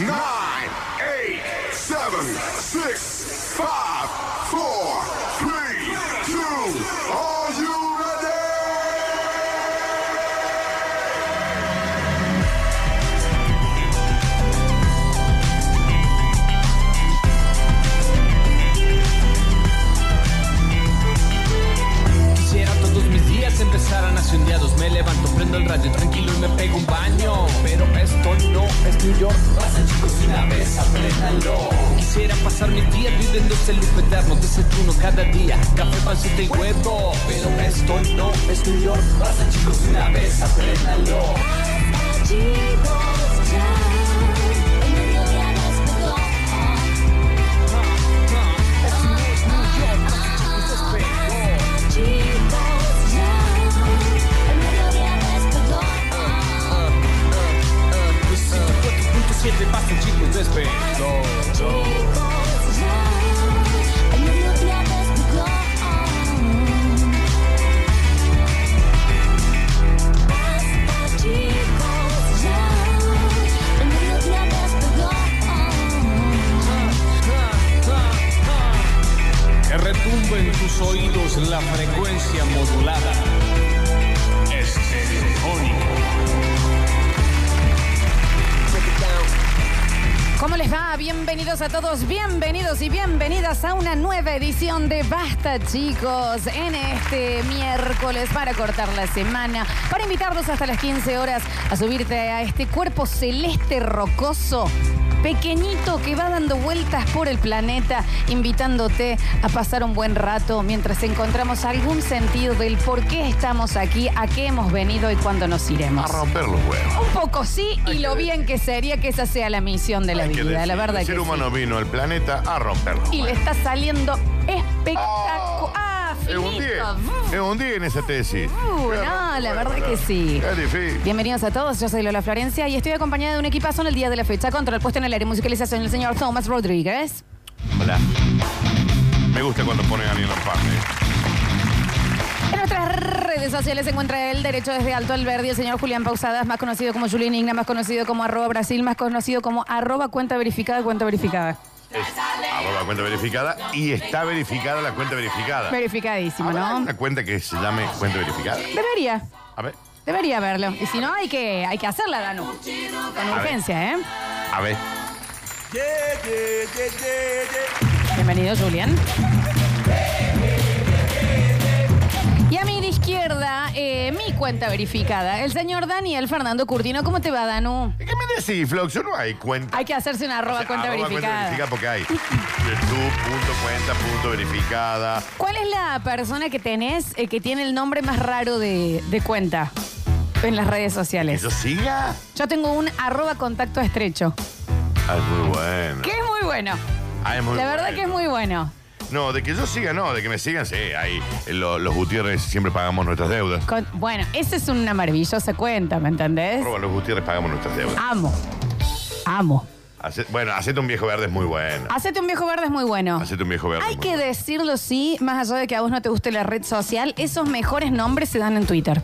nine, eight, seven, six, five, four, three, two. Are you ready? Quisiera todos mis días empezaran así un día dos Me levanto, prendo el radio tranquilo y me pego un baño Pero esto no es New York Pasa chicos una vez, apréndanlo Quisiera pasar mis días viviendo ese lujo eterno Desayuno cada día, café, pancita y huevo Pero esto no es New York Pasa chicos una vez, apréndanlo Chicos, ya, el mediodía despertó. Chicos, ya, el mediodía despertó. 104.7 pasa chicos, despejo Chicos, ya, el mediodía despertó. Basta, chicos, ya, el mediodía despertó. Que retumbe en tus oídos la frecuencia modulada Estereofónica ¿Cómo les va? Bienvenidos a todos, bienvenidos y bienvenidas a una nueva edición de Basta chicos en este miércoles para cortar la semana, para invitarlos hasta las 15 horas a subirte a este cuerpo celeste rocoso. Pequeñito que va dando vueltas por el planeta, invitándote a pasar un buen rato mientras encontramos algún sentido del por qué estamos aquí, a qué hemos venido y cuándo nos iremos. A romper los huevos. Un poco sí, y lo bien que sería que esa sea la misión de la Hay que vida, la decir, verdad el que ser sí. humano vino al planeta a romper los Y le huevos. está saliendo espectacular. Oh, ¡Ah, Es un finito! 10. Mm, Es un 10 en esa tesis. Claro, uh, no, la bueno, verdad claro. que sí. Es difícil. Bienvenidos a todos, yo soy Lola Florencia y estoy acompañada de un equipazo en el día de la fecha. Control puesto en el área musicalización el señor Thomas Rodríguez. Hola. Me gusta cuando ponen a Nilo Parne. En nuestras redes sociales se encuentra el derecho desde Alto Alberdi, el señor Julián Pausadas, más conocido como Julián Igna, más conocido como arroba Brasil, más conocido como arroba cuenta verificada, cuenta verificada. Arroba cuenta verificada y está verificada la cuenta verificada. Verificadísimo, ¿Habrá ¿no? Una cuenta que se llame cuenta verificada. Debería. A ver, Debería verlo. Y si no, hay que, hay que hacerla, Danu. Con urgencia, ¿eh? a ver. Bienvenido, Julián. Y a mi izquierda, eh, mi cuenta verificada, el señor Daniel Fernando Curtino. ¿Cómo te va, Danu? ¿Qué me decís, Flox? Yo no hay cuenta. Hay que hacerse una arroba, cuenta, Arroba verificada. cuenta verificada porque hay youtube.cuenta.verificada. ¿Cuál es la persona que tenés eh, que tiene el nombre más raro de, de cuenta en las redes ¿Que sociales? yo siga? Yo tengo un arroba contacto estrecho, Ah, es muy bueno. que es muy bueno. Ah, es muy la verdad bueno. que es muy bueno. No, de que yo siga, no, de que me sigan, sí. Ahí eh, lo- los Gutiérrez siempre pagamos nuestras deudas. Con- bueno, esa es una maravillosa cuenta, ¿me entendés? Arroba los Gutiérrez pagamos nuestras deudas. Amo. Amo. Hace- bueno, hacete un viejo verde es muy bueno. Hacete un viejo verde es muy bueno. Hacete un viejo verde. Hay es muy que bueno. decirlo, sí, más allá de que a vos no te guste la red social, esos mejores nombres se dan en Twitter.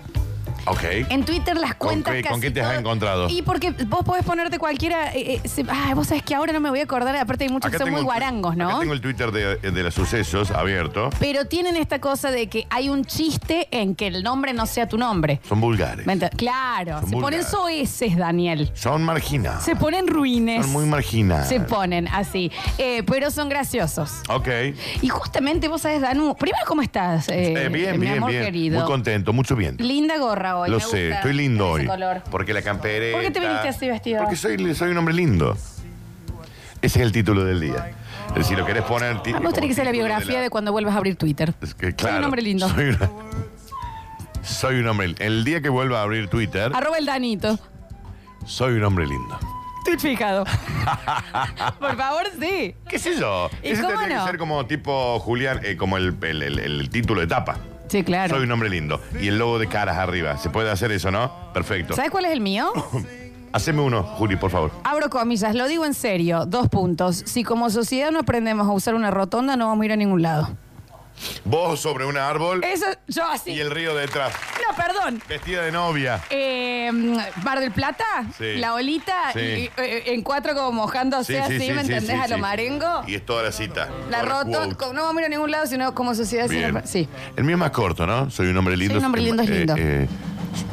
Ok. En Twitter las cuentas qué- eh, casi con qué te has todas- encontrado? Y porque vos podés ponerte cualquiera... eh, eh, se- ay, vos sabés que ahora no me voy a acordar, aparte hay muchos que son tengo muy el twi- guarangos, acá ¿no? tengo el Twitter de, de los sucesos abierto. Pero tienen esta cosa de que hay un chiste en que el nombre no sea tu nombre. Son vulgares. ¿Me ent- claro, Son se ponen vulgares. soeces, Daniel. Son marginados. Se ponen ruines. Son muy marginados. Se ponen así. Eh, pero son graciosos. Ok. Y justamente vos sabés, Danu, primero, ¿cómo estás? eh, Eh, bien, mi bien, amor bien. querido. Muy contento, mucho bien. Linda gorra hoy. Lo me sé, gusta estoy lindo ese hoy. color. Porque la campereta. ¿Por qué te viniste así vestido? Porque soy, soy un hombre lindo. Ese es el título del día. Eh, Si lo querés poner. ti- Me como gustaría Ah, que sea la título biografía de, la- cuando vuelvas a abrir Twitter. Es que, Soy un claro, hombre lindo. Soy, una- soy un hombre. El día que vuelva a abrir Twitter, Arroba el Danito. soy un hombre lindo. Tuitficado. Por favor, sí. ¿Qué sé yo? ¿Y Ese cómo tendría no? que ser como tipo Julián, eh, como el, el- el- el título de tapa. Sí, claro. Soy un hombre lindo. Y el logo de caras arriba. ¿Se puede hacer eso, no? Perfecto. ¿Sabes cuál es el mío? Haceme uno, Juli, por favor. Abro comillas, lo digo en serio. Dos puntos. Si como sociedad no aprendemos a usar una rotonda, no vamos a ir a ningún lado. Vos sobre un árbol Eso, yo y así. el río detrás. No, perdón. Vestida de novia. Eh, Bar del Plata, Sí. la olita, Sí. y- eh, en cuatro como mojándose así, ¿me entendés? a lo sí. marengo. Y es toda la cita. La Toda roto, quote. co- no vamos a ir a ningún lado, sino como sociedad. sino- Bien. sí. El mío es más corto, ¿no? Soy un hombre lindo. un hombre lindo es Eh, lindo. eh,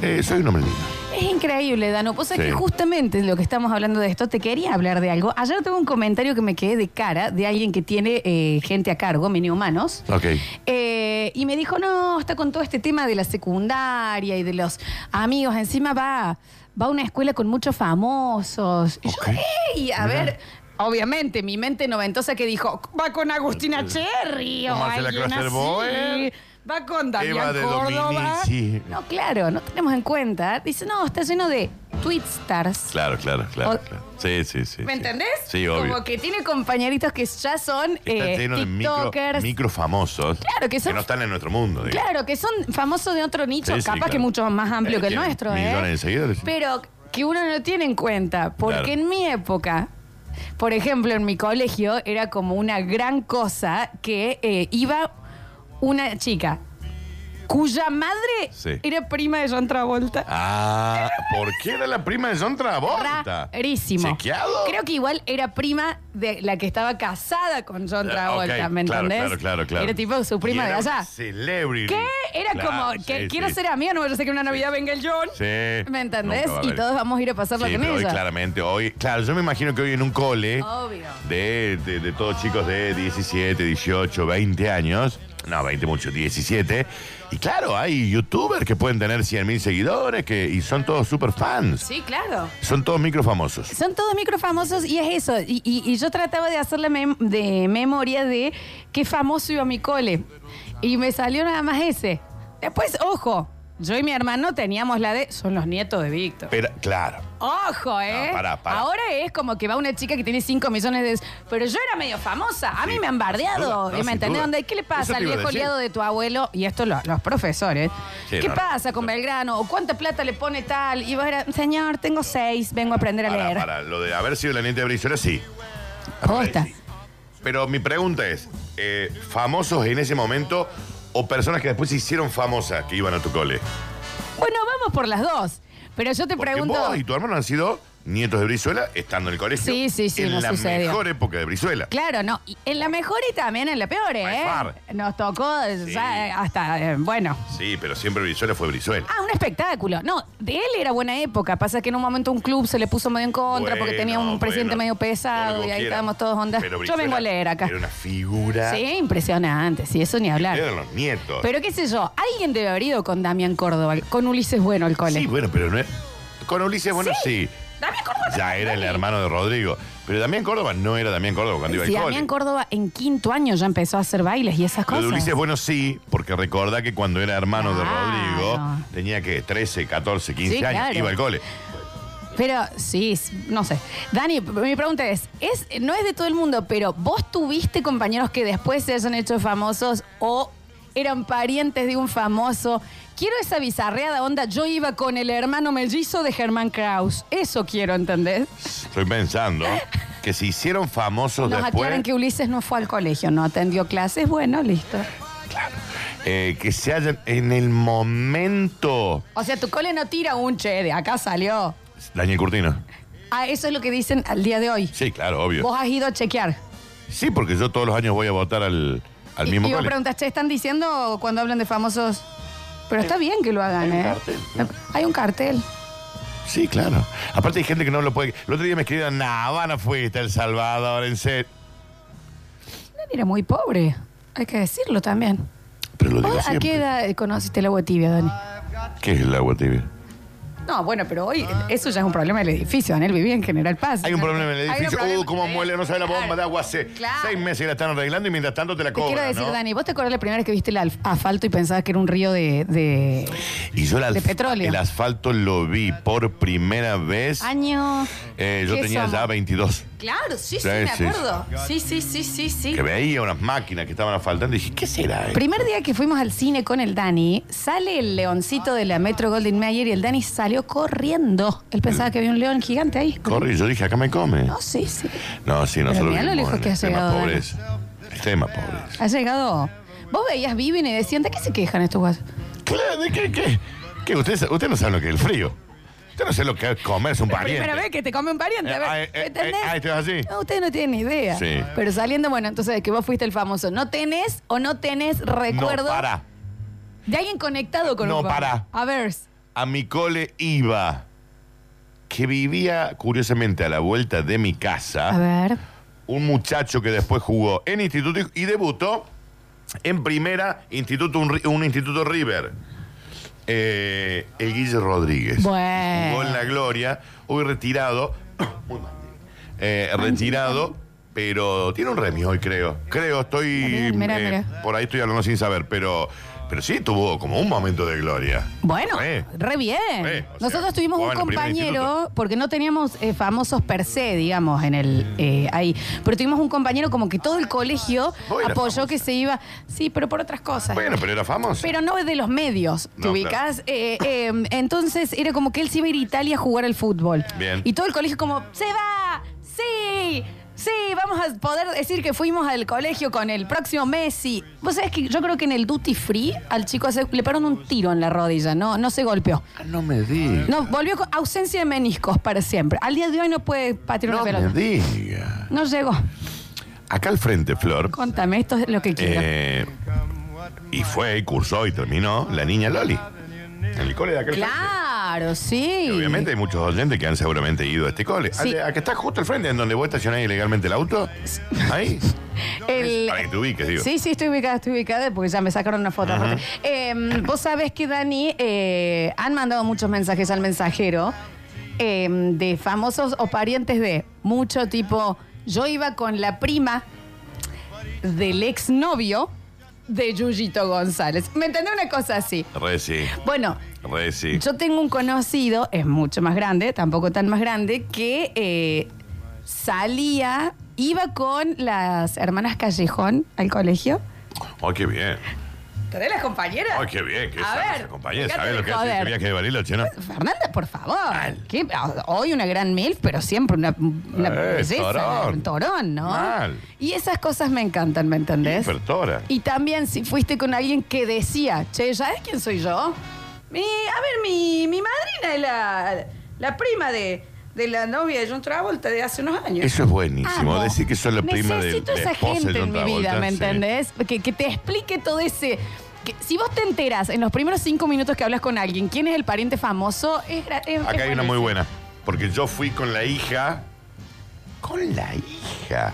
eh, soy un hombre lindo. Es increíble, Danu. Vos sabés Sí. que justamente lo que estamos hablando de esto, te quería hablar de algo. Ayer tuve un comentario que me quedé de cara de alguien que tiene eh, gente a cargo, mini humanos. Ok. Eh, y me dijo, no, está con todo este tema de la secundaria y de los amigos. Encima va, va a una escuela con muchos famosos. Y yo, Ok. "Ey, Mirá. a ver, obviamente, mi mente noventosa que dijo, va con Agustina Este, Cherry o Con Marcela alguien Kloster así. Boer. Va con Eva Damián de Córdoba. Dominici. No, claro, no tenemos en cuenta. Dice, no, está lleno de twitstars. Claro, claro, claro. O- claro. Sí, sí, sí. ¿Me sí. entendés? Sí, obvio. Como que tiene compañeritos que ya son Está eh, lleno de micro, tiktokers. micro famosos Claro, que son- no están en nuestro mundo. digamos. Claro, que son famosos de otro nicho, Sí, sí, capaz claro. que mucho más amplio Eh, que el tienen nuestro, millones ¿eh? de seguidores. Pero que uno no lo tiene en cuenta, porque Claro. en mi época, por ejemplo, en mi colegio era como una gran cosa que eh, iba una chica cuya madre Sí. era prima de John Travolta. Ah, ¿por qué era la prima de John Travolta? Rarísimo. ¿Chequeado? Creo que igual era prima de la que estaba casada con John Ah, Travolta, ok, ¿me claro, entendés? Claro, claro, claro. Era tipo su prima Y de era allá. Celebrity. ¿Qué? Era Claro, como que sí, quiero sí. ser amiga, no vaya a ser que una Navidad venga el John. Sí. ¿Me entendés? Nunca va a Y haber. todos vamos a ir a pasarla Sí, con pero hoy ella. claramente, hoy, claro, yo me imagino que hoy en un cole Obvio. de, de- de todos chicos de 17, 18, 20 años, no, 20 mucho, 17, y claro, hay youtubers que pueden tener 100 mil seguidores que, y son todos super fans, Sí, claro. son todos micro famosos. Son todos microfamosos y es eso. Y, y- y yo trataba de hacer la mem- de memoria de qué famoso iba a mi cole. Y me salió nada más ese. Después, ojo, yo y mi hermano teníamos la de. Son los nietos de Víctor. Pero, claro, Ojo, ¿eh? No, pará, pará. Ahora es como que va una chica que tiene 5 millones de. Pero yo era medio famosa. A mí Sí, me han bardeado. ¿eh? sin duda, no, ¿Me sin entendés? duda. Onda, ¿Qué le Eso pasa te al iba a viejo decir. aliado de tu abuelo? Y esto lo- los profesores. Sí, ¿Qué no, no, pasa con no. Belgrano? ¿O cuánta plata le pone tal? Y vos era, señor, tengo 6, vengo a aprender a para, leer. para, lo de haber sido la nieta de Brizuela, sí. Posta. Sí. Pero mi pregunta es, eh, ¿famosos en ese momento o personas que después se hicieron famosas que iban a tu cole? Bueno, vamos por las dos. Pero yo te Porque pregunto. vos y tu hermano han sido nietos de Brizuela estando en el colegio. Sí, sí, sí, En nos la sucedió. mejor época de Brizuela. Claro, no. y en la mejor y también en la peor, ¿eh? far. Nos tocó Sí. ya, eh, hasta. eh, bueno. Sí, pero siempre Brizuela fue Brizuela. Ah, un espectáculo. No, de él era buena época. Pasa que en un momento un club se le puso medio en contra porque Bueno, tenía un presidente bueno, medio todo lo que pesado y vos ahí quieras. estábamos todos onda. Pero Yo Brizuela vengo a leer acá. Era una figura. Sí, impresionante. Sí, eso ni hablar. Eran los nietos. Pero qué sé yo, alguien debe haber ido con Damián Córdoba, con Ulises Bueno al cole. sí, bueno, pero no es... Con Ulises, bueno, sí. Damián Córdoba. Ya era el hermano de Rodrigo. Pero Damián Córdoba no era Damián Córdoba cuando iba Si al cole. Damián Córdoba en quinto año ya empezó a hacer bailes y esas Lo cosas. de Ulises, bueno, sí, porque recordá que cuando era hermano de Claro. Rodrigo, tenía que 13, 14, 15 Sí, años, claro. iba al cole. Pero sí, s- no sé. Dani, p- mi pregunta es, es, no es de todo el mundo, pero vos tuviste compañeros que después se hayan hecho famosos o eran parientes de un famoso. Quiero esa bizarreada onda, yo iba con el hermano mellizo de Germán Kraus. Eso quiero, ¿entendés? Estoy pensando que se hicieron famosos Nos después. aclaran que Ulises no fue al colegio, no atendió clases. Bueno, listo. Claro. Eh, que se hayan en el momento. O sea, tu cole no tira un che, de acá salió. Daniel Curtino. Ah, eso es lo que dicen al día de hoy. Sí, claro, obvio. Vos has ido a chequear. Sí, porque yo todos los años voy a votar al, al Y- mismo y vos cole. preguntas, che, ¿están diciendo cuando hablan de famosos? Pero está bien que lo hagan, ¿eh? Hay un cartel. Sí, claro. Aparte hay gente que no lo puede. El otro día me escribieron, nah, Habana fuiste a El Salvador, en serio. Dani era muy pobre. Hay que decirlo también. Pero lo digo ¿Vos a qué siempre. edad conociste el agua tibia, Dani? ¿Qué es el agua tibia? No, bueno, pero hoy eso ya es un problema del edificio. Daniel vivía en General Paz. Hay un problema en el Hay un edificio. problema. Uh, cómo muele, no sabe la bomba de agua hace Claro. seis meses que la están arreglando y mientras tanto te la Te cobran, quiero decir, ¿no? Dani, ¿vos te acordás la primera vez que viste el alf- asfalto y pensabas que era un río de, de Y yo el, De alf- petróleo. el asfalto lo vi por primera vez. año? Eh, yo ¿Qué tenía somos? ya 22. Claro, sí, Sí, sí. Sí, sí, sí, sí, sí. Que veía unas máquinas que estaban asfaltando y dije, ¿qué será? esto? Primer día que fuimos al cine con el Dani, sale el leoncito de la Metro Golden Mayer y el Dani salió corriendo. Él pensaba que había un león gigante ahí. Corre, y yo dije, acá me come. No, sí, sí. No, sí, nosotros mirá lo vivimos lejos en que has extrema llegado, pobreza. Extrema pobreza. Ha llegado Vos veías Viven y decían, ¿de qué se quejan estos guasos? Claro, ¿de qué? qué? ¿Qué? Usted, usted no sabe lo que es el frío. Usted no sabe lo que es comerse un pariente. Primera vez que te come un pariente, a Eh, ver, ah, eh, eh, ¿entendés? ah, esto es así. No, ustedes no tienen ni idea. Sí. Pero saliendo, bueno, entonces de que vos fuiste el famoso, ¿no tenés o no tenés recuerdo No, para. de alguien conectado con No, un papá? para. A ver, A mi cole iba, que vivía curiosamente a la vuelta de mi a casa, ver. un muchacho que después jugó en instituto y- y debutó en primera instituto, un, ri- un instituto River. Eh, el Guille Rodríguez. Bueno. Jugó en la gloria, hoy retirado. Muy mal. Eh, retirado, pero tiene un remis hoy, creo. Creo, estoy. Bien, mira, eh, mira. Por ahí estoy hablando sin saber, pero. Pero sí tuvo como un momento de gloria. Bueno, Eh. re bien. Eh, o sea, Nosotros tuvimos un bueno, primer compañero, instituto. porque no teníamos eh, famosos per se, digamos, en el eh, ahí, pero tuvimos un compañero como que todo el colegio Vos eras apoyó famoso. que se iba, sí, pero por otras cosas. Bueno, pero era famoso. Pero no de los medios, ¿te No, ubicas? Eh, eh, entonces era como que él se iba a ir a Italia a jugar al fútbol. Bien. Y todo el colegio como, ¡se va! ¡Sí! Sí, vamos a poder decir que fuimos al colegio con el próximo Messi. Vos sabés que yo creo que en el duty free al chico se- le pararon un tiro en la rodilla, no, no se golpeó. no me diga. No, volvió con ausencia de meniscos para siempre. Al día de hoy no puede patear No una me pelota. diga. No llegó. Acá al frente, Flor. Contame, esto es lo que quiero. eh, y fue, y cursó y terminó la niña Loli. En el cole de aquel frente. claro, sí. Y Obviamente hay muchos oyentes que han seguramente ido a este cole. Sí. Al- A que está justo al frente, en donde vos estacionás ilegalmente el auto. Ahí. El- Para que te ubiques, digo. Sí, sí, estoy ubicada, estoy ubicada porque ya me sacaron una foto. aparte. Eh, Vos sabés que, Dani, eh, han mandado muchos mensajes al mensajero eh, de famosos o parientes de mucho tipo. Yo iba con la prima del exnovio de Yuyito González. ¿Me entendés una cosa así? Re sí. Bueno, Re sí. yo tengo un conocido, es mucho más grande, tampoco tan más grande, que eh, salía, iba con las hermanas Callejón al colegio. Oh, qué bien. ¿Tenés las compañeras? Oh, qué bien. Qué A ver, compañía. dejate ¿Sabés de lo que hace joder. este viaje de Bariloche, no? Fernanda, por favor. Mal. ¿Qué? Hoy una gran MILF, pero siempre una, una Eh, belleza, torón. un torón, ¿no? Mal. Y esas cosas me encantan, ¿me entendés? Hipertora. Y también si fuiste con alguien que decía, che, ¿sabes quién soy yo? Mi, a ver, mi, mi madrina es la, la prima de, de la novia de John Travolta de hace unos años. Eso es buenísimo. Amo. Decir que son la prima de, Necesito de esa esposa de gente John en mi Travolta, vida, ¿me sí. entendés? Que, que te explique todo ese... que si vos te enteras en los primeros cinco minutos que hablas con alguien quién es el pariente famoso, es, gra- es- es Acá hay una buenísimo. muy buena. Porque yo fui con la hija. Con la hija.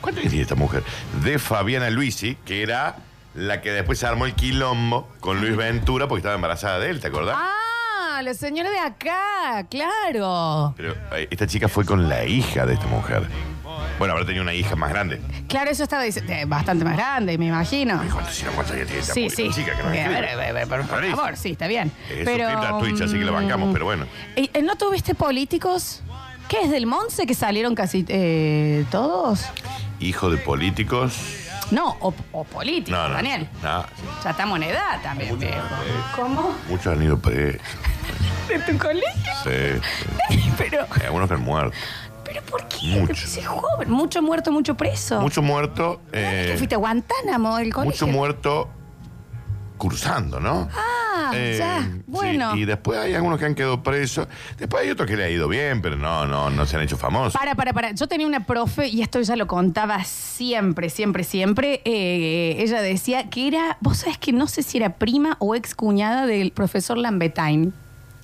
¿Cuánto tiene esta mujer? De Fabiana Luisi, que era la que después se armó el quilombo con Luis Ventura porque estaba embarazada de él, ¿te acordás? Ah, la señora de acá, claro. Pero eh, esta chica fue con la hija de esta mujer. Bueno, habrá tenido una hija más grande. Claro, eso estaba dic- eh, bastante más grande, me imagino. ¿Cuántos si no, cuántos años tiene esta Sí, pobre sí. chica que no Porque, a ver, escribe? a ver, a ver, por Clarísimo. favor, sí, está bien. Es pero, suscripta a Twitch, así que la bancamos, mm, pero bueno. ¿Y, eh, ¿No tuviste políticos? ¿Qué es del Monse que salieron casi eh, todos? Hijo de políticos. No, o, o políticos, No, eh. no. Daniel. no, Ya estamos en edad también, viejo. ¿Cómo? muchos han ido presos. ¿De tu colegio? sí. Pero, Eh, Algunos que han muerto. pero ¿por qué? Mucho. Pero si es joven. Mucho muerto, mucho preso. Mucho muerto. eh, ¿Qué fuiste a Guantánamo del colegio? mucho muerto cursando, ¿no? Ah, Eh, ya. sí, Bueno. y después hay algunos que han quedado presos. Después hay otros que le ha ido bien, pero no, no, no se han hecho famosos. Para, para, para. Yo tenía una profe, y esto ya lo contaba siempre, siempre, siempre. eh, ella decía que era, vos sabés que no sé si era prima o ex cuñada del profesor Lambetain.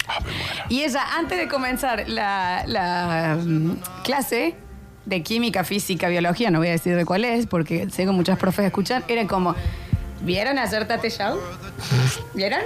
Ah, me muero. Y ella, antes de comenzar la, la, mm, clase de química, física, biología, no voy a decir de cuál es, porque sé que muchas profes escuchan, era como, ¿vieron ayer Tate Show? ¿Vieron?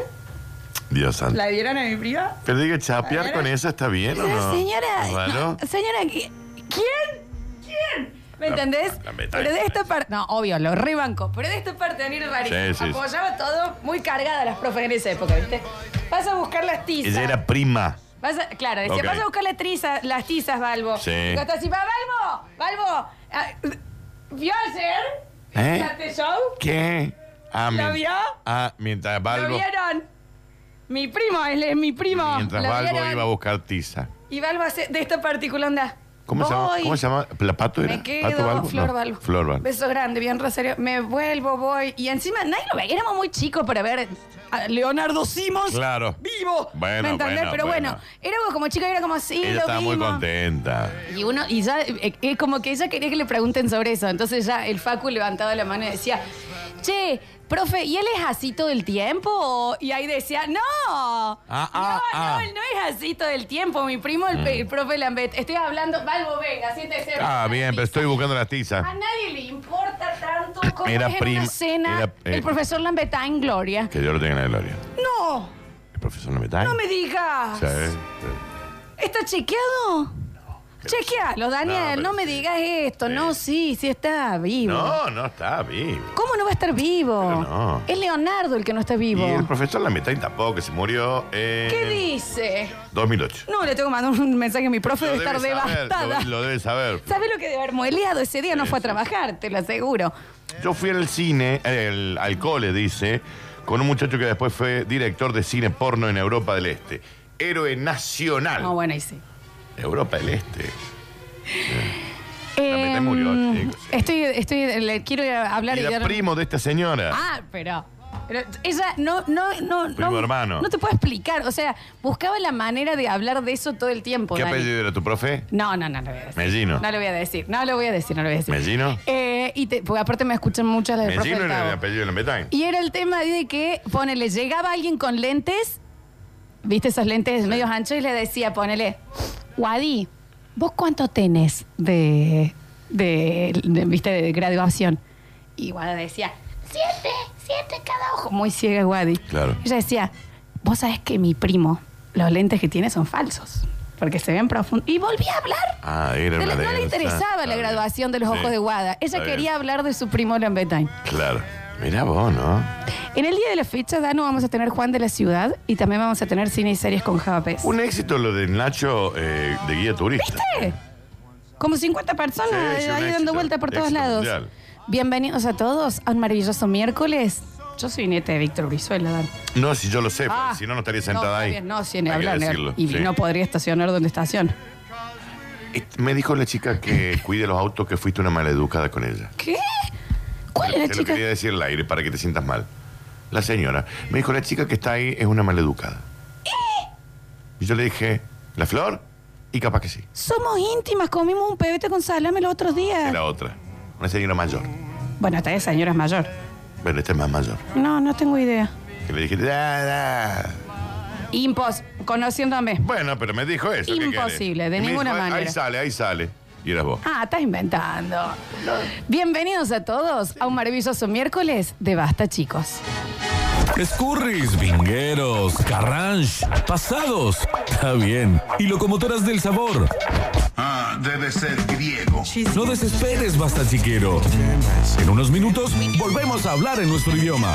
Dios santo. ¿La vieron a mi prima? Pero diga, chapear con esa está bien o no? Señora, Raro. no, señora, ¿qui- ¿quién? ¿Quién? ¿Me La- entendés? la meta Pero de es- esta parte, no, obvio, lo rebanco, pero de esta parte Daniel Rari Sí, sí, sí. apoyaba todo muy cargada las profes en esa época, ¿viste? Vas a buscar las tizas. Ella era prima. Vas a- claro, decía, Ok. vas a buscar las tizas, las tizas, Balbo. Sí. Y cuando así, va, Balbo, Balbo, ah, ¿vio ayer? ¿Eh? Tate Show? ¿Qué? Ah, ¿Lo mien- vio? Ah, mientras ¿Lo Balbo, vieron? Mi primo, él es mi primo. mientras ¿Lo Balbo vieron? iba a buscar tiza. Y Balbo hace de esta particular onda. ¿Cómo se llama? Voy. ¿Cómo se llama? ¿La Pato era? Me ¿Pato quedo, Balbo? Flor No, Balbo. Flor Balbo. Beso grande, bien rosario. Me vuelvo, voy. Y encima nadie lo veía. Éramos muy chicos para ver a Leonardo Simons. Claro. Vivo. Bueno, ¿Me entendés? bueno, Pero bueno, bueno. éramos como chicos, era como sí, Ella lo estaba muy vimos. contenta. Y uno, y ya, eh, es como que ella quería que le pregunten sobre eso. Entonces ya el Facu levantaba la mano y decía, che, profe, ¿y él es así todo el tiempo? Y ahí decía, no, ah, no, ah. Mm. no, él no es así todo el tiempo. Mi primo, el, pe- el profe Lambert, estoy hablando, Valvo, venga, siéntese. Ah, bien, pero estoy buscando las tizas. A nadie le importa tanto como Era es en prim- una cena era, eh, el profesor Lambert está en gloria. Que yo lo tenga en la gloria. No, El profesor no me da. no me digas. ¿Sabes? ¿Está chequeado? Chequealo, Daniel, pero- no, me digas esto. Sí. No, sí, sí está vivo. No, no está vivo. ¿Cómo no va a estar vivo? Pero no. Es Leonardo el que no está vivo. Y el profesor la metá tampoco, que se murió en ¿Qué dice? 2008. No, le tengo que mandar un mensaje a mi profe Lo de estar debe saber, devastada. Lo, lo debe saber. ¿Sabes lo que debe haber mueleado ese día? No fue a trabajar, te lo aseguro. Yo fui al cine, el, al cole, dice, con un muchacho que después fue director de cine porno en Europa del Este. Héroe nacional. No, bueno, y sí. Europa del Este. Eh, mitad murió, chicos. Em, Estoy, estoy, le quiero ir a hablar Y y, era dar- primo de esta señora. Ah, pero. pero ella no, no, no, Primo no- hermano. No te puedo explicar. O sea, buscaba la manera de hablar de eso todo el tiempo. ¿Qué Dani. apellido era tu profe? No, no, no, no lo voy a decir. Mellino. No lo voy a decir, no lo voy a decir, no lo voy a decir. ¿Mellino? Eh, y te- porque aparte me escuchan muchas las de profe Mellino del era el Tavo. apellido de la Metain. Y era el tema de que, ponele, llegaba alguien con lentes, viste esos lentes medios anchos, y le decía, ponele, Wadi, ¿vos cuánto tenés de, de, de- viste, de graduación? Y Wadi decía, siete, siete cada ojo. Muy ciega Wadi. Claro. Ella decía, vos sabés que mi primo, los lentes que tiene son falsos, porque se ven profundos. Y volví a hablar. Ah, era No una le, no le de- interesaba Está la bien. graduación de los Sí. ojos de Wada. Ella Está bien. quería hablar de su primo Lambertine. Claro. Mirá vos, ¿no? En el día de la fecha, Danu, vamos a tener Juan de la Ciudad y también vamos a tener cine y series con Java Pes. Un éxito lo de Nacho eh, de guía turista. ¿Viste? Como 50 personas Sí, sí, un ahí éxito, dando vuelta por todos éxito lados. mundial. Bienvenidos a todos a un maravilloso miércoles. Yo soy neta de Víctor Brizuela, Dan. No, si yo lo sé, porque Ah, si no, no estaría sentada no, está ahí. bien, No, sin Hay que hablar. decirlo, Y sí. no podría estacionar donde estaciona. Et- Me dijo la chica que cuide los autos, que fuiste una maleducada con ella. ¿Qué? ¿Cuál es la Te lo chica? quería decir al aire para que te sientas mal. La señora. Me dijo, la chica que está ahí es una maleducada. Y yo le dije, ¿la flor? Y capaz que sí. Somos íntimas, comimos un pebete con salame los otros días. Era otra. Una señora mayor. Bueno, esta señora es mayor. Bueno, esta es más mayor. No, no tengo idea. Y le dije, da, da. Impos, conociéndome. Bueno, pero me dijo eso. ¿qué querés? Imposible, de Y me ninguna "Ah, Ahí manera". sale, ahí sale. Y eras vos. Ah, estás inventando. Bienvenidos a todos a un maravilloso miércoles de Basta, chicos. ah. Escurris, vingueros, carranche, pasados. Está bien. Y locomotoras del sabor. Ah, debe ser griego. No desesperes, basta chiquero. En unos minutos volvemos a hablar en nuestro idioma.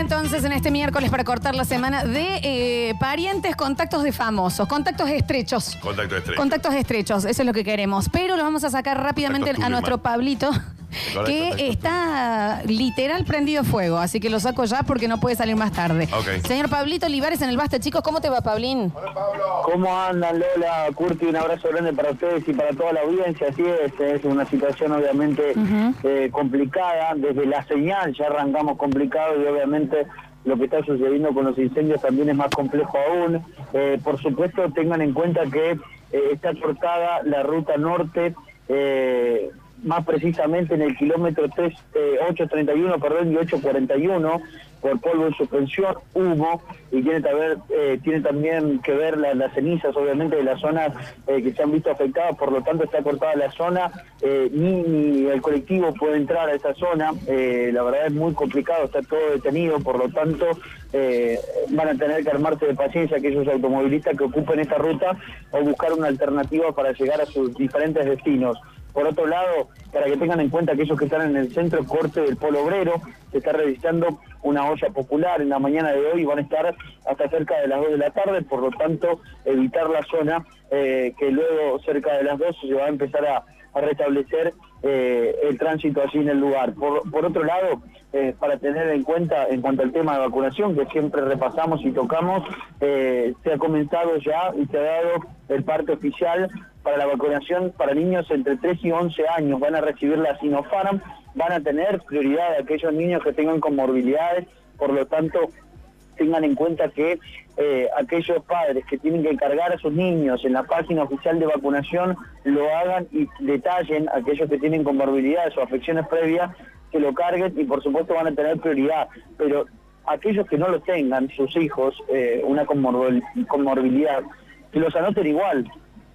entonces en este miércoles para cortar la semana de eh, parientes, contactos de famosos, contactos estrechos. Contacto estrecho. Contactos estrechos, eso es lo que queremos. Pero los vamos a sacar rápidamente Contacto a tuyo, nuestro Mar. Pablito, Correcto, que contacto está literal prendido fuego. Así que lo saco ya porque no puede salir más tarde. Ok. Señor Pablito Olivares en el Basta, chicos, ¿cómo te va, Pablín? ¿Cómo andan Lola, Curti? Un abrazo grande para ustedes y para toda la audiencia. Así es, es una situación obviamente eh, complicada. Desde la señal ya arrancamos complicado y obviamente lo que está sucediendo con los incendios también es más complejo aún. Eh, por supuesto, tengan en cuenta que eh, está cortada la ruta norte. eh, más precisamente en el kilómetro 3, eh, 831 perdón, y 841 por polvo en suspensión, humo, y tiene, que ver, eh, tiene también que ver la- las cenizas, obviamente, de las zonas eh, que se han visto afectadas, por lo tanto está cortada la zona, eh, ni, ni el colectivo puede entrar a esa zona, eh, la verdad es muy complicado, está todo detenido, por lo tanto eh, van a tener que armarse de paciencia aquellos automovilistas que ocupen esta ruta o buscar una alternativa para llegar a sus diferentes destinos. Por otro lado, para que tengan en cuenta aquellos que están en el centro corte del Polo Obrero, se está realizando una olla popular en la mañana de hoy, van a estar hasta cerca de las 2 de la tarde, por lo tanto evitar la zona eh, que luego cerca de las 2 se va a empezar a, a restablecer eh, el tránsito allí en el lugar. Por, por otro lado, eh, para tener en cuenta en cuanto al tema de vacunación, que siempre repasamos y tocamos, eh, se ha comenzado ya y se ha dado el parte oficial para la vacunación para niños entre 3 y 11 años. Van a recibir la Sinopharm, van a tener prioridad aquellos niños que tengan comorbilidades, por lo tanto tengan en cuenta que eh, aquellos padres que tienen que cargar a sus niños en la página oficial de vacunación lo hagan y detallen a aquellos que tienen comorbilidades o afecciones previas que lo carguen y por supuesto van a tener prioridad, pero aquellos que no lo tengan, sus hijos, eh, una comorbil- comorbilidad, que los anoten igual,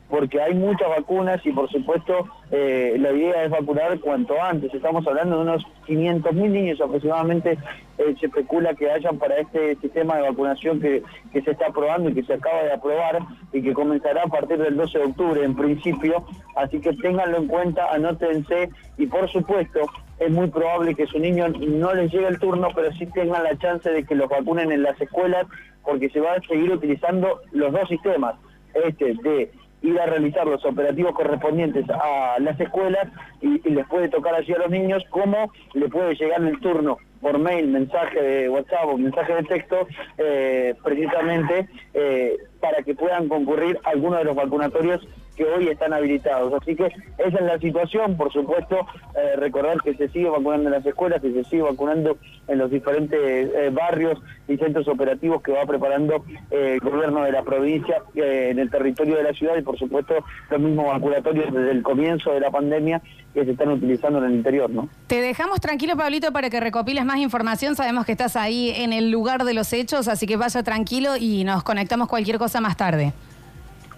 porque hay muchas vacunas y por supuesto eh, la idea es vacunar cuanto antes. Estamos hablando de unos 500.000 niños aproximadamente, eh, se especula que hayan para este sistema de vacunación que, que se está aprobando y que se acaba de aprobar y que comenzará a partir del 12 de octubre en principio, así que ténganlo en cuenta, anótense y por supuesto es muy probable que su niño no les llegue el turno, pero sí tengan la chance de que los vacunen en las escuelas porque se va a seguir utilizando los dos sistemas, este de ir a realizar los operativos correspondientes a las escuelas y, y les puede tocar allí a los niños, como le puede llegar el turno por mail, mensaje de WhatsApp o mensaje de texto, eh, precisamente eh, para que puedan concurrir a alguno de los vacunatorios que hoy están habilitados. Así que esa es la situación, por supuesto, eh, recordar que se sigue vacunando en las escuelas, que se sigue vacunando en los diferentes eh, barrios y centros operativos que va preparando eh, el gobierno de la provincia eh, en el territorio de la ciudad y por supuesto los mismos vacunatorios desde el comienzo de la pandemia que se están utilizando en el interior, ¿no? Te dejamos tranquilo, Pablito, para que recopiles más información. Sabemos que estás ahí en el lugar de los hechos, así que vaya tranquilo y nos conectamos cualquier cosa más tarde.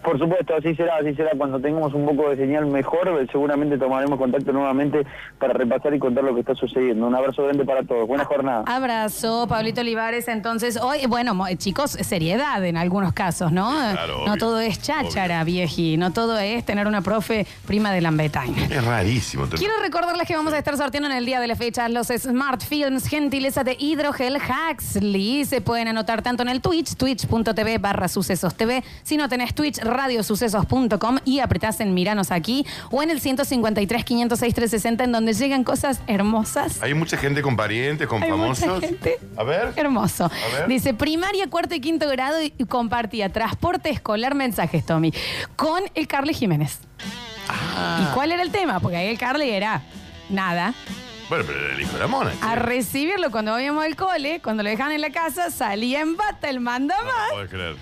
Por supuesto, así será, así será. Cuando tengamos un poco de señal mejor, eh, seguramente tomaremos contacto nuevamente para repasar y contar lo que está sucediendo. Un abrazo grande para todos. Buena jornada. Abrazo, Pablito Olivares. Entonces, hoy, bueno, mo- eh, chicos, seriedad en algunos casos, ¿no? Claro, no obvio, todo es cháchara, vieji. No todo es tener una profe prima de Lambertaina. Es rarísimo. Quiero recordarles que vamos a estar sorteando en el día de la fecha los Smart Films Gentileza de Hidrogel Huxley. Se pueden anotar tanto en el Twitch, twitch.tv barra sucesos TV. Si no tenés Twitch, radiosucesos.com y apretás en Miranos aquí o en el 153 506 360 en donde llegan cosas hermosas. Hay mucha gente con parientes, con Hay famosos. mucha gente. A ver. Hermoso. A ver. Dice primaria, cuarto y quinto grado y compartía transporte escolar, mensajes, Tommy, con el Carly Jiménez. Ah. ¿Y cuál era el tema? Porque ahí el Carly era nada. Bueno, pero era el hijo de la mona. che. A recibirlo cuando íbamos al cole, cuando lo dejaban en la casa, salía en bata el mandamás Podés creer.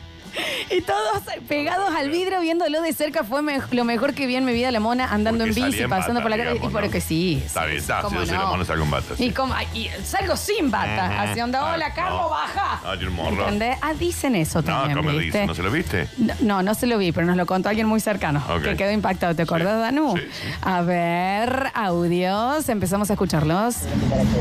y todos pegados al vidrio viéndolo de cerca fue me- lo mejor que vi en mi vida la mona andando Porque en bici, salía en pasando bata, por la calle. digamos, y por ¿no? que sí. Está sí, bien, sí, está. Si cómo yo soy la mona, salgo en bata, Y, sí. como- y salgo sin bata. Ujú. Así onda, Ah, hola, Carlos, no. baja. Ah, tiene un morro. ¿Entendés? Ah, dicen eso No, también. como ¿viste? dice, ¿no se lo viste? No, no, no se lo vi, pero nos lo contó alguien muy cercano Ok. que quedó impactado. ¿Te acordás, Sí, Danu? sí, sí. A ver, audios, empezamos a escucharlos.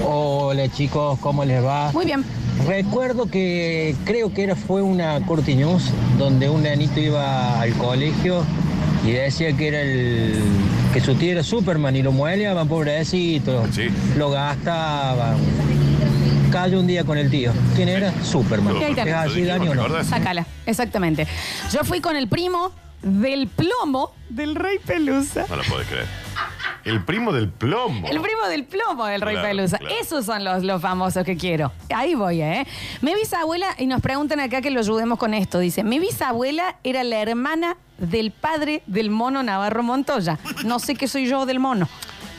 Hola chicos, ¿cómo les va? Muy bien. Recuerdo que creo que era, fue una Curti News donde un nanito iba al colegio y decía que era el que su tío era Superman y lo mueleaban pobrecito. Sí. Lo gastaban. Cayó un día con el tío. ¿Quién era? Superman. Y ahí ¿Es tenés. así, Dani, o no? ¿Recordás? Sácala, exactamente. Yo fui con el primo del plomo del Rey Pelusa. No lo podés creer. El primo del plomo. El primo del plomo del Rey Claro, Pelusa. claro. Esos son los, los famosos que quiero. Ahí voy, ¿eh? Mi bisabuela, y nos preguntan acá que lo ayudemos con esto, dice, mi bisabuela era la hermana del padre del mono Navarro Montoya. No sé qué soy yo del mono.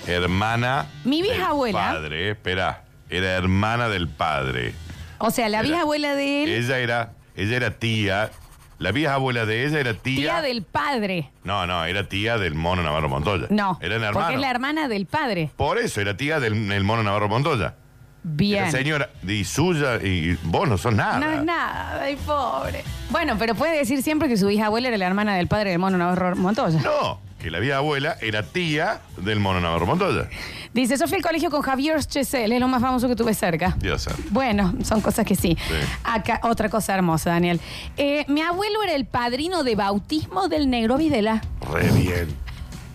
Hermana. Mi del bisabuela. Padre, espera. Era hermana del padre. O sea, la Era- bisabuela de él, Ella era, ella era tía. La vieja abuela de ella era tía. tía del padre. No, no, era tía del mono Navarro Montoya. No, Eran porque es hermanos. la hermana del padre. Por eso era tía del, del mono Navarro Montoya. Bien. Era señora, y suya, y vos no sos nada. No es nada, ay, pobre. Bueno, pero puede decir siempre que su bisabuela era la hermana del padre del mono Navarro Montoya. No, que la vieja abuela era tía del mono Navarro Montoya. Dice, yo fui al colegio con Javier Chesel, es lo más famoso que tuve cerca. Dios santo. Bueno, son cosas que sí. Sí. Acá, otra cosa hermosa, Daniel. Eh, mi abuelo era el padrino de bautismo del negro Videla. Re bien.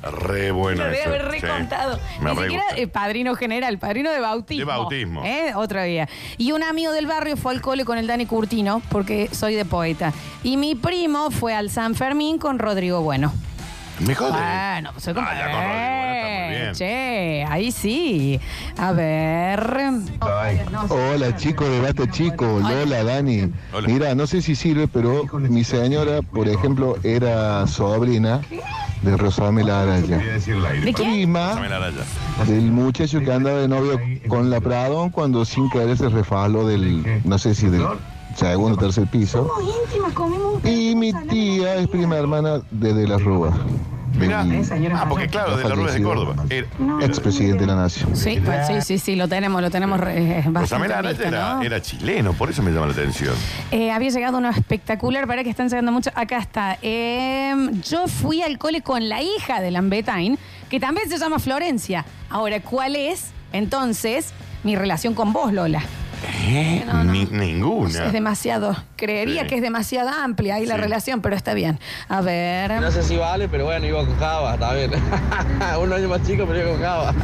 Re buena. Lo debe esa, haber sí. recontado. Me Ni re siquiera gusta. eh, padrino general, padrino de bautismo. De bautismo. ¿Eh? Otra vía. Y un amigo del barrio fue al cole con el Dani Curtino, porque soy de poeta. Y mi primo fue al San Fermín con Rodrigo Bueno. Me jode. Bueno, pues soy Ah, ya con Rodrigo, bueno, está muy bien. Che, ahí sí. A ver. Hola chicos de Basta Chico, Lola, Dani. Hola. Mira, no sé si sirve, pero mi señora, por ejemplo, era sobrina de Rosamel Araya. Quería decirle aire. ¿De pero- quién? Pásame Prima la raya. del muchacho que andaba de novio con la Pradón cuando sin querer se refaló del, no sé si del segundo o tercer piso. Y mi tía es prima hermana de De la Rúa. Mirá. del Ah, porque claro, de la Rueda de fallecido Córdoba. Era- era- Expresidente de la Nación. Sí, pues, sí, sí, sí, lo tenemos, lo tenemos. eh, re- bastante Rosamel Araya visto, era, ¿no? era chileno, por eso me llama la atención. Eh, había llegado uno espectacular, para que están llegando mucho. Acá está. Em, yo fui al cole con la hija de Lambetain, que también se llama Florencia. Ahora, ¿cuál es entonces mi relación con vos, Lola? ¿Eh? Ni- No sé, ninguna. es demasiado. Creería Sí. que es demasiado amplia ahí la Sí. relación, pero está bien. A ver. No sé si vale, pero bueno, iba con Java, está bien. Un año más chico, pero iba con Java.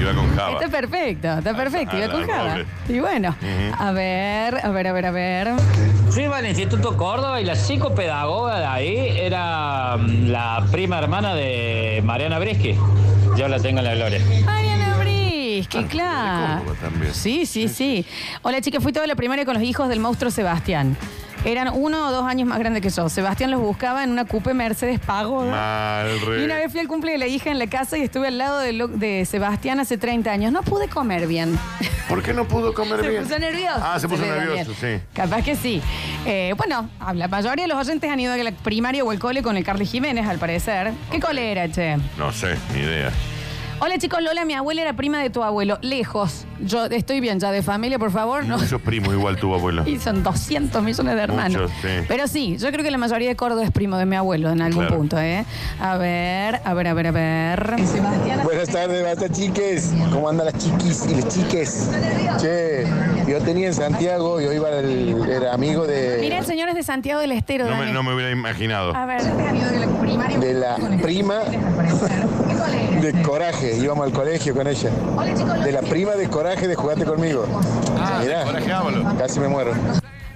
Iba con Java. Está perfecto, está perfecto. Iba la con Java. doble. Y bueno, Ujú. a ver, a ver, a ver, a ver. Yo iba al Instituto Córdoba y la psicopedagoga de ahí era mm, la prima hermana de Mariana Breschi. Yo la tengo en la gloria. Mariana Ah, Brisque, Ah. claro. Córdoba también. Sí, sí, sí. Hola, chicas, fui toda la primaria con los hijos del monstruo Sebastián. Eran uno o dos años más grandes que yo. Sebastián los buscaba en una coupe Mercedes Pagoda. Mal, re. Y una vez fui al cumple de la hija en la casa y estuve al lado de, lo- de Sebastián hace 30 años. No pude comer bien. ¿Por qué no pudo comer Se bien? puso nervioso. Ah, se puso le da nervioso, bien. sí. Capaz que sí. Eh, bueno, a la mayoría de los oyentes han ido a la primaria o al cole con el Carly Jiménez, al parecer. ¿Qué cole era, che? No sé, ni idea. Hola chicos, Lola, mi abuela era prima de tu abuelo, lejos. Yo estoy bien ya de familia, por favor, no. Muchos primos igual tuvo abuelo. Y son 200 millones de hermanos. Ah. Muchos, sí. Pero sí, yo creo que la mayoría de Córdoba es primo de mi abuelo en algún Claro. punto, ¿eh? A ver, a ver, a ver, a ver. Buenas tardes, basta chiques. ¿Cómo andan las chiquis y las chiques? Che, yo tenía en Santiago, yo iba el, era amigo Mira, el de, señor es de Santiago del Estero, No me, Dani. no me hubiera imaginado. A ver. de la prima de Coraje. Íbamos al colegio con ella. De la prima de Coraje de Jugate Conmigo. Ah, Mirá, Coraje Ávalo. casi me muero.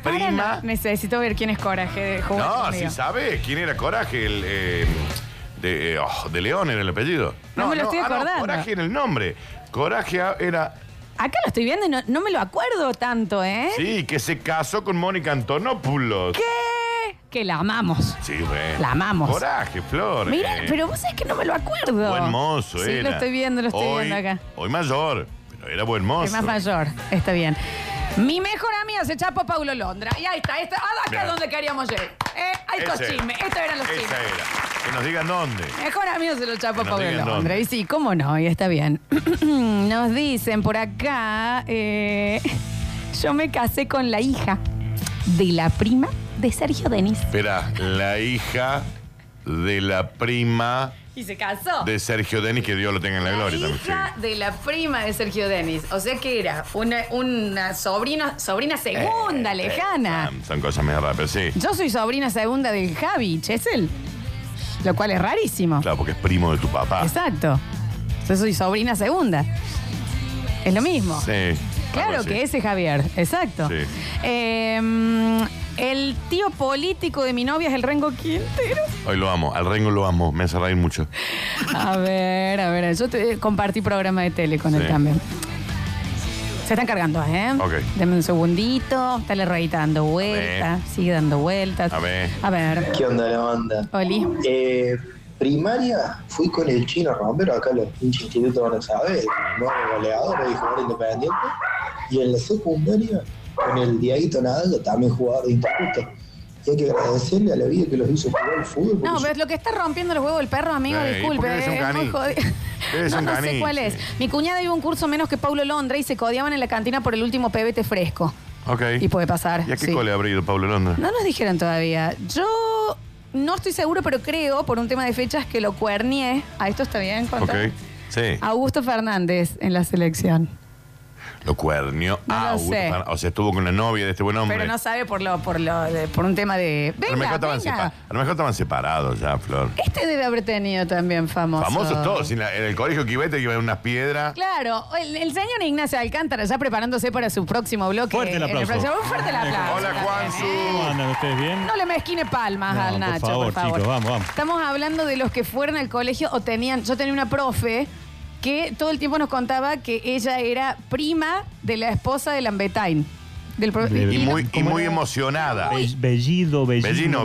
Para, Prima. no, necesito ver quién es coraje de jugar No, si conmigo. sabe quién era Coraje, el. eh, de, eh, oh, de León era el apellido. No me lo estoy ah, acordando. Coraje era el nombre. Coraje a- era. Acá lo estoy viendo y no, no me lo acuerdo tanto, ¿eh? Sí, que se casó con Mónica Antonopoulos. ¿Qué? Que la amamos. Sí, bueno. La amamos. Coraje, Flor. Mira, eh. pero vos sabés que no me lo acuerdo. Buen mozo, Sí, era. lo estoy viendo, lo estoy Hoy- viendo acá. Hoy mayor, pero era buen mozo. Es más mayor, está bien. Mi mejor amiga se chapa Paulo Londra. Y ahí está, esta, ah, acá Bien. es donde queríamos llegar. Eh, ahí estos Ese era. chismes, estos eran los Esa chismes. era. Que nos digan dónde. Mejor amigo se lo Que chapa nos Paulo digan Londra. dónde. Y sí, cómo no, y está bien. Nos dicen por acá, eh, yo me casé con la hija de la prima de Sergio Denis. Espera, la hija de la prima Y se casó. de Sergio Denis, que Dios lo tenga en la, gloria la también. sí. hija de la prima de Sergio Denis. O sea que era una, una sobrina, sobrina segunda, Eh, lejana. eh, son cosas medio rápidas, sí. Yo soy sobrina segunda del Javi Chesel, lo cual es rarísimo. Claro, porque es primo de tu papá. Exacto. Yo soy sobrina segunda. Es lo mismo. Sí. Claro algo así. que ese Javier, exacto. Sí. Eh, el tío político de mi novia es el Rengo Quintero. Hoy lo amo, al Rengo lo amo, me hace reír mucho. A ver, a ver, yo te, eh, compartí programa de tele con él Sí. también. Se están cargando, ¿eh? Ok. Deme un segundito. Está la rayita dando vueltas. Sigue dando vueltas. A ver. A ver. ¿Qué onda la banda? Oli. Eh, primaria fui con el chino Romero, acá los pinches institutos van a saber, no goleador y jugador independiente. Y en la secundaria, con el Diaguito Nadal, también jugador de instituto. Y hay que agradecerle a la vida que los hizo jugar al fútbol. porque No, yo- pero lo que está rompiendo los huevos del perro, amigo, Ey, disculpe. eh, porque eres un es muy caniche. jodido. Eres no, un no sé cuál es. caniche. Mi cuñada iba a un curso menos que Paulo Londra y se codiaban en la cantina por el último pebete fresco. Ok. Y puede pasar. ¿Y a qué sí. cole habrá ido Pablo Londra? No nos dijeron todavía. Yo no estoy seguro, pero creo, por un tema de fechas, que lo cuernié. ¿A esto está bien? ok. contar? Sí. Augusto Fernández en la selección. Lo cuernió. No Ah, lo sé. O sea, estuvo con la novia de este buen hombre. Pero no sabe por lo, por lo, de- por un tema a, de. lo mejor Venga, estaban sepa- venga. a lo mejor estaban separados ya, Flor. Este debe haber tenido también famoso. Famosos todos. En, la- en el colegio que iba, te iban unas piedras. Claro, el, el señor Ignacio Alcántara ya preparándose para su próximo bloque. Fuerte el en aplauso. próximo- Un fuerte el aplauso. Hola, Juanzu. ¿Cómo andan ustedes bien? No le mezquine palmas No, al por Nacho, por favor, favor, chicos, vamos, vamos. Estamos hablando de los que fueron al colegio o tenían. Yo tenía una profe que todo el tiempo nos contaba que ella era prima de la esposa de Lambetain. Del pro- Y no- muy, y muy emocionada. Be- Bellido, Bellino, Bellino,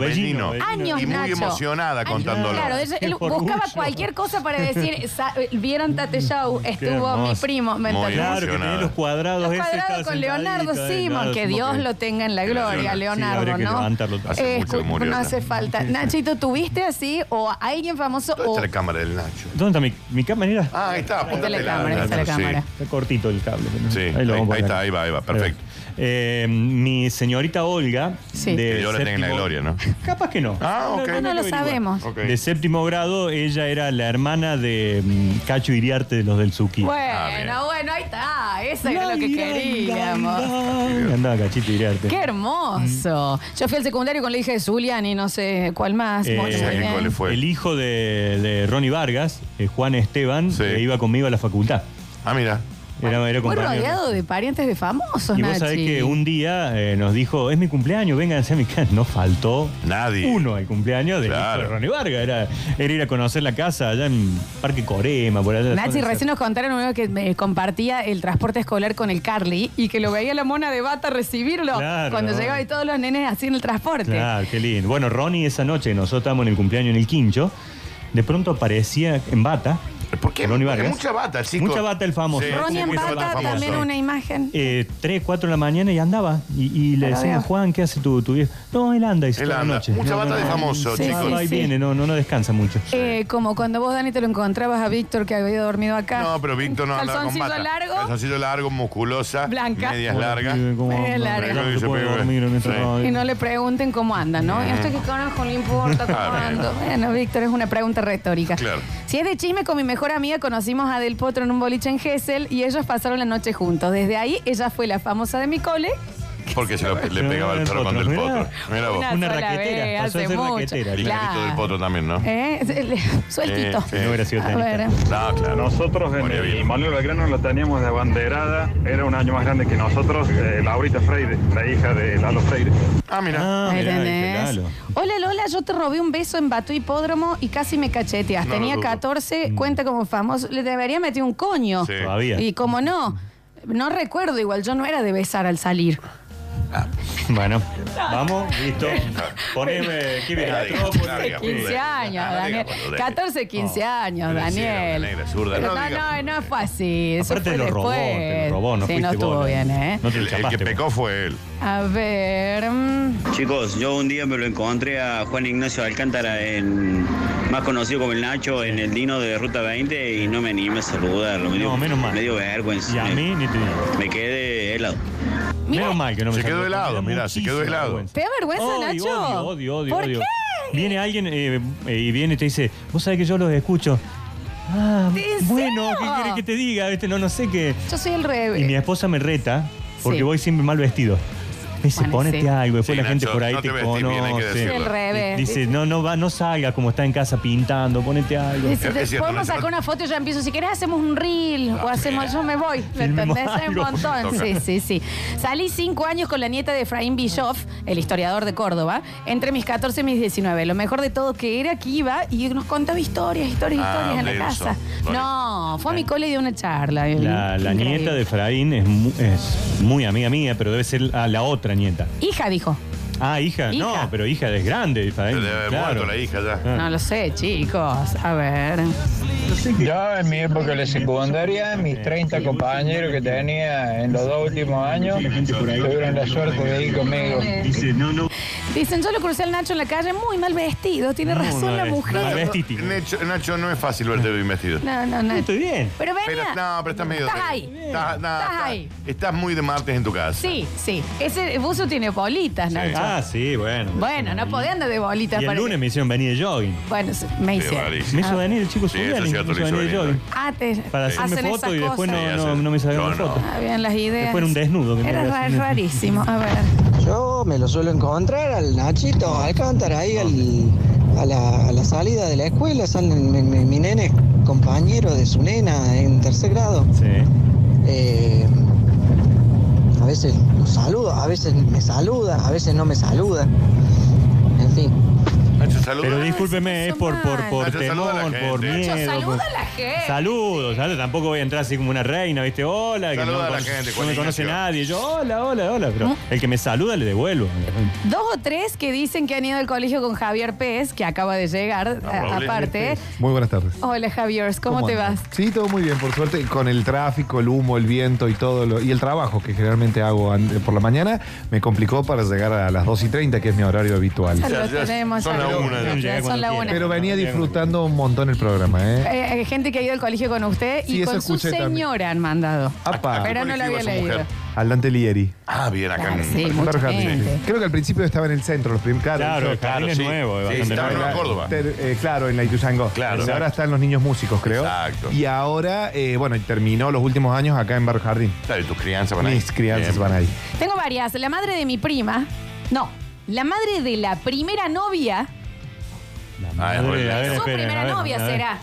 Bellino. Años, Y muy Nacho. emocionada contándolo. Claro, ella- él buscaba cualquier cosa para decir, sa- vieran Tate Show, estuvo mi hermoso. primo. ¿me Muy entendés? Claro, que emocionada. tiene los cuadrados. Los ese, cuadrados estaba con sentadita, Leonardo eh, Simon, nada, que supongo Dios lo tenga en la gloria, Sí, Leonardo, habría que ¿no? levantarlo. Hace mucho que escu- murió, no ¿no? hace falta. Nachito, ¿tuviste así o a alguien famoso Ahí o está la cámara del Nacho. ¿Dónde está mi, mi cámara? Mira, Ah, ahí está, está la apúntatela, cámara, ahí está la Nacho, sí. cámara. está cortito el cable. pero Sí, lo ahí, vamos a ahí poner. está, ahí va, ahí va, perfecto. Eh, mi señorita Olga. Sí. de Que yo la tenga en la séptimo- gloria, ¿no? Capaz que no. Ah, ok. No, no lo sabemos. Ok. De séptimo grado, ella era la hermana de mm, Cacho Iriarte de los del Zuki. Ah, bien. Bueno, bueno, ahí está. Eso es lo que queríamos. Andaba Cachito Iriarte. Qué hermoso. Yo fui al secundario con la hija de Zulian y no sé cuál más. Eh, Bueno, Sí, muy bien. ¿Cuál fue? El hijo de, de Ronnie Vargas, eh, Juan Esteban, Sí. que iba conmigo a la facultad. Ah, mira. Era, era Muy compañero. rodeado de parientes de famosos, Y vos sabés Nachi. que un día eh, nos dijo, es mi cumpleaños, vénganse a mi casa. No faltó Nadie. uno al cumpleaños de, Claro. de Ronnie Vargas. Era, era ir a conocer la casa allá en Parque Corema, por allá. Nachi, recién nos contaron uno que me compartía el transporte escolar con el Carly y que lo veía la mona de bata recibirlo Claro. cuando llegaba y todos los nenes así en el transporte. Claro, qué lindo. Bueno, Ronnie esa noche, nosotros estábamos en el cumpleaños en el quincho, de pronto aparecía en bata. ¿Por qué? Ronnie Vargas. Mucha bata, chico. Mucha bata el famoso. Sí, Ronnie en mucha bata bata, famoso. también una imagen. eh, 3, 4 de la mañana y andaba. Y, y le Ahora decía, veo. Juan, ¿qué hace tu, tu viejo? No, él anda y se Él va a la anda. noche. Mucha No, bata no, de no. famoso, Sí, chicos. sí, Va y sí. viene, no, no, no descansa mucho. Eh, como cuando vos, Dani, te lo encontrabas a Víctor que había dormido acá. No, pero Víctor no andaba con Calzoncillo bata. largo. Calzoncillo largo, musculosa. Blanca. Medias largas. ¿Cómo Eh, anda? larga. No se puede dormir en esta Sí. radio. Y no le pregunten cómo anda, ¿no? Y esto que conozco no importa cómo Ah, bien. ando. Bueno, Víctor, es una pregunta retórica. Claro. Si es de chisme, con mi mejor amiga conocimos a Del Potro en un boliche en Gessel y ellos pasaron la noche juntos. Desde ahí, ella fue la famosa de mi cole. Porque se lo- le Pero pegaba el el perro con potro, del mirá. potro. Mira vos. Una raquetera, vez, pasó a hace ser mucho. raquetera. Y Carlito del potro también, ¿no? ¿Eh? Se- le- Sueltito. Sí, Que no hubiera sido A ver. tenista. No, claro. Nosotros en Ponía el bien. Manuel Belgrano la teníamos de abanderada, era un año más grande que nosotros, eh, Laurita Freire, la hija de Lalo Freire. Ah, mira. Ah, Ahí mirá, tenés. qué galo. Hola Lola, yo te robé un beso en Batu Hipódromo y casi me cacheteas. No lo Tenía dudo. Mm. 14, cuenta como famoso. Le debería meter un coño. Sí. Todavía. Y como no, no recuerdo igual, yo no era de besar al salir. Bueno, vamos, listo. Poneme, ¿qué viene? Larga, Metrópolis. larga, Sí. 15 boludo. años, Ah, Daniel. diga, boludo. 14, Oh, 15 años, Pero sí, era una Daniel. negra zurda. Pero No no, diga, no, no fue así. Eso Aparte fue lo robó, después. te lo robó, no Sí, no fuiste estuvo vos, Dani. bien, ¿eh? No te El, el chapaste, pues. que vos. pecó fue él. A ver. mm, Chicos, yo un día me lo encontré a Juan Ignacio Alcántara, en, más conocido como el Nacho, en el Dino de Ruta 20 y no me animé a saludarlo. Me dio, No, menos mal. Me dio vergüenza. Y a mí ni te digo. Me quedé helado. Mira. Menos mal que no me Se quedó saludó, helado, me da mirá, se quedó muchísima helado. ¿Te da vergüenza, Odio, Nacho? Odio, odio, odio. ¿Por odio. qué? Viene alguien eh, eh, y viene y te dice, vos sabés que yo los escucho. Ah, ¿En bueno, serio? ¿qué quieres que te diga? ¿Viste? No, no sé qué. Yo soy el Y mi revés. esposa me reta porque Sí. voy siempre mal vestido. Me dice, Bueno, ponete sí. algo. Después Sí, la gente Nacho, por ahí no te, te vestís conoce. bien, hay que decirlo. El revés. Dice, no, no, va, no salgas como está en casa pintando, ponete algo. Es- Es cierto, Nacho, podemos sacar una foto y yo empiezo. Si querés, hacemos un reel Ah, o hacemos. Yo me voy. ¿Me Filmemos entendés? Hay un algo. montón. Sí, sí, sí. Salí cinco años con la nieta de Efraín Bischoff, el historiador de Córdoba, entre mis 14 y mis 19. Lo mejor de todo que era que iba y nos contaba historias, historias, Ah, historias en la Nelson. casa. Vale. No, fue a mi cole y dio una charla. La, la Increíble. nieta de Efraín es, mu- es muy amiga mía, pero debe ser a la otra nieta. Hija dijo. Ah, hija, Hija. no, pero hija es grande, Se Efraín. debe haber claro. muerto la hija ya. Ah. No lo sé, chicos. A ver. Yo en mi época de la secundaria, mis 30 compañeros que tenía en los dos últimos años tuvieron la suerte de ir conmigo. Dice, no, no. Dicen, yo lo crucé al Nacho en la calle muy mal vestido. Tiene No, razón no la es- mujer. no es- Vestiti. Nacho, Nacho, no es fácil verte bien vestido. No, no, no. Estoy bien. Pero Pero, venía. no, pero estás medio. Estás ahí. Estás, no, Estás estás- ahí. estás muy de martes en tu casa. Sí, sí. Ese buzo tiene bolitas, Nacho. Ah, sí, bueno. Bueno, no podés andar de bolitas. Y el para- lunes me hicieron venir de jogging. Bueno, se- me Qué hicieron. rarísimo. Me hizo venir el chico Sí, eso Zulian es autorizo venía a de venir. jogging. Ah, te Para hacerme hacen foto esas y después no, cosas. no- no me sacaron Yo no. foto. Ah, bien, las ideas. Después era un desnudo que me Era iba a ra- hacer. rarísimo. A ver. Yo me lo suelo encontrar al Nachito Alcántara ahí al- a, la, a la salida de la escuela. Salen mi, mi- mi nene es compañero de su nena en tercer grado. Eh, a veces lo saludo, a veces me saluda, a veces no me saluda. En fin. Pero discúlpeme, es por, por, por Nacho, saluda a la temor, gente. por Nacho, miedo. saluda por- a la gente. Saludo, saludo. Tampoco voy a entrar así como una reina, ¿viste? Hola, que Saluda no, a la cono- gente, no Juan me conoce Ignacio. nadie. Yo, hola, hola, hola. Pero el que me saluda le devuelvo. Dos o tres que dicen que han ido al colegio con Javier Pérez, que acaba de llegar, a- probable. Eh, aparte. Muy buenas tardes. Hola Javier, ¿cómo, te andas? vas? Sí, todo muy bien, por suerte, con el tráfico, el humo, el viento y todo lo- y el trabajo que generalmente hago an- por la mañana, me complicó para llegar a las 2 y 30, que es mi horario habitual. Ya lo tenemos. son ya la lo- una, ya llega son la una. Pero venía disfrutando un montón el programa, ¿eh? Eh, hay gente que ha ido al colegio con usted y Sí, eso con su escuché también. señora han mandado. Apa. Pero no la había leído. Al Dante Lieri. Ah, bien, acá Claro, en- sí, mucha Claro, gente. Creo que al principio estaba en el centro, los primeros Claro, el jardín es nuevo, es bastante nuevo. Córdoba. eh, claro, en la Ituzaingó. Claro. Ahora están los niños músicos, creo. Exacto. Y ahora, eh, bueno, y terminó los últimos años acá en Barrio Jardín. Claro, y tus crianzas van ahí. Mis crianzas Bien. van ahí. Tengo varias. La madre de mi prima. No, la madre de la primera novia. Ah, es Madre, verdad. a ver, Su esperen, primera a ver, novia a ver. será.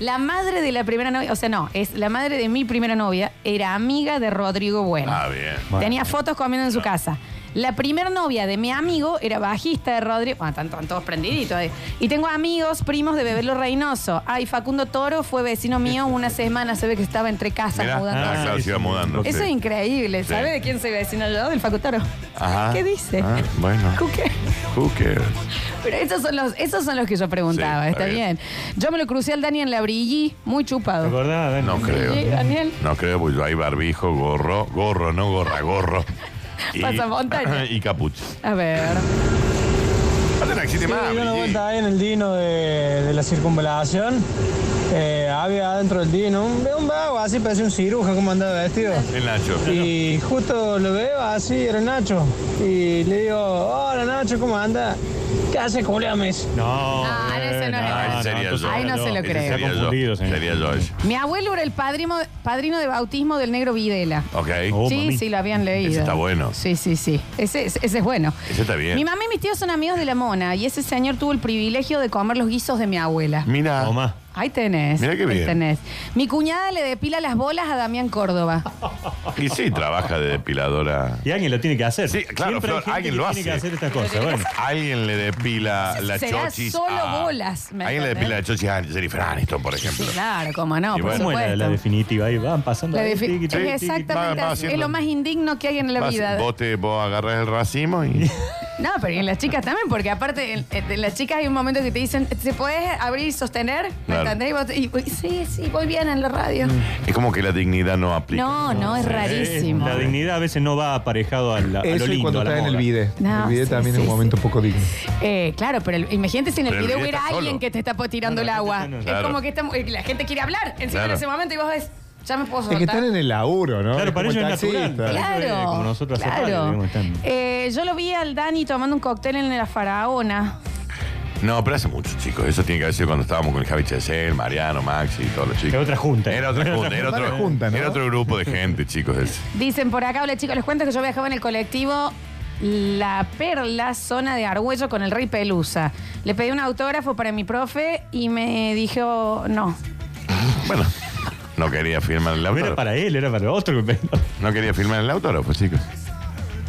La madre de la primera novia, o sea, no, es la madre de mi primera novia, era amiga de Rodrigo Bueno. Ah, bien. Tenía fotos comiendo en su casa. La primera novia de mi amigo era bajista de Rodrigo. Bueno, están, están todos prendiditos. ahí. Y tengo amigos, primos de Bebelo Reynoso. Ay, Facundo Toro fue vecino mío una semana, se ve que estaba entre casas Mirá, mudando. ah, claro, se iba mudando. Eso sí. es increíble. Sí. ¿Sabe de quién soy vecino yo? Del Facundo Toro. Ajá. ¿Qué dice? Ah, bueno. ¿Con qué? Who cares? Pero esos son los, esos son los que yo preguntaba, Sí, está está bien. Yo me lo crucé al Dani en la brillí, muy chupado. No creo. Sí, Daniel. No creo, porque yo hay barbijo, gorro, gorro, no gorra, gorro. Pasamontañas. y capucha. A ver. Falta un accidente más, Sí, di una Brigitte. vuelta ahí en el Dino de, de la circunvalación. Eh, había adentro del Dino un, un vago, así parecía un cirujano como andaba vestido. El Nacho. Y justo lo veo así, era Nacho. Y le digo, hola Nacho, ¿cómo anda? ¿Qué hace, culiao?" me dice. No, Ah, ese no es. Ah, ese sería yo. Ahí no se lo Ese creo. Sería yo. Sería yo ese. Mi abuelo era el padrino, padrino de bautismo del negro Videla. Ok. Oh, sí, sí, lo habían leído. Ese está bueno. Sí, sí, sí. Ese, ese- ese es bueno. Ese está bien. Mi mamá y mis tíos son amigos de la mona y ese señor tuvo el privilegio de comer los guisos de mi abuela. Mira. Ahí tenés. Mirá qué ahí bien. tenés. Mi cuñada le depila las bolas a Damián Córdoba. Y sí, trabaja de depiladora. Y alguien lo tiene que hacer. Sí, claro, Siempre hay Flor, gente alguien que lo tiene hace. que hacer estas cosas, bueno. Alguien le depila la Será chochis. solo a- bolas. ¿me Alguien le entendés? depila la chochis a Jennifer Aniston, por ejemplo. Sí, claro, cómo no, Y por bueno. ¿Cómo era supuesto. la definitiva? Ahí van pasando. La ahí, defi- tiqui, tiqui, es tiqui. exactamente Va- va así. es haciendo- lo más indigno que hay en la Vas- vida. vos, te, vos agarrás el racimo y. No, pero y en las chicas también, porque aparte en, en- en las chicas hay un momento que te dicen, ¿se puede abrir y sostener? ¿Me Claro. entendés? Y vos te- Y, y- sí, sí, voy bien en la radio. Mm. Es como que la dignidad no aplica. No, no, es Eh, rarísimo. La dignidad a veces no va aparejado a, la, a lo Eso y lindo, cuando a la está en el moda. vide. No, el vide sí, también sí, es un momento un poco digno. Eh, claro, pero el- imagínate si en el Pero el video video hubiera está alguien solo. que te está tirando No, el la gente agua. está en- Es Claro. como que está- la gente quiere hablar encima Claro. en ese momento y vos ves, ya me puedo Es que soltar. están en el laburo, ¿no? Claro, para como ellos es taxista. natural. para ellos es Claro, Como nosotros hacer claro. radio, digamos, están- Eh, yo lo vi al Dani tomando un cóctel en la faraona. No, pero hace mucho, chicos. Eso tiene que haber sido cuando estábamos con el Javi Chesel, Mariano, Maxi y todos los chicos. Era otra junta. Era otra junta. Era otro, Otra junta, ¿no? era otro grupo de gente, chicos. ese. Dicen por acá, hola chicos, les cuento que yo viajaba en el colectivo La Perla, zona de Argüello, con el Rey Pelusa. Le pedí un autógrafo para mi profe y me dijo no. Bueno, no quería firmar el autógrafo. Era para él, era para otro. No quería firmar el autógrafo, chicos.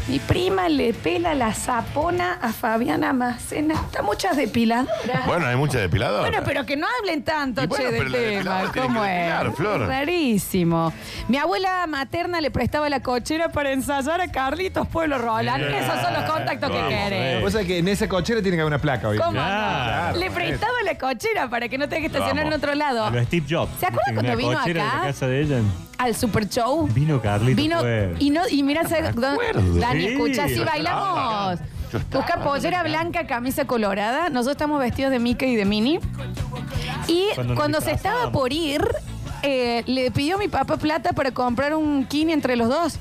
Mi prima le pela la sapona a Fabiana Macena. Está muchas depiladoras. Bueno, hay muchas depiladoras. Bueno, pero que no hablen tanto, Y bueno, che, pero del la tema. depiladora tiene ¿Cómo que depilar, es? Flor. Rarísimo. Mi abuela materna le prestaba la cochera para ensayar a Carlitos Pueblo Roland. Bien. Esos son los contactos que Vamos, querés. O sea que en esa cochera tiene que haber una placa hoy. ¿Cómo no? Le prestaba la cochera para que no tenga que estacionar Vamos. en otro lado. A lo Steve Jobs. ¿Se acuerdan Una cuando vino cochera acá? De la casa de ella. Al Super Show. Vino Carlito. pues. Vino Pueblo. y no y mira, Dani, Sí. escucha, sí bailamos. Busca pollera blanca, camisa colorada. Nosotros estamos vestidos de Mickey y de Minnie. Y Cuando cuando, nos se estaba por ir, eh, le pidió a mi papá plata para comprar un kini entre los dos.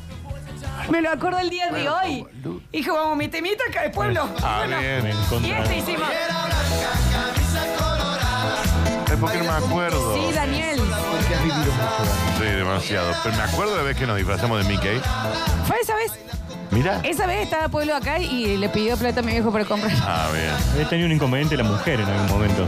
Me lo acuerdo el día de hoy. Hijo, vamos, mi temita acá de pueblo. Ah, bien. Y este hicimos. ¿Sabes por qué no me acuerdo? Sí, Daniel. Sí, demasiado. Pero me acuerdo la vez que nos disfrazamos de Mickey. Fue esa vez. Mira. Esa vez estaba Pueblo acá y le pidió plata a mi viejo para comprar. Ah, bien. Había tenido un inconveniente la mujer en algún momento.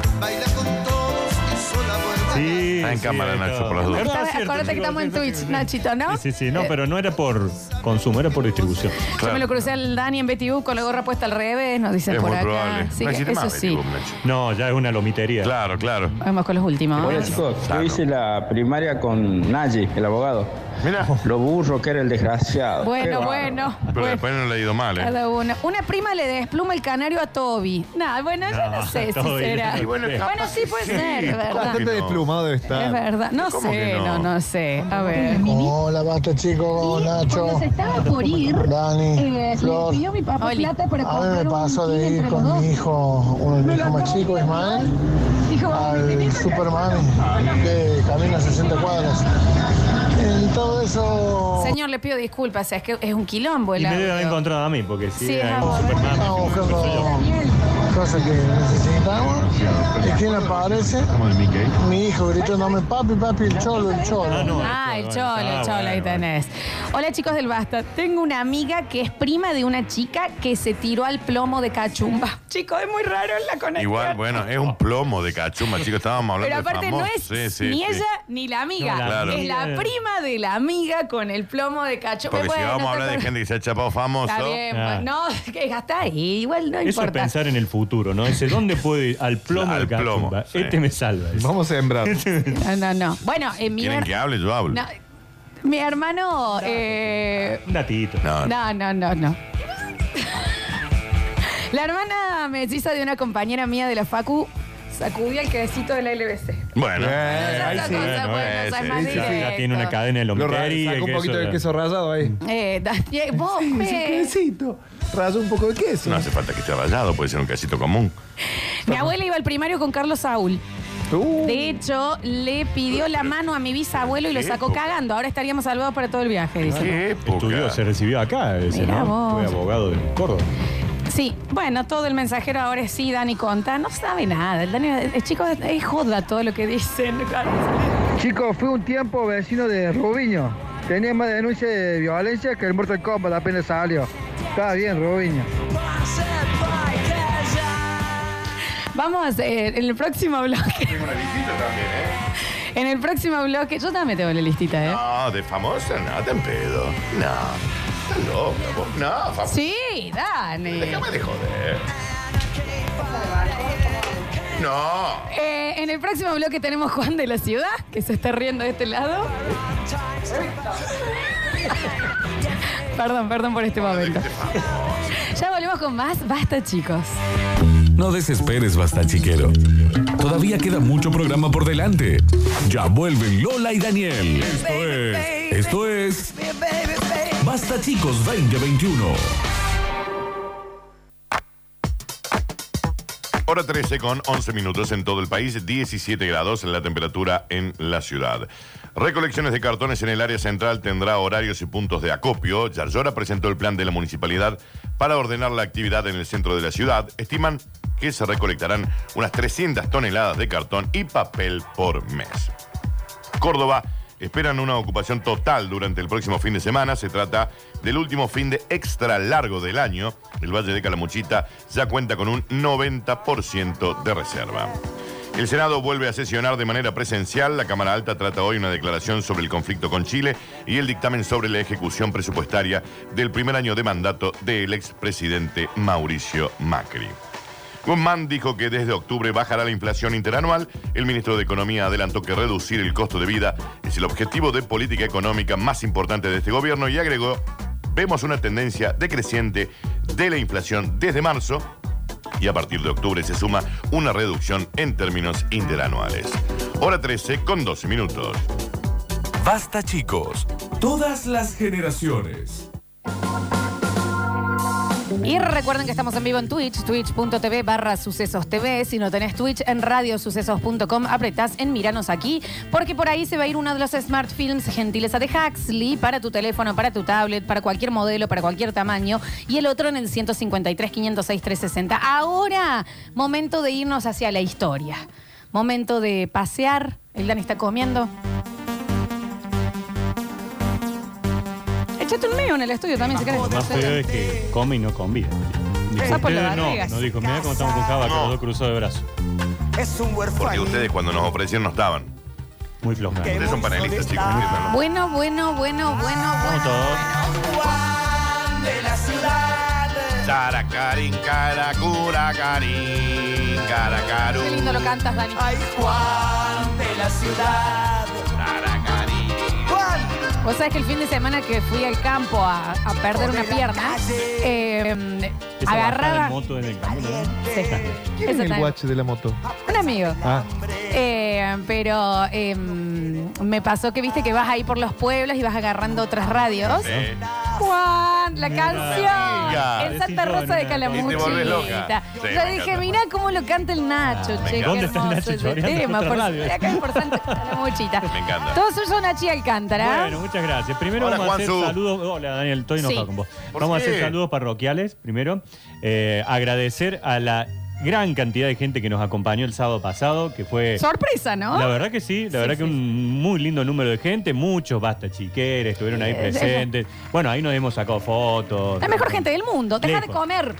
Sí. Está en cámara, Nacho, por las dudas. Estaba- Acuérdate que estamos en Twitch, Nachito, ¿no? Sí, sí, no, pero no era por consumo, era por distribución. Eh, Yo me lo crucé al Dani en Betty Boop con la gorra puesta al revés, nos dicen Es por muy acá. probable. Así No que existe eso más Betty sí. No, ya es una lomitería. Ah. Claro, claro. Vamos con los últimos. Hola chicos, yo hice la primaria con Nagy, el abogado. Mira. Lo burro que era el desgraciado. Qué Bueno, bárbaro. bueno. Pero después no le ha ido mal, ¿eh? Cada uno. Una prima le despluma el canario a Toby. Nada, bueno, yo no No, sé si Toby. será. Y bueno, capaz sí puede sí. ser, es La ¿verdad? gente desplumada debe estar. Es verdad. No ¿Cómo sé, que no? no? no, sé. A ver. Hola, basta chicos, Nacho. se estaba por ir, Dani, eh, Flor. le pidió a mi papá Oli. plata para A mí comprar me un pasó kit de ir entre con los mi dos. hijo, uno de mis hijos más chicos, Ismael, al Superman, que camina 60 cuadras. En todo eso Señor, le pido disculpas, es que es un quilombo el Y me audio. debe haber encontrado a mí, porque sí, Sí, es hay un abogado. ¿eh? Superman. estamos buscando cosas que necesitamos. ¿Y quién aparece? Mi hijo gritándome, papi, papi, el cholo, el cholo. Ah, el cholo, Ah, el cholo, ahí tenés. Hola chicos del Basta. Tengo una amiga que es prima de una chica que se tiró al plomo de cachumba. Chicos, es muy raro la conexión. Igual, bueno, es un plomo de cachumba, chicos. Estábamos hablando Pero de aparte no famosos. es Sí, sí, ni sí. ella ni la amiga. No, la Claro. Es la amiga. prima de la amiga con el plomo de cachumba. Porque si Bueno, vamos a está hablar de per- gente que se ha chapado famoso. Está bien, pues, Ah. no, que hasta ahí, igual no Eso es importa. pensar en el futuro, ¿no? Ese dónde puedo ir al plomo del plomo, Este me salva. Este Vamos a sembrar. No, no, no. Bueno, eh, mi, ¿Quieren her- que hable? Yo hablo. no, mi hermano. eh, Un datito. No, no, no, no. La hermana melliza de una compañera mía de la Facu sacudía el quesito de la LBC. Bueno. ahí sí. Eh, bueno, ya es más sí, sí, directo. ya tiene una cadena de Lo ra- lomitería. saca un que poquito eso- de queso rallado ahí. Eh, Daniel, vos Sí, me- quesito. Rayó un poco de queso. No hace falta que esté rayado, puede ser un casito común. Mi abuela iba al primario con Carlos Saúl. De hecho, le pidió la mano a mi bisabuelo y lo Uh. ¿Qué sacó época? cagando. Ahora estaríamos salvados para todo el viaje, dice. Estudió, se recibió acá. Ese, Mirá ¿no? vos. Fue abogado de Córdoba. Sí, bueno, todo el mensajero ahora es sí, Dani conta. No sabe nada. El Dani, el chico, es joda todo lo que dicen. Chicos, fui un tiempo vecino de Rubiño. Tenía más denuncia de violencia que el Mortal Kombat apenas salió. Está bien, Rubiño. Vamos, eh, en el próximo bloque. Tengo una listita también, ¿eh? En el próximo bloque. Yo también tengo la listita, ¿eh? No, de famosa, no, te pedo. No. Estás loca, vos. No, famosa. Sí, Dani. Déjame de joder. No. Eh, en el próximo bloque tenemos Juan de la Ciudad, que se está riendo de este lado. Perdón, perdón por este momento. Ya volvemos con más. Basta, chicos. No desesperes, basta chiquero. Todavía queda mucho programa por delante. Ya vuelven Lola y Daniel. Esto es. Esto es. Basta chicos 2021. Hora 13 con 11 minutos en todo el país, 17 grados en la temperatura en la ciudad. Recolecciones de cartones en el área central tendrá horarios y puntos de acopio. Yarlora presentó el plan de la municipalidad para ordenar la actividad en el centro de la ciudad. Estiman que se recolectarán unas 300 toneladas de cartón y papel por mes. Córdoba esperan una ocupación total durante el próximo fin de semana. Se trata del último fin de extra largo del año. El Valle de Calamuchita ya cuenta con un 90% de reserva. El Senado vuelve a sesionar de manera presencial. La Cámara Alta trata hoy una declaración sobre el conflicto con Chile y el dictamen sobre la ejecución presupuestaria del primer año de mandato del expresidente Mauricio Macri. Guzmán dijo que desde octubre bajará la inflación interanual. El ministro de Economía adelantó que reducir el costo de vida es el objetivo de política económica más importante de este gobierno y agregó, vemos una tendencia decreciente de la inflación desde marzo y a partir de octubre se suma una reducción en términos interanuales. Hora 13 con 12 minutos. Basta chicos, todas las generaciones. Y recuerden que estamos en vivo en Twitch, twitch.tv barra sucesos TV. Si no tenés Twitch, en radiosucesos.com apretás en Miranos aquí, porque por ahí se va a ir uno de los Smart Films gentileza de Huxley para tu teléfono, para tu tablet, para cualquier modelo, para cualquier tamaño. Y el otro en el 153, 506, 360. Ahora, momento de irnos hacia la historia. Momento de pasear. El Dani está comiendo. Echate un meo en el estudio también, si querés. Lo más feo es que come y no convida. Dijo, Esa por la ustedes Eh, no, barriga. no dijo, mira cómo estamos con Java, que los dos cruzados de brazos. Es un Porque ustedes cuando nos ofrecieron no estaban. Muy flojos. Ustedes son panelistas, chicos. entiéndanlo. Bueno, bueno, bueno, bueno, bueno. de la ciudad. Caracarín, caracuracarín, caracaru. Qué lindo lo cantas, Dani. Ay, Juan de la ciudad. Vos sabés que el fin de semana que fui al campo a, a perder una pierna, eh, Esa bajada agarraba en moto en el camino, ¿no? ¿Quién es Eso el también. guache de la moto? un amigo. Ah, Eh, pero eh, me pasó que viste que vas ahí por los pueblos y vas agarrando otras radios. Sí. Juan, la amiga. canción. El Decís Santa yo, Rosa de nena, y te volvés Calamuchita. loca. Sí, me Yo dije, encanta. mirá cómo lo canta el Nacho, che, qué encanta. ¿Dónde está el hermoso Nacho ese choreando tema. otra Por, radio? acá es por Santa Calamuchita. Me encanta. Todo suyo Nachi Alcántara. Bueno, muchas gracias. Primero Hola, vamos a hacer Juanzu. saludos. Hola, Daniel, estoy enojado Sí. con vos. ¿Por Vamos qué? a hacer saludos parroquiales primero. Eh, agradecer a la gran cantidad de gente que nos acompañó el sábado pasado, que eh, fue. Sorpresa, ¿no? La verdad que sí, la Sí, verdad sí, que un muy lindo número de gente, muchos basta chiqueres, estuvieron ahí Eh, presentes. Bueno, ahí nos hemos sacado fotos. La mejor gente del mundo, deja de Lejos. comer.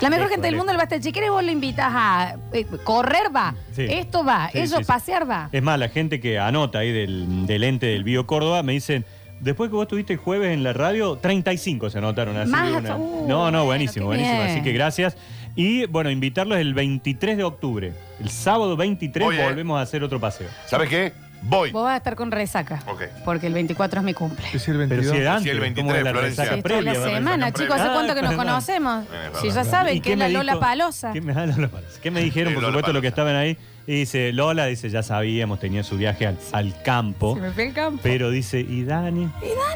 La mejor Lejos, gente del lejos. mundo del Basta Chiquere, vos lo invitas a eh, correr, va. Sí. Esto va, Sí, ellos sí, sí. pasear, va. Es más, la gente que anota ahí del, del ente del Bio Córdoba me dicen, después que vos estuviste el jueves en la radio, 35 se anotaron. Así Más, una- uh, no, no, buenísimo, bueno, qué buenísimo. bien. Así que gracias. Y bueno, invitarlos el 23 de octubre. El sábado 23 Oye. volvemos a hacer otro paseo. ¿Sabes qué? Voy. Vos vas a estar con resaca. Ok. Porque el 24 es mi cumple. es el Pero 22. si era Si antes, el 23, ¿cómo es la Florencia. resaca Sí, Toda previa? la ¿verdad? semana, previa. chicos, ¿hace Ah, cuánto que nos perdón. conocemos? verdad. Si ya ¿Y saben que qué es la me dijo? Lola Palosa. ¿Qué me, ah, Lola Palosa. ¿Qué me dijeron, Sí, por Lola supuesto, los que estaban ahí? Y dice, Lola, dice, ya sabíamos, tenía su viaje al, al campo. Se me fue el campo. Pero dice, ¿y Dani?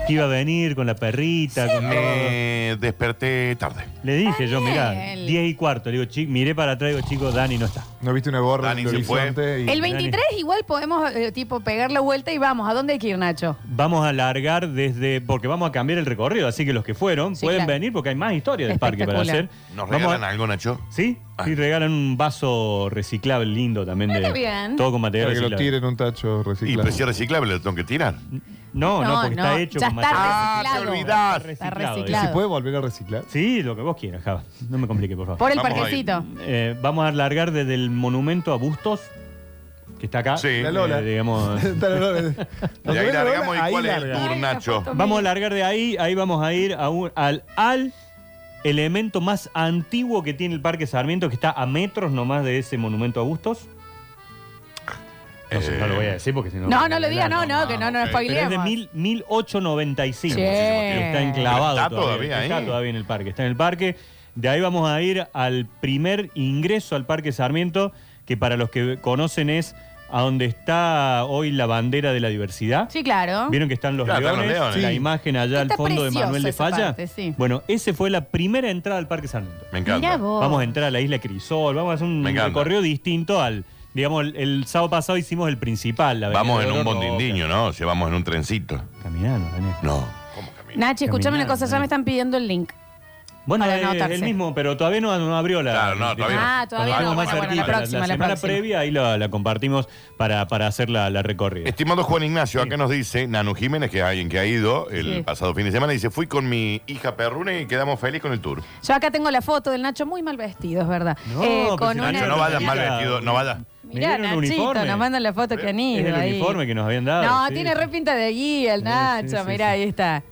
Que iba a venir con la perrita, con todo. Me desperté tarde. Le dije yo, mirá, Daniel. 10 y cuarto. Le digo, chi- miré para atrás y digo, chico, Dani no está. ¿No viste una gorra Dani en el se fue. horizonte? y- El 23 igual podemos, eh, tipo, pegar la vuelta y vamos. ¿A dónde hay que ir, Nacho? Vamos a alargar desde. Porque vamos a cambiar el recorrido, así que los que fueron Sí, pueden claro. venir porque hay más historias del parque para hacer. Espectacular. ¿Nos Vamos a- regalan algo, Nacho? Ah. ¿Sí? Sí, regalan un vaso reciclable lindo también. Ah, De, qué bien. Todo con material Para que lo reciclable. tiren un tacho Y pero reciclado. si es reciclable, lo tengo que tirar. No, no, porque está hecho ya con está material. Ah, reciclado. te olvidás. Está reciclado, ¿eh? reciclado. ¿Se puede volver a reciclar? Sí, lo que vos quieras, Java. No me complique, por favor. Por el Vamos ahí. parquecito. Eh, vamos a alargar desde el monumento a Bustos, que está acá. Sí. La Lola. Eh, digamos. Está la Lola. Y ahí Donde largamos ven la y Lola, cuál es el larga. tour, Ay, la Nacho. foto. Vamos a largar de ahí, ahí vamos a ir a un- al, al elemento más antiguo que tiene el Parque Sarmiento, que está a metros nomás de ese monumento a Bustos. No, sé, no lo voy Eh. a decir porque si no... No, no lo digas, no, no, que Ah, no nos Pero es de spoileemos. mil- 1895. Sí. Está enclavado Está todavía. todavía está ahí. todavía en el parque. Está en el parque. De ahí vamos a ir al primer ingreso al Parque Sarmiento, que para los que conocen es a donde está hoy la bandera de la diversidad. Sí, claro. ¿Vieron que están los Claro, están leones? los leones. La Sí. imagen allá al Está fondo de preciosa Manuel de esa Falla. parte, sí. Bueno, ese fue la primera entrada al Parque Sarmiento. Me Mirá encanta. vos. Vamos a entrar a la isla Crisol, vamos a hacer un Me encanta. recorrido distinto al. Digamos, el, el sábado pasado hicimos el principal. La Vamos en avenida un Dolor Roca. bondindiño, ¿no? Llevamos en un trencito. Caminando, Daniel. No. ¿Cómo camina? Nachi, escúchame una Caminando, cosa, ya eh. me están pidiendo el link. Bueno, Para es anotarse. el mismo, pero todavía no, no abrió la. Claro, no, todavía no. Ah, todavía Cuando no. estemos más Bueno, bueno, la cerquita, próxima, la semana próxima. previa ahí la, la compartimos para, para hacer la, la recorrida. Estimado Juan Ignacio, acá nos dice Nanu Jiménez, que es alguien que ha ido el Sí. pasado fin de semana, dice, fui con mi hija Perrune y quedamos feliz con el tour. Yo acá tengo la foto del Nacho muy mal vestido, es verdad. Eh, No, pero con si una... Nacho, no vayas mal vestido, no vayas. Me Mirá, dieron un Nachito, uniforme. nos mandan la foto que han Es ido el ahí. uniforme que nos habían dado. No, sí. tiene repinta de guía el Sí, Nacho, sí, sí, mirá, sí. ahí está.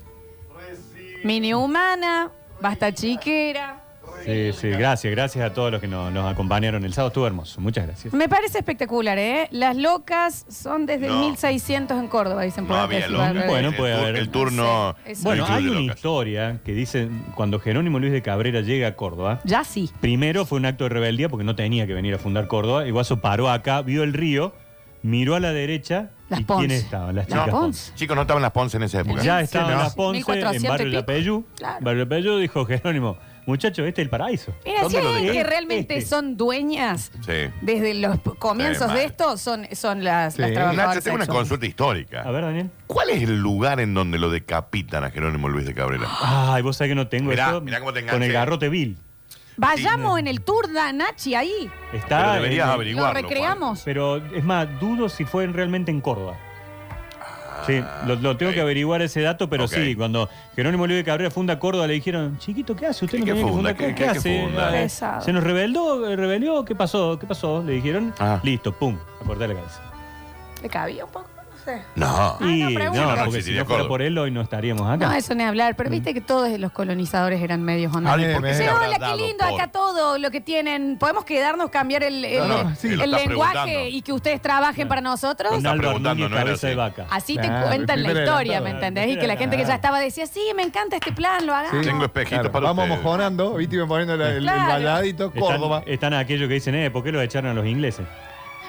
Mini humana, basta chiquera. Sí, sí, gracias, gracias a todos los que nos, nos acompañaron el sábado. Estuvo hermoso, muchas gracias. Me parece espectacular, ¿eh? Las locas son desde No. 1600 en Córdoba, dicen por No acá, había si locas. va al revés. Bueno, pues, puede el, tur- haber. El turno. Sí, eso. Bueno, el club hay de una locas. historia que dice cuando Jerónimo Luis de Cabrera llega a Córdoba. Ya sí. Primero fue un acto de rebeldía porque no tenía que venir a fundar Córdoba. El guaso paró acá, vio el río, miró a la derecha. Las ¿Y Ponce. quiénes estaban? Las Las chicas. Ponce. Ponce. Chicos, no estaban las Ponce en esa época. Ya Sí, estaban no. las Ponce 1400 en y Barrio pico. Lapeyú. Claro. Barrio Lapeyú dijo Jerónimo, muchacho, este es el paraíso. Mira, si ¿Dónde lo hay que dejaste? realmente Este. son dueñas Sí. desde los p- comienzos Sí, de mal. esto, son, son las, Sí. las trabajadoras Nacho, tengo una sexuales. consulta histórica. A ver, Daniel. ¿Cuál es el lugar en donde lo decapitan a Jerónimo Luis de Cabrera? Ay, vos sabés que no tengo Mirá, eso. mirá cómo te Ah, Con el enganché. garrote vil. Vayamos en el tour de Nachi ahí. Está Pero deberías en- averiguarlo, Lo recreamos. Juan. Pero es más, dudo si fue en- realmente en Córdoba. Sí, lo, lo Ah, tengo que averiguar ese dato, pero sí, cuando Jerónimo Olive Cabrera funda Córdoba, le dijeron, chiquito, ¿qué hace? Usted no ¿Qué tenía que funda? fundar ¿Qué- Córdoba, ¿qué, qué- qué hace? funda? Eh, Pesado. Se nos rebeldó, eh, rebelió, ¿qué pasó? ¿Qué pasó? Le dijeron, Ah. listo, pum, acorté la cabeza. ¿Le cabía un poco? No sé. No. Y Ah, no, no, pregunto. porque si existiría no fuera Córdoba. por él hoy no estaríamos acá. No, eso ni hablar, pero viste que todos los colonizadores eran medios onda. Ay, ¿por qué se Che, le habrá hola, qué dado lindo por? acá todo lo que tienen. ¿Podemos quedarnos, cambiar el, el- No, no, sí. el Lo está lenguaje preguntando. y que ustedes trabajen para nosotros? Lo está preguntando, no era cabeza de así. vaca. Así te Claro, cuentan la primero historia, era- ¿me entendés? Y que la Claro. gente que ya estaba decía, sí, me encanta este plan, lo hagamos. Tengo espejitos Claro, para Vamos ustedes. mojonando, viste, y me poniendo la- el, el Claro. baladito, Están- Córdoba. Están, aquellos que dicen, eh, ¿por qué los echaron a los ingleses?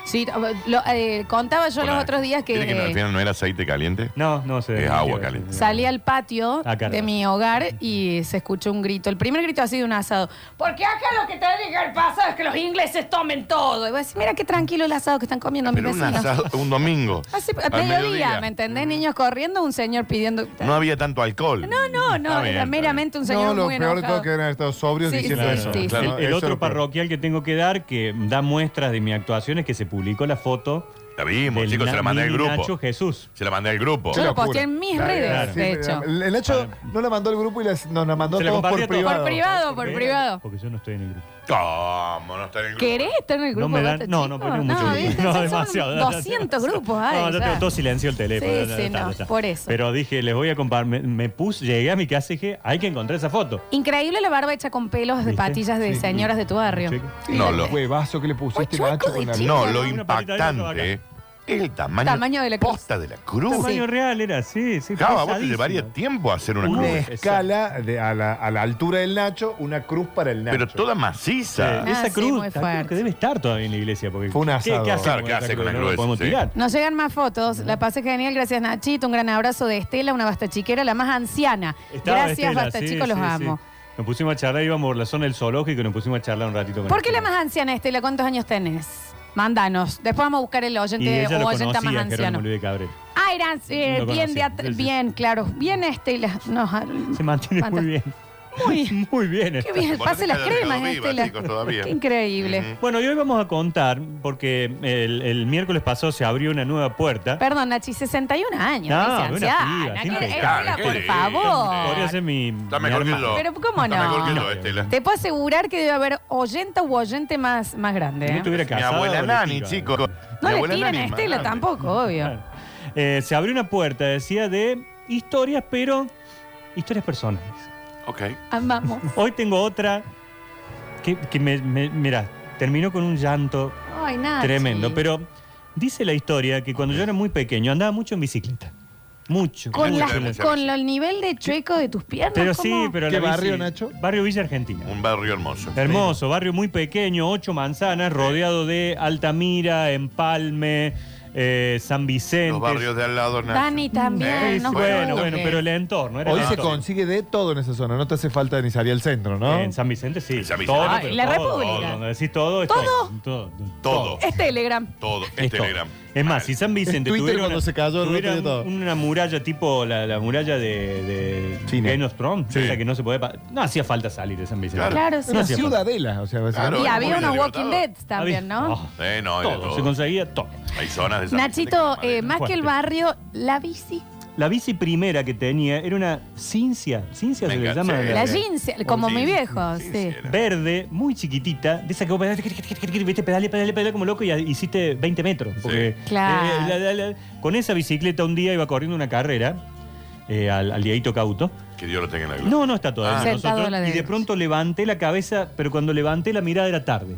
Sí, lo- eh, contaba yo los otros días ¿Viste que no- al que final no era aceite caliente? No, no sé. Es agua caliente. salí al patio Ah, caramba. de mi hogar y se escuchó un grito. El primer grito ha sido un asado. Porque acá lo que te que pasado es que los ingleses tomen todo. Y vos decís, mira qué tranquilo el asado que están comiendo mis Pero un vecinos. asado, un domingo. Hace al a mediodía, mediodía. Mm. ¿me entendés? Niños corriendo, un señor pidiendo. No había tanto alcohol. No, no, no, Está bien, era está meramente un No, señor lo muy peor de todo enojado. es que eran estados sobrios Sí, diciendo sí, eso. sí, Claro, El, el eso es otro lo peor. parroquial que tengo que dar, que da muestras de mi actuación, es que se publicó la foto. La vimos, del chicos, se la mandé al mini grupo. Nacho Jesús. Se la mandé al grupo. Yo lo posteé en mis Claro, redes, claro. de hecho. El, el Nacho no la mandó al grupo y las- nos la mandó Se la todos compartí por a privado. todos. Por privado, por privado. Porque yo no estoy en el grupo. Ah. ¿Cómo no está en el grupo? ¿Querés estar en el grupo? No me dan- Basta, no, no, chicos? pero mucho No, grupo. ¿viste? No, Son demasiado, ya, ya, 200 grupos hay. no, yo ya. tengo todo silencio el teléfono. Sí, ya, sí, ya está, no, ya está. por eso. Pero dije, les voy a comprar. Me, me puse, llegué a mi casa y dije, hay que encontrar esa foto. Increíble la barba hecha con pelos de patillas de señoras de tu barrio. No, lo, Huevazo que le pusiste, Nacho, con la este no, lo Una patita de gato acá. impactante es el tamaño, Tamaño de la cruz. posta de la cruz. Tamaño real era, sí, sí. Java, vos te pesadísimo. Uh, llevaría tiempo hacer una Una cruz. escala de- a, la, a la altura del Nacho, una cruz para el Nacho. Pero toda maciza. Ah, Eh, esa cruz creo que debe estar todavía en la iglesia. Porque Fue un asado. ¿Qué, qué hace Claro, con ¿qué esa hace con la No cruz? la podemos Sí. tirar. Nos llegan más fotos. La pasé genial. Gracias, Nachito. Un gran abrazo de Estela, una bastachiquera, la más anciana. Estaba Gracias, Estela, basta sí, chicos, los sí, sí. amo. Nos pusimos a charlar, íbamos por la zona del zoológico y nos pusimos a charlar un ratito con ¿Por qué la Estela. más anciana, Estela? ¿Cuántos años tenés? Mándanos. Después vamos a buscar el Y oyente ella o lo oyenta más conocía, Jerónimo anciano. Luis de Cabrera. Ah, eran eh, Lo bien, de conocía, atr- sí, sí. bien, claro. Bien, Estela. No, Se mantiene muy bien. Muy, muy bien. qué está. bien. Pase las cremas, Estela. Qué increíble. Bueno, y hoy vamos a contar, porque el, el miércoles pasado se abrió una nueva puerta. Perdón, Nachi, 61 años. No, dice una piba, anciana. tiene que- que- Estela, Claro, por qué Podría favor. ser mi. Está mejor que yo. Pero ¿cómo Está no? mejor que yo, Estela. Te puedo asegurar que debe haber oyenta u oyente más, más grande. Si no ¿eh? tuviera Mi casado, abuela le Nani, tiro. chicos. No Mi le abuela tiren a Nani, Estela mamá. tampoco, obvio. Eh, se abrió una puerta, decía, de historias, pero historias personales. Ok. Amamos. Hoy tengo otra que, que me, me- mira, terminó con un llanto Ay, nada. tremendo, pero dice la historia que cuando yo era muy pequeño andaba mucho en bicicleta. Mucho. Con, mucho las- en la- con lo- el nivel de chueco de tus piernas. Pero ¿cómo? sí, pero la bici- Barrio Villa Argentina. Un barrio hermoso. Hermoso, barrio muy pequeño, ocho manzanas, rodeado de Altamira, Empalme, eh, San Vicente. Los barrios de al lado, Nacho. Dani también. Sí, no bueno, jodas. bueno, pero el entorno. Era Hoy el se entorno. consigue de todo en esa zona, no te hace falta ni salir al centro, ¿no? En San Vicente sí. San Vicente. Todo, Ah, pero en la todo, República. todo, Donde decís todo, es ¿Todo? todo. Todo. Todo. Es Telegram. Todo. Es, Es todo. Telegram. Es más, si San Vicente En Twitter tuviera, cuando una, se cayó, el tuviera otro día un- una muralla tipo la, la muralla de, de Game of Thrones, esa que no se puede... pa- No hacía falta salir de San Vicente. Claro. Claro, sí. Una hacía falta. ciudadela, o sea, básicamente. y había unos Libertador. Walking Dead también, ¿no? Ah, Eh, no, hay de todo, todo. se conseguía todo. Hay zonas de San Nachito, eh, más Fuerte. que el barrio, la bici. La bici primera que tenía era una cincia, cincia se le llama. La, jeans, como mi viejo, sí. Verde, muy chiquitita, de esa que vos pedaleas, tic, tic, tic, tic, tic, viste, pedale, pedale, pedale como loco y a- hiciste 20 metros. Porque, Claro. eh, la- la- la- con esa bicicleta un día iba corriendo una carrera eh, al, al Dieguito Cauto. Que Dios lo tenga en la gloria. No, no está todavía Ah. con Sentado nosotros. a la Y de derecha. pronto levanté la cabeza, pero cuando levanté la mirada era tarde.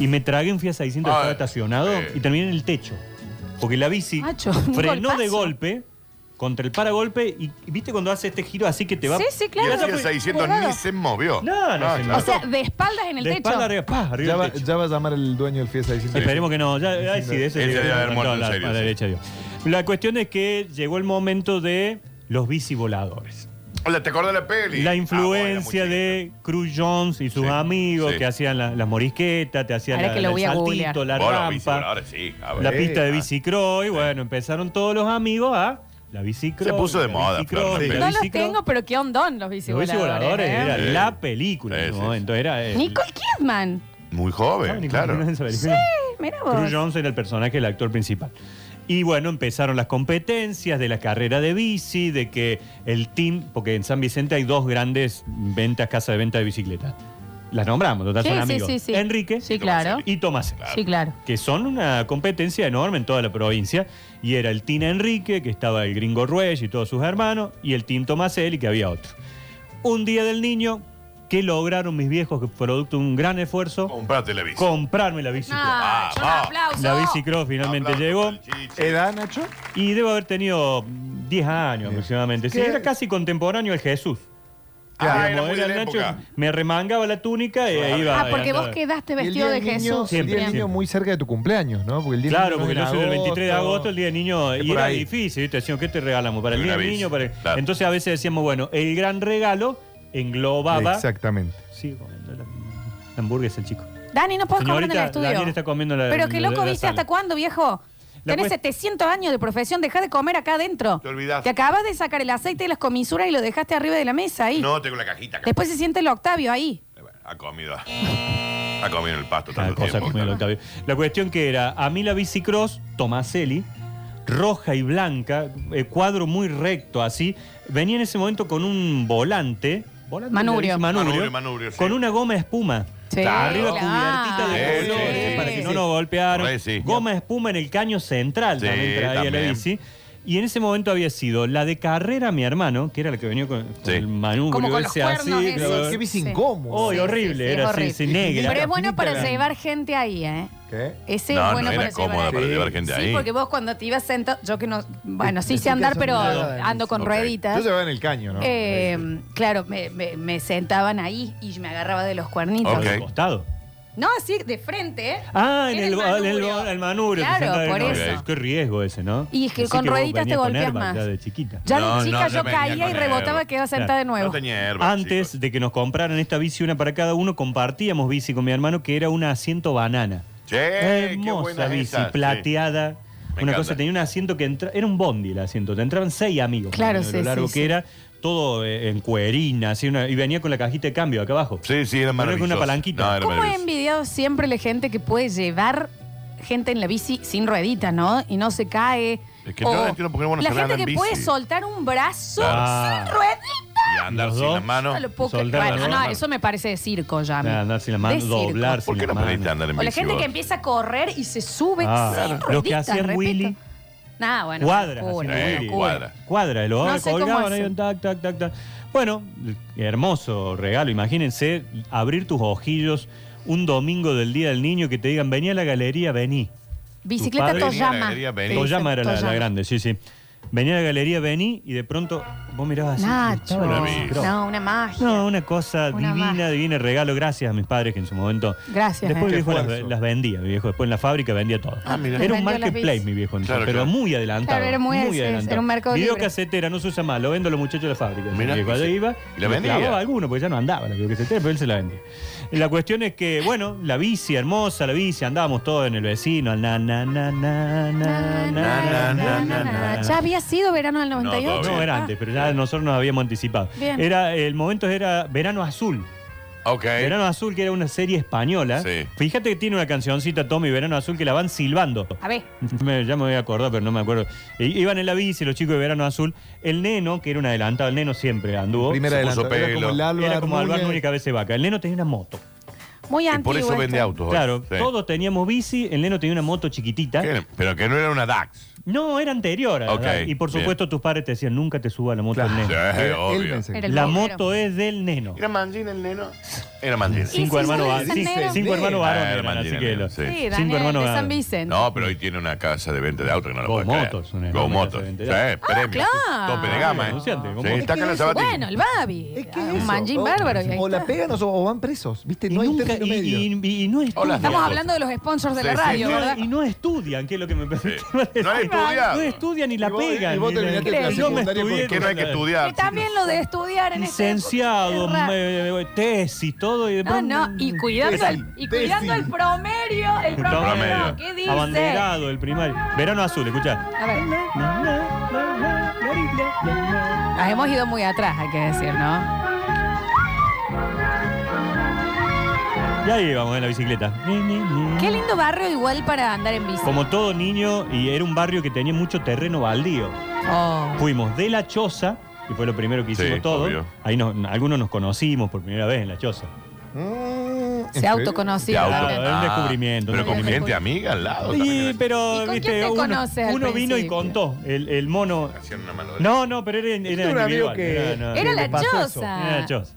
Y me tragué un Fiat 600 que Ay, estaba estacionado y terminé en el techo. Porque la bici Macho, un frenó de golpazo. golpe contra el paragolpe y y viste cuando hace este giro así que te va... Sí, sí, Y claro. el Fiat 600 ni Cuidado. se movió. No, no, Ah, se claro. O sea, de espaldas en el De techo. espalda arriba, pa, arriba Ya del va, techo. ya va a llamar el dueño del FIES 600. Esperemos que no. Ya, ay, sí, de eso Ese sí, debe no, haber no, muerto, no, en la- serio, a la sí. derecha, Dios. La cuestión es que llegó el momento de los bici voladores. Hola, ¿te acordás de la peli? La Ah, influencia de Cruz Jones y sus amigos sí. que hacían la- las morisquetas, te hacían Ahora la, que lo el voy a googlear. saltito, la Vos los bici rampa, voladores, sí, Java. la Eh, pista de ah. bicicroy. Bueno, empezaron todos los amigos a La bicicro. Se puso de la moda, bicicro, Flor, la la peli. No los bicicro. tengo, pero qué hondón los Los bici voladores bicivoladores. ¿eh? era la película en ese momento. Era el- Nicole Kidman. Muy joven, claro. Sí, mira vos. Drew Jones era el personaje, el actor principal. Y bueno, empezaron las competencias de la carrera de bici, de que el team, porque en San Vicente hay dos grandes ventas, casas de venta de bicicletas. Las nombramos, total, Sí, son sí, amigos. sí, sí. Enrique Sí, claro. y Tomás. Sí, claro. Que son una competencia enorme en toda la provincia. Y era el Team Enrique, que estaba el gringo Ruiz y todos sus hermanos, y el Team Tomaselli, que había otro. Un día del niño, que lograron mis viejos, que producto de un gran esfuerzo. Comprate la bici. Comprarme la bici. Ah, yo un aplauso. La bicicross finalmente llegó. ¿Edad, Nacho? Y debo haber tenido 10 años aproximadamente. Sí, ¿Qué? era casi contemporáneo al Jesús. Ah, Digamos, era muy de el la Nacho, época. me remangaba la túnica y ahí iba. Ah, porque vos andaba. quedaste vestido de Jesús. el día del Bien. niño muy cerca de tu cumpleaños, ¿no? Porque el día del Claro, niño porque es en yo soy del 23 de agosto, el día del niño, Es y por era ahí. difícil, ¿viste? Decíamos, ¿qué te regalamos para el Y día una del bici, niño? para el-". claro. Entonces a veces decíamos, bueno, el gran regalo englobaba. Exactamente. Sí, comiendo la, la hamburguesa el chico. Dani, no podés comer en el Señorita, estudio. Daniel está comiendo la Pero qué la- loco la viste sala. hasta cuándo, viejo. La Tenés cuest- 700 años de profesión, dejá de comer acá adentro. Te olvidás. Te acabas de sacar el aceite de las comisuras y lo dejaste arriba de la mesa ahí. No, tengo la cajita acá. Después se siente el Octavio ahí. Ha comido. Ha comido el pasto Ah, tanto cosa tiempo. como el Octavio. La cuestión que era, a mí la bicicross, Tomaselli, roja y blanca, eh, cuadro muy recto así, venía en ese momento con un volante. volante Manubrio. le dice manubrio, Manubrio, manubrio, sí. Con una goma espuma. Sí, Arriba claro. cubiertita de Sí, colores sí, para que no sí. nos golpearan. Re, sí. Goma espuma en el caño central Sí, también traía la también. bici. Y en ese momento había sido la de carrera, mi hermano, que era la que venía con, con el manubrio Como con los ese cuernos así. esos. claro. Qué bici Sí. incómoda. Oh, y Sí, horrible, sí, sí, era es así, horrible. sí, negra. Pero es bueno para Finita, llevar gente ahí, ¿eh? ¿Qué? Ese No, es bueno no era para llevar cómoda ahí. para llevar gente sí, ahí. porque vos cuando te ibas sentado, yo que no, bueno, sí sé Chicas andar, son pero nada, ando con ok. rueditas. Yo llevaba en el caño, ¿no? Eh, Claro, me, me- me sentaban ahí y me agarraba de los cuernitos. al costado. No, así de frente, ¿eh? Ah, en Era el, el en el- manubrio. el manubrio. Claro, que sentaba en por el- eso. Ok. Qué riesgo ese, ¿no? Y es que Así con vos rueditas te venías con golpeas airbag más. Ya de chiquita. Ya de No, chica no, yo yo venía caía y con rebotaba, airbag. quedaba sentada de nuevo. No tenía airbag, Antes de que nos compraran esta bici, una para cada uno, compartíamos bici con mi hermano, que era un asiento banana. Che, qué Hermosa buena bici, esa, sí. plateada. Me Una encanta. cosa, tenía un asiento que entra, era un bondi el asiento, te entraban seis amigos. Claro, de sí, Lo largo sí, que sí. era, todo eh, en cuerina, así una- y venía con la cajita de cambio acá abajo. Sí, sí, era Venía con maravilloso. una palanquita. No, era ¿Cómo he envidiado siempre la gente que puede llevar gente en la bici sin ruedita, ¿no? Y no se cae. Es que yo no entiendo por qué no van a la saber gente que andar en puede bici. soltar un brazo Ah. sin ruedita. Y andar sin las manos. No lo puedo creer. Bueno, no, eso me parece de circo ya. a mí. Nada, andar sin la mano, De circo. doblar ¿Por sin qué la no mano. aprendiste a andar en O la bici gente vos? que empieza a correr y se sube Ah, sin claro. rueditas. Los que hacían repito. Willy. Nah, bueno. cuadras. hacían una locura, Willy. una locura. cuadra. Cuadra, lo No sé cómo colgaban hacen. ahí, tac, tac, tac, tac. Bueno, hermoso regalo. Imagínense abrir tus ojillos un domingo del Día del Niño que te digan, vení a la galería, vení. Bicicleta Tu padre- Toyama. Toyama era la, la Toyama. grande, sí, sí. Venía a la galería, vení, y de pronto vos mirabas así. Nacho. estaba la bici. No, una magia. No, una cosa Una divina, magia. divina regalo. Gracias a mis padres que en su momento. Gracias, Después eh. mi viejo las, Esfuerzo. las vendía, mi viejo. Después en la fábrica vendía todo. mira. Era un Vendió las marketplace, bicis. mi viejo. Ah, Claro, pero claro. muy adelantado. Claro, era muy ese, era adelantado. un mercado libre. Videocasetera, no se usa más. Lo vendo a los muchachos de la fábrica. Mirá mi viejo que Ahí sí. iba. ¿Y la le vendía? clavaba alguno, porque ya no andaba la videocasetera, pero él se la vendía. La cuestión es que, bueno, la bici, hermosa la bici, andábamos todos en el vecino. al Na, na, na, na, na, na, na, na, na. Ya había sido verano del Ah, No, 98. todavía. No, eh. era antes, pero ya nosotros nos habíamos anticipado. Ah. Bien. Era, el momento era Verano Azul. Ok. Verano Azul, que era una serie española. Fíjate que tiene una cancioncita, Tommy, Verano Azul, que la van silbando. A ver. Me- ya me voy a acordar, pero no me acuerdo. I- iban en la bici los chicos de Verano Azul. El neno, que era un adelantado, el neno siempre anduvo. Primer Se puso adelantado, era pelo. como el Álvaro Era como Núñez. Álvaro Núñez Cabeza de Vaca. El neno tenía una moto. Muy antiguo. esto. Claro, Sí. todos teníamos bici, el neno tenía una moto chiquitita. Que- Pero que no era una DAX. No, era anterior. a la Ok, edad. Y por bien. supuesto tus padres te decían, nunca te suba a la moto del neno. Sí, Era- obvio. Era el la bombero. moto es del neno. Era Mangín el neno. Era Mangín. Cinco hermanos Ah, varones. era Cinco, cinco hermanos varones. eran, Mangín así el que neno, los- sí. Sí, Daniel, de San Vicente. No, pero hoy tiene una casa de venta de autos que no la Go puedes creer. Motos, Go una enorme Motos. casa de Sí, venta de premio. Ah, claro. Tope de gama, ¿eh? Anunciante, Go Sí, Motos. está acá la Es que zapatina. Bueno, el Babi. Ah, un manjín O- bárbaro. y ahí O la está. pegan o, so- o van presos, ¿viste? No hay término medio. no Estamos hablando de los sponsors de la Sí, sí, radio, sí. ¿verdad? Y no estudian, que es lo que me estudian. No No estudian ni la vos- pegan. y vos ni la- terminaste la Yo me secundaria estudié- porque no hay que Que también lo de estudiar en este. Licenciado, eh, tesis, todo. Y No, después- no, y cuidando, Tesis, el, y cuidando el promedio, el No, promedio, ¿qué dice? Abanderado, el primario. Verano azul, escuchá. A ver. Nos hemos ido muy atrás, hay que decir, ¿no? Y ahí vamos en la bicicleta. Ni, ni, ni. Qué lindo barrio igual para andar en bici. Como todo niño, y era un barrio que tenía mucho terreno baldío. Oh. Fuimos de La Choza, que fue lo primero que hicimos Sí, todos. obvio. Ahí nos- algunos nos conocimos por primera vez en La Choza. Se autoconocía. Te auto- Claro, es un Ah, descubrimiento. Pero con gente amiga al lado. Sí, pero, ¿Y con viste, quién te uno, conoces al uno vino y principio? contó. El, el mono. Hacían una mano No, no, pero era, era un amigo individual. que- no, Era que la le pasó choza. eso. Era la choza.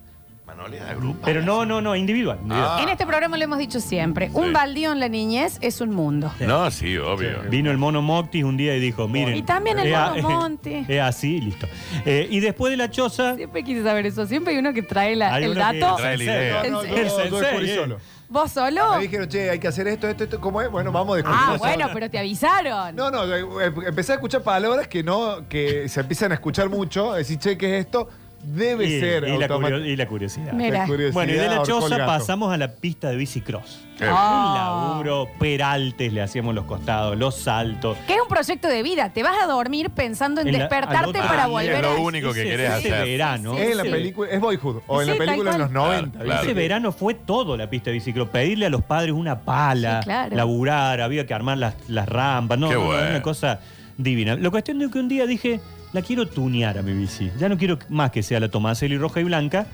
Pero no, no, no, Ah. individual. individual. En este programa lo hemos dicho siempre. Un baldío en la niñez es un mundo. No, sí, obvio. Vino el mono Moctis un día y dijo, miren. Y también el es a- mono Monti. Es así, listo. Eh, y después de la choza. Siempre quise saber eso. Siempre hay uno que trae la- hay el uno que dato. trae la idea. ¿En No, no, serio? yo- yo descubrí eh. solo. ¿Vos solo? Me dijeron, che, hay que hacer esto, esto, esto. ¿Cómo es? Bueno, vamos a descubrir. Ah, bueno, pero te avisaron. No, no, eh, empecé a escuchar palabras que no, que se empiezan a escuchar mucho. Decir, che, ¿qué es esto? Debe Y- ser. y la automa- curio- y la curiosidad. Mira. La curiosidad Bueno, y de la ahorcó el choza gato. pasamos a la pista de bicicross. bien. Ah. Un laburo, peraltes le hacíamos los costados, los saltos. Que es un proyecto de vida. Te vas a dormir pensando en, En la- al despertarte otro para día, volver lo a. único que Ese- querés ese hacer. verano. Es en la Sí. película, es Boyhood. O en Sí, la tal película de los cual. 90. ¿viste? Ese verano fue todo la pista de bicicross. Pedirle a los padres una pala, Sí, claro. laburar, había que armar las, las rampas. No, Qué no, no, bueno. una cosa divina. La cuestión es que un día dije, la quiero tunear a mi bici. Ya no quiero más que sea la Tomaselli roja y blanca.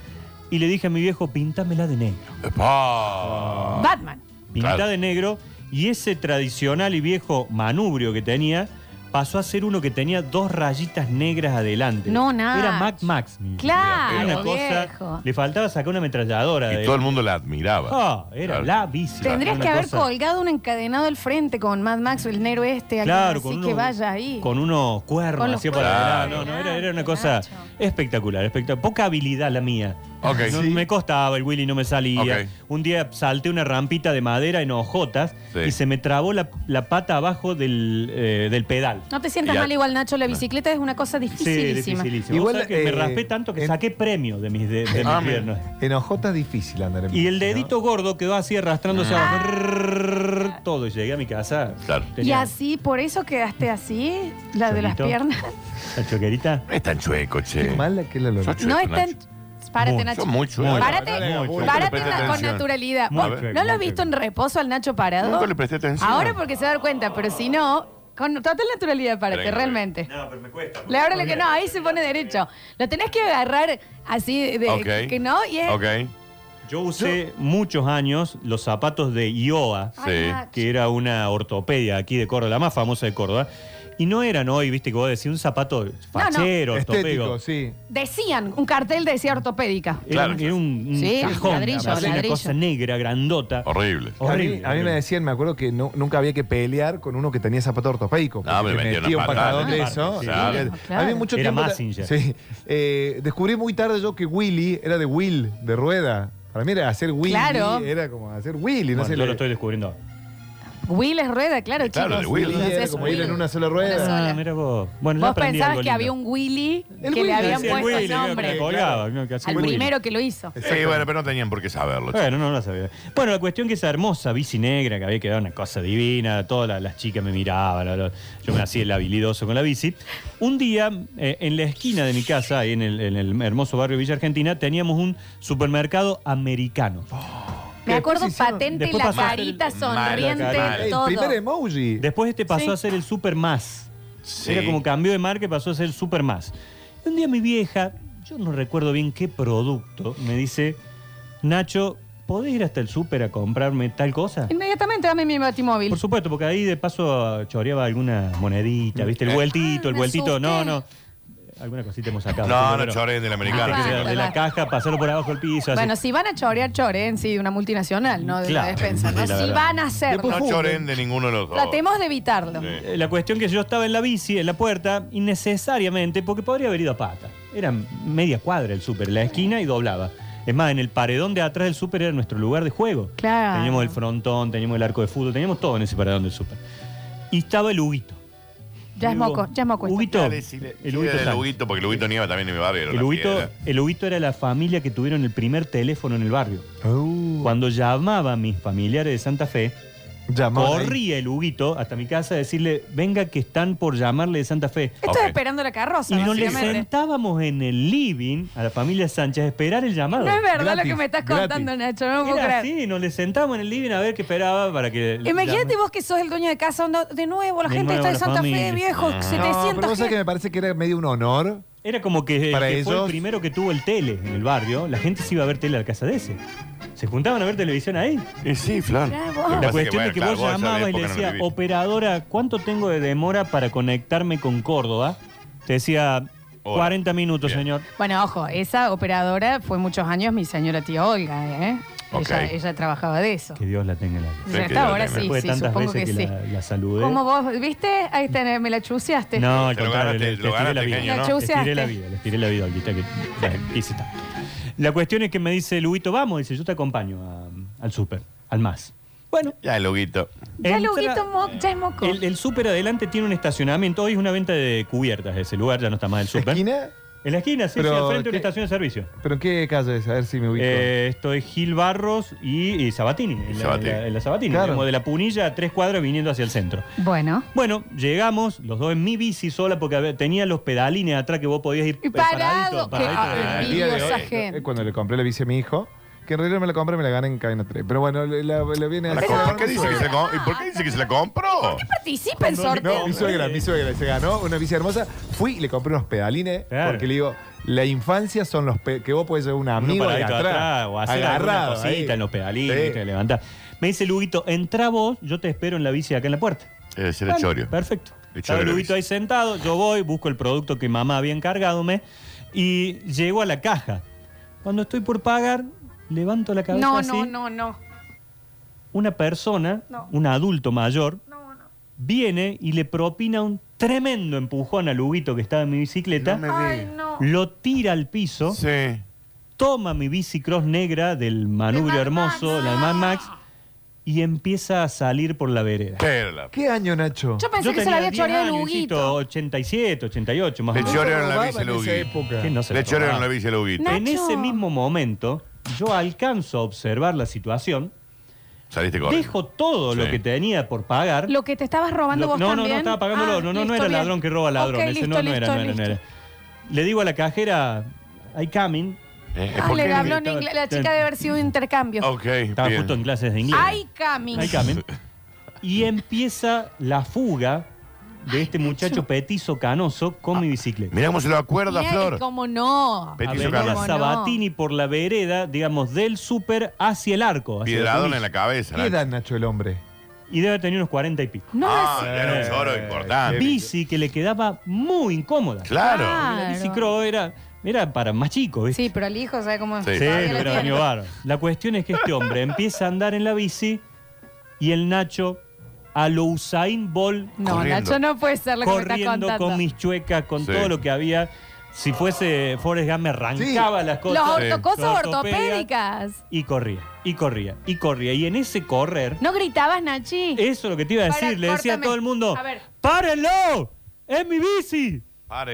Y le dije a mi viejo, pintámela de negro. Epa. Batman. pintada Claro. de negro y ese tradicional y viejo manubrio que tenía pasó a ser uno que tenía dos rayitas negras adelante. No, nada. Era Mac Max. mi vida. Claro, Era una cosa, viejo. le faltaba sacar una ametralladora. Y de- todo el mundo la admiraba. Ah, era Claro. la bici. Tendrías Una que haber cosa- colgado un encadenado al frente con Mad Max, el negro este. alguien Claro, así con que uno- vaya ahí. Con unos cuernos Con los así para cuernos. adelante. No, no, era, era una cosa espectacular, espectacular. Poca habilidad la mía. No, Me costaba, el Willy no me salía. Ok. Un día salté una rampita de madera en hojotas Sí. y se me trabó la, la pata abajo del, eh, del pedal. No te sientas Y a- mal igual, Nacho. La bicicleta es una cosa dificilísima. Sí, dificilísimo. O sea que me raspé tanto que saqué premio de mis, de, de mis eh, Ah, piernas. En OJ es difícil andar en Y el dedito gordo quedó así arrastrándose abajo. Rrrr, Todo. Y llegué a mi casa. Ah. Y Tenía así, por eso quedaste así, la de las Solito. piernas. la choquerita. No es tan chueco, che. Qué mala que es la loca. Sos chueco, No es tan. Nacho. eh. Párate, Muy- Nacho. sos muy chueco. Párate, No le hagas bullying. párate Presta na- con atención. naturalidad. Muy ¿Vos chueco, ¿No muy lo has visto en reposo al Nacho parado? Nunca le presté atención. Ahora porque se va a dar cuenta, pero si no, con total naturalidad párate, Tranquilo. realmente. No, pero me cuesta. Le abre la que no, ahí se pone derecho. Lo tenés que agarrar así de Ok. que no y es. Yo usé muchos años los zapatos de IOA, Ay, Sí. Nacho. que era una ortopedia aquí de Córdoba, la más famosa de Córdoba. Y no eran hoy, viste, que vos decís un zapato fachero, ortopego. Estético, sí. Decían, un cartel decía ortopédica. Era, era un, un Sí, cajón, ladrillo, además, una ladrillo. cosa negra, grandota. Horrible. A mí- Horrible. a mí, me decían, me acuerdo que no- nunca había que pelear con uno que tenía zapato ortopédico. porque Ah, me te metía una metía un patada. patadón de eso. Sí, claro. A mí mucho Era tiempo. Mazinger. Sí. Eh, descubrí muy tarde yo que Willy era de Will, de rueda. Para mí era hacer Willy. Claro. Era como hacer Willy. No Bueno, sé, yo le- lo estoy descubriendo. Will es rueda, claro, Claro, chicos. de Willy. Entonces, Era como ir en una sola rueda. Una sola. Ah, mira vos. Bueno, ya Vos aprendí pensabas algo que había lindo. un Willy que Willy, le habían sí, el puesto Willy, veo que nombre. le colgaba, ¿no? Que hacía Al Willy. primero que lo hizo. Sí, bueno, pero no tenían por qué saberlo. che. Bueno, no lo sabía. Bueno, la cuestión que esa hermosa bici negra que había quedado una cosa divina, todas la- las, chicas me miraban, lo- lo- yo me hacía el habilidoso con la bici. Un día, eh, en la esquina de mi casa, ahí en el, en el hermoso barrio Villa Argentina, teníamos un supermercado americano. Me acuerdo después hicieron- patente y después la pasó a ser carita el- sonriente, Mala cara. El todo. primer em- emoji. Después este pasó Sí. a ser el Super Más. Sí. Era como cambió de marca y pasó a ser el Super Más. Y un día mi vieja, yo no recuerdo bien qué producto, me dice, Nacho, ¿podés ir hasta el Super a comprarme tal cosa? Inmediatamente dame mi batimóvil. Por supuesto, porque ahí de paso choreaba alguna monedita, ¿viste? Eh. El vueltito, el Ah, me vueltito. No, asusté. no. Alguna cosita hemos sacado. No, Pero- no choreen del americano. Viste que de, chicos. de la caja, pasarlo por abajo del piso. así. Bueno, si van a chorear, choreen, sí, de una multinacional, no de Claro, una despensa. sí, ¿no? la Si verdad. van a hacerlo, No choreen de ninguno de los dos. tratemos de evitarlo. Eh, La cuestión que yo estaba en la bici, en la puerta, innecesariamente, porque podría haber ido a pata. Era media cuadra el súper, la esquina y doblaba. Es más, en el paredón de atrás del súper era nuestro lugar de juego. Claro. Teníamos el frontón, teníamos el arco de fútbol, teníamos todo en ese paredón del súper. Y estaba el Huguito. Ya es Digo, moco, ya es moco. Huguito, Dale, sí, le- el sí, Huguito dale Sánchez. el Huguito, porque el Huguito Nieva también en mi barrio. era El una Huguito, piedra. el Huguito era la familia que Oh. tuvieron el primer teléfono en el barrio. Cuando llamaba a mis familiares de Santa Fe, Llamar ahí. Corrí el Huguito hasta mi casa a decirle, venga que están por llamarle de Santa Fe. Estaba esperando la carroza. Y nos le básicamente. sentábamos en el living a la familia Sánchez a esperar el llamado. No es verdad lo que me estás contando, Nacho, no me puedo Era creer. así, nos le sentamos en el living a ver qué esperaba para que... Imagínate vos que sos el dueño de casa, onda, de nuevo, la De gente nuevo está en la Santa Fe, familia. Ah. viejo, No, 700 pero vos sabés que me parece que era medio un honor. Era como que, eh, Para que fue el ellos- primero que tuvo el tele en el barrio. La gente se iba a ver tele a la casa de ese. Se juntaban a ver televisión ahí. sí, Flor. Mirá vos. Lo que pasa La es cuestión bueno, es que claro, vos vos esa llamabas y época le no la decías, viviste. operadora, ¿cuánto tengo de demora para conectarme con Córdoba? Te decía, 40 minutos, señor. Bueno, ojo, esa operadora fue muchos años mi señora tía Olga, ¿eh? Ok. Ella, ella trabajaba de eso. Que Dios la tenga en la Ya está, ahora sí, Después de sí, tantas supongo veces que, que sí. la, la saludé. Como vos, ¿viste? Ahí tenés, me la chuseaste. No, al Te lo contrario, ganaste, le, lo le estiré la ganaste, vida. genio, ¿no? Le estiré la vida, le estiré la vida, Olguita, que la quise tanto. La cuestión es que me dice Luguito, vamos, dice, yo te acompaño a- al súper, al más. Bueno. Ya el loguito. Ya el Entra- Huguito mo- ya es moco. El, el súper adelante tiene un estacionamiento. Hoy es una venta de cubiertas ese lugar, ya no está más el súper. ¿En la esquina? En la esquina, sí, Pero, sí, al frente de una ¿qué? estación de servicio. ¿Pero en qué calle es? A ver si me ubico. Eh, esto es Gil Barros y, y Sabatini. En la, Sabatini. en la- en la Sabatini, Claro. como de la punilla a tres cuadras viniendo hacia el centro. Bueno. Bueno, llegamos, los dos en mi bici sola, porque había- tenía los pedalines atrás que vos podías ir Y eh, parado, que- paradito. ah, El día de envidiosa hoy, gente. eh, cuando le compré la bici a mi hijo, que en realidad me la compré, me la gané en cadena 3. Pero bueno, le, la- le viene a ¿La compró? ¿Por qué dice que se la com- ¿Y por qué dice que se la compró? Participa en sorteo. No, mi suegra, mi suegra se ganó una bici hermosa. Fui y le compré unos pedalines Claro. porque le digo, la infancia son los pe- que vos podés llevar un Uno amigo ahí paradito atrás, atrás, o hacer alguna agarrado. cosita ahí. en los pedalines, Sí. te levantás. Me dice Luguito, entra vos, yo te espero en la bici acá en la puerta. Es decir, el Bueno, chorio. Perfecto. El Estaba chorio de la Luguito ahí sentado, yo voy, busco el producto que mamá había encargado me y llego a la caja. Cuando estoy por pagar, levanto la cabeza No, así. no, no, no. Una persona, No. un adulto mayor, viene y le propina un tremendo empujón al Luguito que estaba en mi bicicleta. Lo tira al piso. Toma mi bici cross negra del manubrio hermoso, la de Mad Max, y empieza a salir por la vereda. ¿Qué año, Nacho? Yo pensé que se la había choreado el Huguito. Luguito. 87, 88, más o Le menos. chorearon la bici en al esa Huguito. época. Que no se Le la chorearon robaba. la bici al Huguito. En ese mismo momento, yo alcanzo a observar la situación, Saliste con. dejo todo lo Sí. que tenía por pagar. Lo que te estabas robando Lo- vos no, no, también. no estaba pagándolo. Ah, no, no, no listo, era bien. ladrón que roba ladrón. Ok, ese listo, no, no listo, era, no era, listo. no era. Le digo a la cajera, I coming. Eh, Ah, le habló en inglés. La chica debe haber sido un intercambio. Ok. Estaba bien. justo en clases de inglés. Ay, Cami. Ahí Carmen. Y empieza la fuga de este muchacho petizo canoso con Ah. mi bicicleta. Mirá cómo se lo acuerda, Bien, ¿Cómo no? Petizo Avenida canoso. Sabatini por la vereda, digamos, del súper hacia el arco. hacia la Piedradón punilla. en la cabeza. ¿Qué edad, Nacho, el hombre? Y debe tener unos 40 y pico. No Ah, es- era un choro importante. Bici que le quedaba muy incómoda. Claro. La bici cross era, era para más chicos, ¿viste? Sí, pero el hijo sabe cómo Sí, todavía lo la hubiera tiene. venido bárbaro. La cuestión es que este hombre empieza a andar en la bici y el Nacho a lo Usain Bolt No, Nacho, no puede ser lo que me estás corriendo contando. con mis chuecas, con Sí. todo lo que había. Si fuese Forrest Gump, me arrancaba las cosas. Los Sí. orto- cosas Las ortopédicas. Y corría, y corría, y corría. Y en ese correr, ¿No gritabas, Nachi? eso es lo que te iba a Pará, decir, le decía a córtame. todo el mundo, A ver. ¡párenlo! ¡Es mi bici!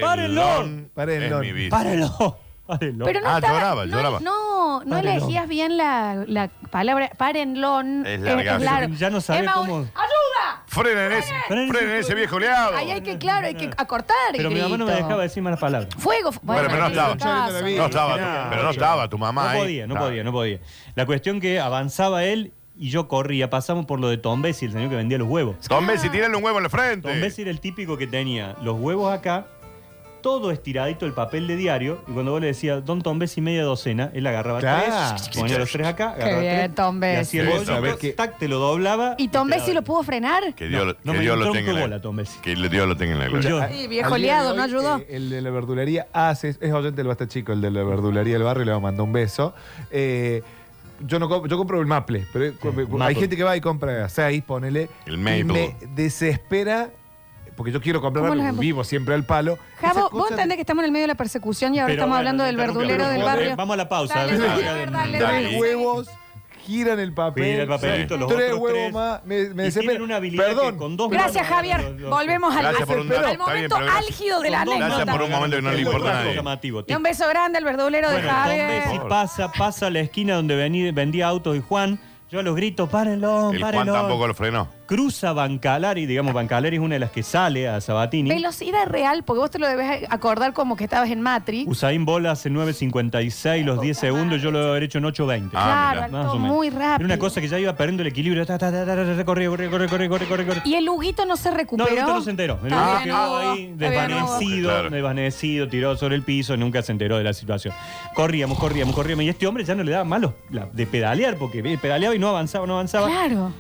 ¡Párenlo! Párenlo. Es mi bici. ¡Párenlo! ¡Párenlo! Pero no ah, estaba- lloraba, no, lloraba. No, no Párenlo. elegías bien la, la palabra. Párenlo. Es larga. largo. Ya no sabe Emma, cómo- ¡Ayuda! Frenen ese, frenen ese viejo oleado. Ahí hay que, claro, hay que acortar. el Pero mi mamá no me grito. dejaba decir malas palabras. Fuego. fu- Bueno, pero no en ese estaba. este caso. No estaba, pero no estaba tu mamá No ahí. podía, no Estaba. podía, no podía. La cuestión que avanzaba él y yo corría. Pasamos por lo de Tom Bessi, el señor que vendía los huevos. Tom Messi, tírale un huevo en la Tom frente. Bessi era el típico que tenía los huevos acá, todo estiradito el papel de diario. Y cuando vos le decías, Don Tom Bessi, media docena, él agarraba Claro. tres, ponía los tres acá, Qué agarraba bien, tres, Tom Y Bessi. hacía el Sí, bollo, Tom Bessi. tac, te lo doblaba. ¿Y Tom te la Bessi lo pudo frenar? Que Dios, no que me Dios lo entró un tenga en la cola, Tom Bessi. Que le- Dios lo tenga en la gloria. Yo- Sí, viejo Al día liado, de ¿no hoy, ayudó? eh, el de la verdulería hace, es oyente del Basta Chico, el de la verdulería del barrio, le va a mandar un beso. Eh, yo, no compro, yo compro el Maple, pero eh, hay Maple. gente que va y compra seis, ponele. El Maple. y me desespera, porque yo quiero comprar ¿Cómo Maple, los hemos- vivo siempre al palo. Javo, Esas vos cosas entendés que estamos en el medio de la persecución y ahora Pero estamos bueno, hablando no del interrumpa, verdulero pero del vamos- barrio. Vamos a la pausa. Dale, a ver, dale, a ver, dale. dale, dale. Tres huevos giran el papel. Giran el papelito, los tres otros huevos tres. más. Me, me Y desespera. tienen una habilidad Perdón. que con dos Gracias, Javier. Volvemos al, Gracias por un dato. al Está bien, momento pero gracias. álgido de la Con dos anécdota. Gracias por un momento que no le importa a nadie. Llamativo, Y un beso grande al verdulero de Bueno, Tom Javier. Messi pasa, pasa a la esquina donde vení- vendía autos y Juan. Yo a los gritos, párenlo, El Juan párenlo. tampoco lo frenó. Cruza Bancalari, digamos, Bancalari es una de las que sale a Sabatini. Velocidad real, porque vos te lo debes acordar como que estabas en Matrix. Usain Bola hace 9.56 los 10 segundos, yo lo debo haber hecho en 8.20. Ah, Claro, actuó muy rápido. Era una cosa que ya iba perdiendo el equilibrio. Ta, ta, ta, ta, ta, ta, Corría, corría, corría, corría, corría, corría, corría. Y el Huguito no se No, recuperó. el Huguito no se enteró. El Está Huguito bien, quedó Hugo, ahí está bien, Hugo. desvanecido, Claro. desvanecido, tiró sobre el piso, nunca se enteró de la situación. Corríamos, corríamos, corríamos. Y este hombre ya no le daba malos de pedalear, porque eh, pedaleaba y no avanzaba, no avanzaba. Claro.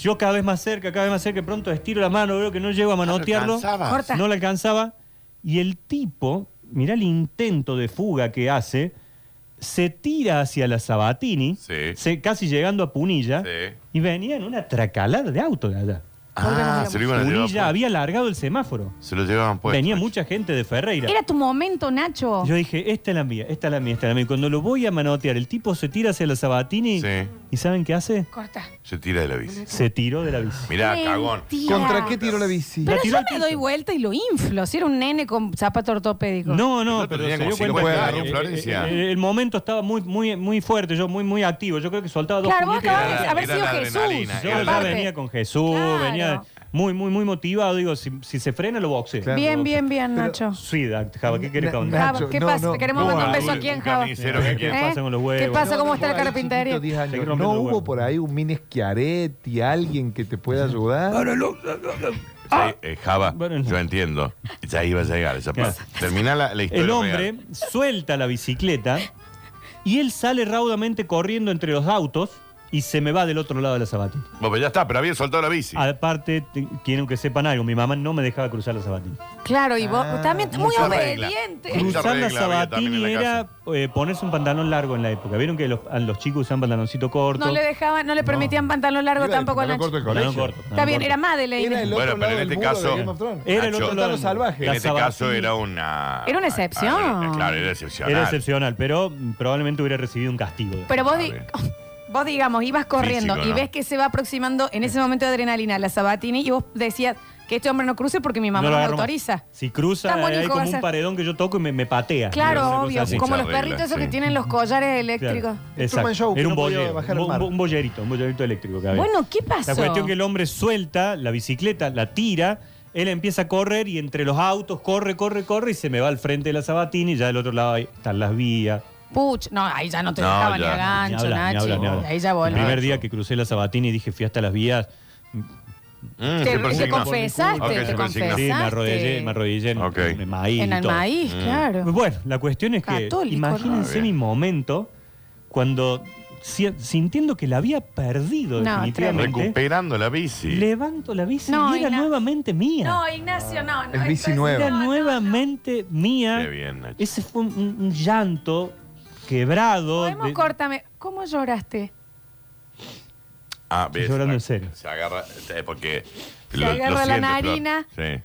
Yo cada vez más cerca, cada vez más cerca, pronto estiro la mano, veo que no llego a manotearlo. alcanzabas. Corta. No la alcanzaba. Y el tipo, mirá el intento de fuga que hace, se tira hacia la Sabatini, se- casi llegando a Punilla, y venía en una tracalada de auto de allá. Ah, se lo iban a llevar. Punilla había largado el semáforo. Se lo llevaban puesto. venía mucha gente de Ferreira. Era tu momento, Nacho. Yo dije, esta es la mía, esta es la mía, esta es la mía. Y Cuando lo voy a manotear, el tipo se tira hacia la Sabatini y ¿saben qué hace? Corta. Se tira de la bici. Se tiró de la bici. Mirá, Mentira. cagón. ¿Contra qué tiró la bici? Pero La tiró yo al me doy vuelta y lo inflo. Si era un nene con zapato ortopédico. No, no, pero tenía se como dio cuenta 50 que años, eh, Florencia. eh, eh, el momento estaba muy, muy, muy fuerte, yo muy, muy activo. Yo creo que soltaba dos Claro, vos puñetes. acababas de haber Era sido la Jesús, adrenalina, Yo era ya la- venía con Jesús, Claro. venía muy, muy, muy motivado. Digo, si, si se frena, lo boxeo. Bien, bien, bien, Nacho. Sí, da- Java, ¿qué querés que haga? Java, ¿qué pasa? Queremos no, mandar un no, beso un- aquí en un Java. carnicero que quiere. ¿Qué pasa con los ¿Eh? ¿Qué huevos? pasa? ¿Cómo No, está la carpintería? 10 años. Seguí rompiendo ¿No el hubo huevo. por ahí un mini Schiaretti, alguien que te pueda ayudar? Ah. Sí, eh, Java, yo entiendo. Ya iba a llegar esa parte. Termina la, la historia. El hombre real. suelta la bicicleta y él sale raudamente corriendo entre los autos y se me va del otro lado de la Sabatini. Bueno, pues ya está, pero había soltado la bici. Aparte, te- quiero que sepan algo, mi mamá no me dejaba cruzar la Sabatini. Claro, y vos Ah, también muy mucha regla. obediente. Cruzar la regla había también Sabatini en la era eh, ponerse un pantalón largo en la época. Vieron que los, a los chicos usan pantaloncito corto. No le dejaban, no le permitían pantalón largo tampoco a Nacho. Pantalón corto, Está pantalón bien, corto. era Madeleine. Era el otro Bueno, pero lado en del este muro de caso. Game of Thrones. Era el otro Nacho, lado del salvaje. En La este Sabatini. caso era una. Era una excepción. Ah, Claro, era excepcional. Era excepcional, pero mm, probablemente hubiera recibido un castigo. Pero vos, di- vos digamos, ibas corriendo Físico, y ¿no? ves que se va aproximando en ese momento de adrenalina a la Sabatini y vos decías que este hombre no cruce porque mi mamá No no, lo me agarro más. autoriza. Si cruza, Está bonito, hay va a como ser. un paredón que yo toco y me, me patea. Una cosa Claro, obvio. así. Como los perritos esos que tienen los collares Claro, eléctricos. Exacto. Era un bollero, un, bo- un bollerito, un bollerito eléctrico que había. Bueno, ¿qué pasó? La cuestión que el hombre suelta la bicicleta, la tira, él empieza a correr y entre los autos corre, corre, corre y se me va al frente de la Sabatini y ya del otro lado ahí están las vías. Puch, no, ahí ya no te No, dejaba ni ya. a gancho, Ni hablar, ni Nachi. hablar, ni hablar. Ahí ya El volví. primer día que crucé la Sabatini dije, fui hasta las vías. Mm, Te- te persignó. confesaste, Ok, te se persignó. Sí, confesaste. me arrodillé, me arrodillé en, en el maíz. Este. En y el todo. Mm. maíz, claro. Bueno, la cuestión es que Católico, imagínense ¿no? mi momento cuando si- sintiendo que la había perdido No, definitivamente. tremendo. Recuperando la bici. Levanto la bici No, y era Ignacio. nuevamente mía. No, Ignacio, no. no Es bici Era nueva. nuevamente mía. Ese fue un, un- un llanto quebrado. Podemos de- córtame. ¿Cómo lloraste? Ah, ves. llorando la- en serio. Se agarra. eh, Porque. Se agarra la narina. Flor. Sí.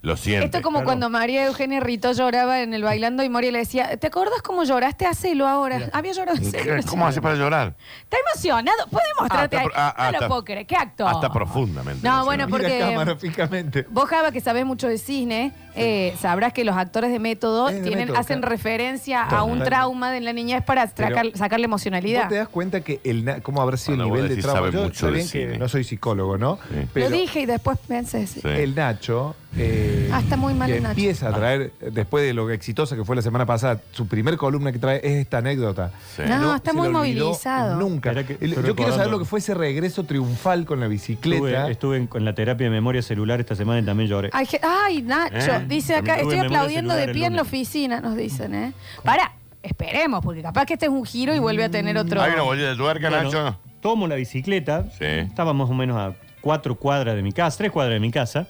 Lo siente. Esto es como cuando María Eugenia Rito lloraba en el bailando y Moria le decía, ¿te acordás cómo lloraste? Hacelo ahora. Había llorado en serio. ¿Cómo hace para llorar? Está emocionado. Puede mostrarte Ah, ahí. está- ah, ah, no lo está- puedo creer. ¿Qué acto? Hasta profundamente. No, bueno, Mira porque- cámara fijamente. Vos, Java, que sabés mucho de cine, eh, sabrás que los actores de método de tienen, método, hacen claro. referencia a un Totalmente. trauma de la niñez para sacar- sacarle ¿Vos emocionalidad. te das cuenta que el na- cómo habrá sido Cuando vos el nivel de decís, trabajo? sabe Yo mucho está de bien que cine. no soy psicólogo, ¿no? Lo Pero dije y después pensé. sí. el Nacho eh, Ah, está muy mal que el Nacho. empieza a Ah. traer, después de lo exitosa que fue la semana pasada, su primer columna que trae es esta anécdota. No, se le está muy olvidó movilizado. Nunca. Era que- El- estoy yo quiero recordando. saber lo que fue ese regreso triunfal con la bicicleta. Estuve, estuve en, con la terapia de memoria celular esta semana y también lloré. Ay, je- ay, Nacho, Eh, dice acá, también tuve estoy memoria aplaudiendo de celular el pie en la lunes. oficina, nos dicen, ¿eh? Para, esperemos, porque capaz que este es un giro y vuelve a tener otro. Hay una bolilla de tuerca, Bueno, Nacho. Mm. Tomo la bicicleta. Estaba más o menos a cuatro cuadras de mi casa, tres cuadras de mi casa.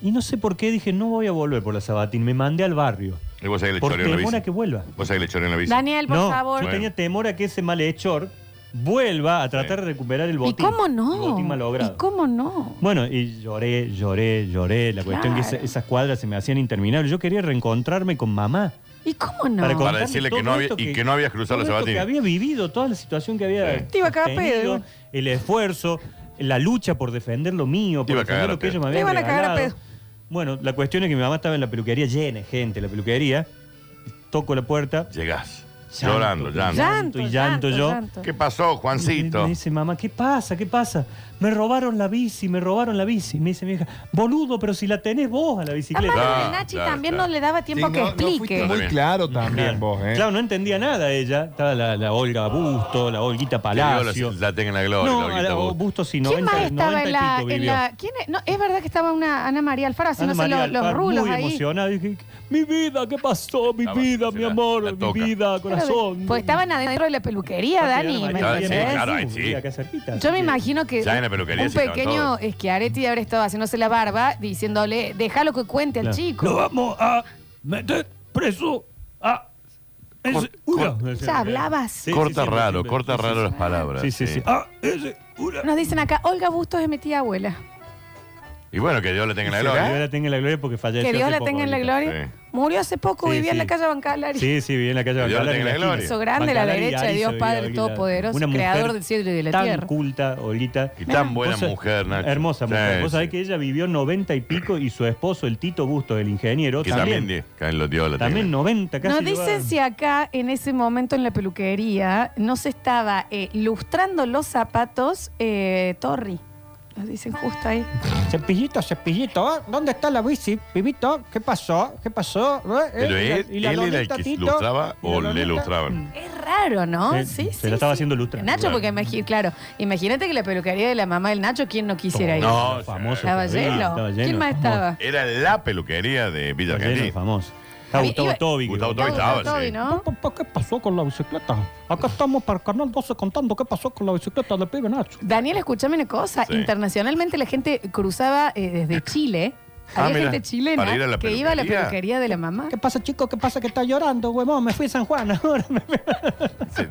Y no sé por qué dije, no voy a volver por la Sabatín. Me mandé al barrio. Y vos sabés que le Por choré una temor bici. a que vuelva. Vos sabés que le choré una bici. Daniel, por no, favor. Yo tenía temor a que ese malhechor vuelva a tratar de recuperar el ¿Y botín. cómo El botín no? ¿Y malogrado. cómo no? Bueno, y lloré, lloré, lloré. La cuestión que esa- Claro. esas cuadras se me hacían interminables. Yo quería reencontrarme con mamá. ¿Y cómo no? Para, contarle decirle que todo no, había, esto y que no habías cruzado la todo esto sabatina. que había vivido, toda la situación que había Te iba a cagar tenido, pedo. el esfuerzo, la lucha por defender lo mío, Te por iba a defender cagar a lo que pedo. ellos me Te habían iban a cagar a regalado. Bueno, la cuestión es que mi mamá estaba en la peluquería llena de gente, la peluquería. Toco la puerta. Llegás. Llorando, llanto. Llanto, y llanto, yo. ¿Qué pasó, Me, Juancito? me dice mamá, ¿qué pasa? ¿Qué pasa? Me robaron la bici, me robaron la bici. Me dice mi hija, boludo, pero si la tenés vos a la bicicleta. Aparte que Nachi también no le daba tiempo Ah, Sí, que no- no explique. fuiste Muy claro también Claro. vos, ¿eh? Claro, no entendía nada ella. Estaba la, la Olga Busto, la Olguita Palacio. La, tenga en la gloria, No, la Olguita a la- Busto. Busto sí, ¿Quién 90, más estaba 90 en y la, pico en vivió. la- ¿quién es? No, es verdad que estaba una Ana María Alfaro Ana haciéndose María los, los Alfaro, rulos muy ahí. emocionada. dije, mi vida, ¿qué pasó? Mi vida, mi amor, mi vida, Claro, corazón. Pues estaban adentro de la peluquería, Dani. ¿me Claro, sí, ¿eh? entendés? claro, ahí sí. Yo me imagino que Ya en la peluquería un sí estaban pequeño todos. Schiaretti habrá estado haciéndose la barba diciéndole, déjalo que cuente al Claro. chico. Lo vamos a meter preso a. Ese, Ya hablabas. corta raro, corta raro las palabras. Sí, sí, sí. Ah, ese- Nos dicen acá, Olga Bustos es mi tía abuela. Y bueno, que Dios le tenga en la Que Dios gloria. la tenga en la gloria porque falleció. que Dios hace la poco, tenga en la ahorita. gloria. Murió hace poco, Sí, vivía en sí. la calle Bancalari. Sí, sí, viví en la calle Dios la Bacalar, tenga en en la esquina. gloria. Eso grande, la Bacalar y derecha de Ariza Dios vivía Padre Olguita. Todopoderoso, Una mujer creador del cielo y de la tan tierra. culta, Olguita. Y tan buena Vos sa- mujer, Nacho. Hermosa Sí, mujer. Vos sí. sabés que ella vivió 90 y pico y su esposo, el Tito Bustos, el ingeniero, Que también. también, di- que lo- Dios la tenga. También 90, casi. Nos lo va- dicen si acá, en ese momento en la peluquería, no se estaba eh, lustrando los zapatos eh, Torri. Nos dicen justo ahí. Cepillito, cepillito, ¿dónde está la bici, pibito? ¿Qué pasó? ¿é pasó? ¿Eh? Pero ¿Y la- él, y la él era el Lolita, que Tito? lustraba ¿Y la o le Lolita? lustraban. Es raro, ¿no? Eh, Sí, Se sí, la estaba sí. haciendo lustra. Nacho, porque imagi- claro, imagínate que la peluquería de la mamá del Nacho, ¿quién no quisiera ir? No, estaba sí. lleno. Estaba ¿Quién más estaba? Era la peluquería de Villa Argentina. famoso. Estaba Había- Gustavo iba- Tobi. Gustavo Tobi Gustavo estaba, Tobi, sí. ¿no? Papá, ¿qué pasó con la bicicleta? Acá estamos para el Canal 12 contando qué pasó con la bicicleta del pibe Nacho. Daniel, escúchame una cosa. Sí. Internacionalmente la gente cruzaba eh, desde Chile. Ah, Había mira, gente chilena para ir a la que iba a la peluquería. peluquería de la mamá. ¿Qué pasa, chico? ¿Qué pasa que está llorando, huevón? Me fui a San Juan ahora. Me Se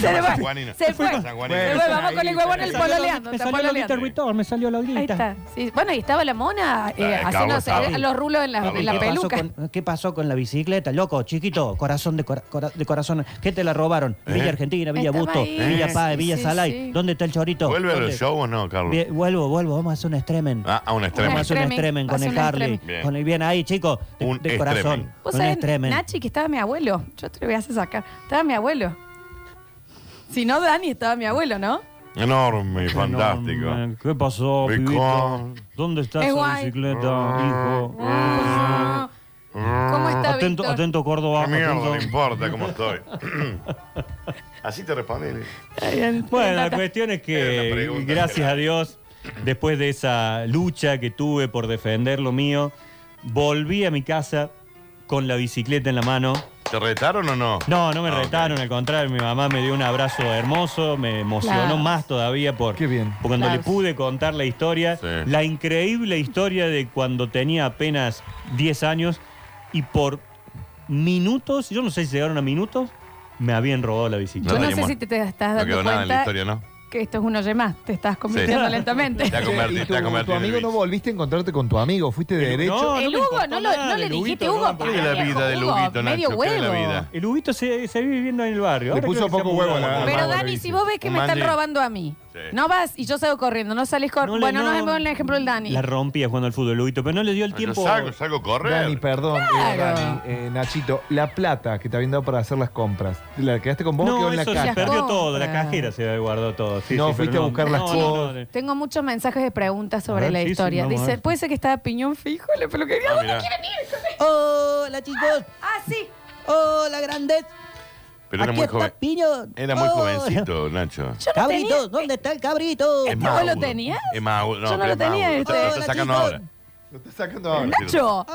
le va- San Juanino. se fue. San Juanino. Se fue, vamos con el huevón el pololeando. Me está salió la pololeando. Ruitor, me salió la Ahí está. Sí. Bueno, y estaba la mona eh, haciendo hacer los rulos en la, en la peluca. ¿Qué pasó con la bicicleta, loco? Chiquito, corazón de, cora- cora- de corazón. ¿Qué te la robaron? Villa ¿Eh? Argentina, Villa Estaba Busto, ahí. Villa Sí, Paz, sí, Villa sí, Salay. sí. ¿Dónde está el chorito? ¿Vuelve al ¿Dónde? show o no, Carlos? Bien, vuelvo, vuelvo, vamos a hacer un stremen. Ah, a un extremo. Vamos a hacer un stremen con Pasa el un Harley. stremen. Bien. Con el bien ahí, chicos. De, Un de corazón. stremen. Vos Un sabés, stremen. Nachi, que estaba mi abuelo. Yo te lo voy a hacer sacar. Estaba mi abuelo. Si no, Dani, estaba mi abuelo, ¿no? Enorme, fantástico. Enorme. ¿Qué pasó, Bitcoin. pibito? ¿Dónde está Es esa guay. bicicleta, Ah. hijo? ¿Cómo está, Atento, Víctor? atento Córdoba. ¿Qué mierda atento. le importa cómo estoy? Así te responde. Bueno, la cuestión es Era una que, pregunta gracias a Dios, después de esa lucha que tuve por defender lo mío, volví a mi casa con la bicicleta en la mano. ¿Te retaron o no? No, no me retaron, al contrario, mi mamá me dio un abrazo hermoso, me emocionó Claro. más todavía por, por cuando Claro. le pude contar la historia, la increíble historia de cuando tenía apenas 10 años y por minutos, yo no sé si llegaron a minutos, me habían robado la bicicleta. Yo no sé si te, te estás dando cuenta ¿no? que esto es un oye más. Te estás convirtiendo Sí. lentamente. Te ha convertido- Y te ha tu, tu convertido en amigo el no volviste a encontrarte con tu amigo, fuiste de derecho. el Hugo, no, lo- no le dijiste Hugo. ¿Qué es para, la viejo, vida del Hugo, Huguito, Medio Nacho? ¿Qué huevo. es la vida? El Huguito se, se vive viviendo en el barrio. Le Ahora puso creo que se poco ha huevo mudado. a la- Pero Dani, si vos ves que Un me están manji. robando a mí, Sí. no vas y yo salgo corriendo, no salís corriendo. le- bueno, no, no- es el ejemplo del Dani. La rompía jugando al fútbol, el Huguito, pero no le dio el tiempo. salgo, salgo a correr. Dani, perdón, eh, Claro. Dani, eh, Nachito, la plata que te habían dado para hacer las compras, ¿la quedaste con vos o No, quedó en la eso caja? se perdió todo, la cajera se guardó todo. sí, No, sí, fuiste pero a buscar las no, cosas. no, no, no. Tengo muchos mensajes de preguntas sobre A ver, la sí, sí, historia. vamos a Dice, ver. ¿puede ser que estaba piñón fijo en la peluquería? Ah, ¿Dónde mirá. quieren ir con esto? Hola chicos, Ah, sí. hola grandes. Pero era Aquí muy está joven. Piño. Era muy Hola. jovencito, Nacho. Cabrito, ¿dónde está el cabrito? Es ¿Vos lo Mauro. tenías? Es Mauro. Yo no pero lo es Mauro. tenía este. Lo está sacando Hola, ahora. Lo estás sacando ahora. Nacho,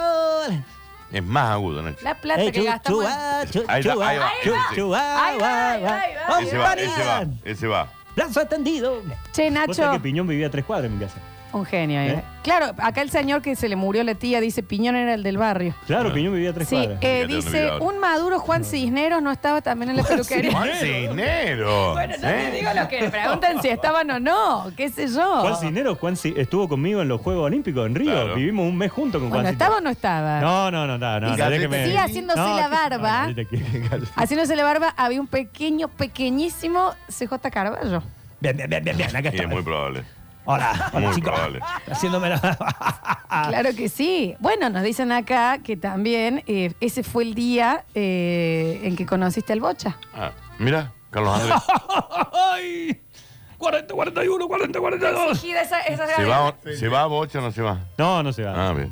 Es más agudo, Nacho. la plata Ey, que chu- gastamos. en- Ahí va, ahí va. Ahí va, ahí va, ahí va. Ese va, ese va, ese va. Brazo extendido. Che, Vos sabés que Eh, Nacho, Piñón vivía a tres cuadras en mi casa. un genio. eh. ¿Eh? Claro, acá el señor que se le murió la tía dice, Piñón era el del barrio. Ah. Claro, Piñón vivía a tres Sí, cuadras. eh, dice, un maduro Juan Cisneros no estaba también en la peluquería. Juan Cisnero. Bueno, no ¿Eh? te digo lo que preguntan si estaban o no, qué sé yo. Juan Cinero Juan Ci- estuvo conmigo en los Juegos Olímpicos en Río. Vivimos un mes juntos con Bueno, Juan ¿estaba Cinero. o no estaba? No, no, no, no, no. Y no, sigue déjeme- haciéndose No, la que- barba. no, déjate que- Haciéndose la barba había un pequeño, pequeñísimo CJ Carballo. Bien, bien, bien, bien, bien, acá Y es muy probable. Hola, hola Muy chicos. probable. Haciéndome la... Ah. Claro que sí. Bueno, nos dicen acá que también eh, ese fue el día eh, en que conociste al Bocha. Ah, mira, Carlos Andrés. ¡Ay! 40, 41, 40, 42. Exigida esa, esa ¿Se va, o- ¿Se va Bocha o no se va? No, no se va. Ah, bien.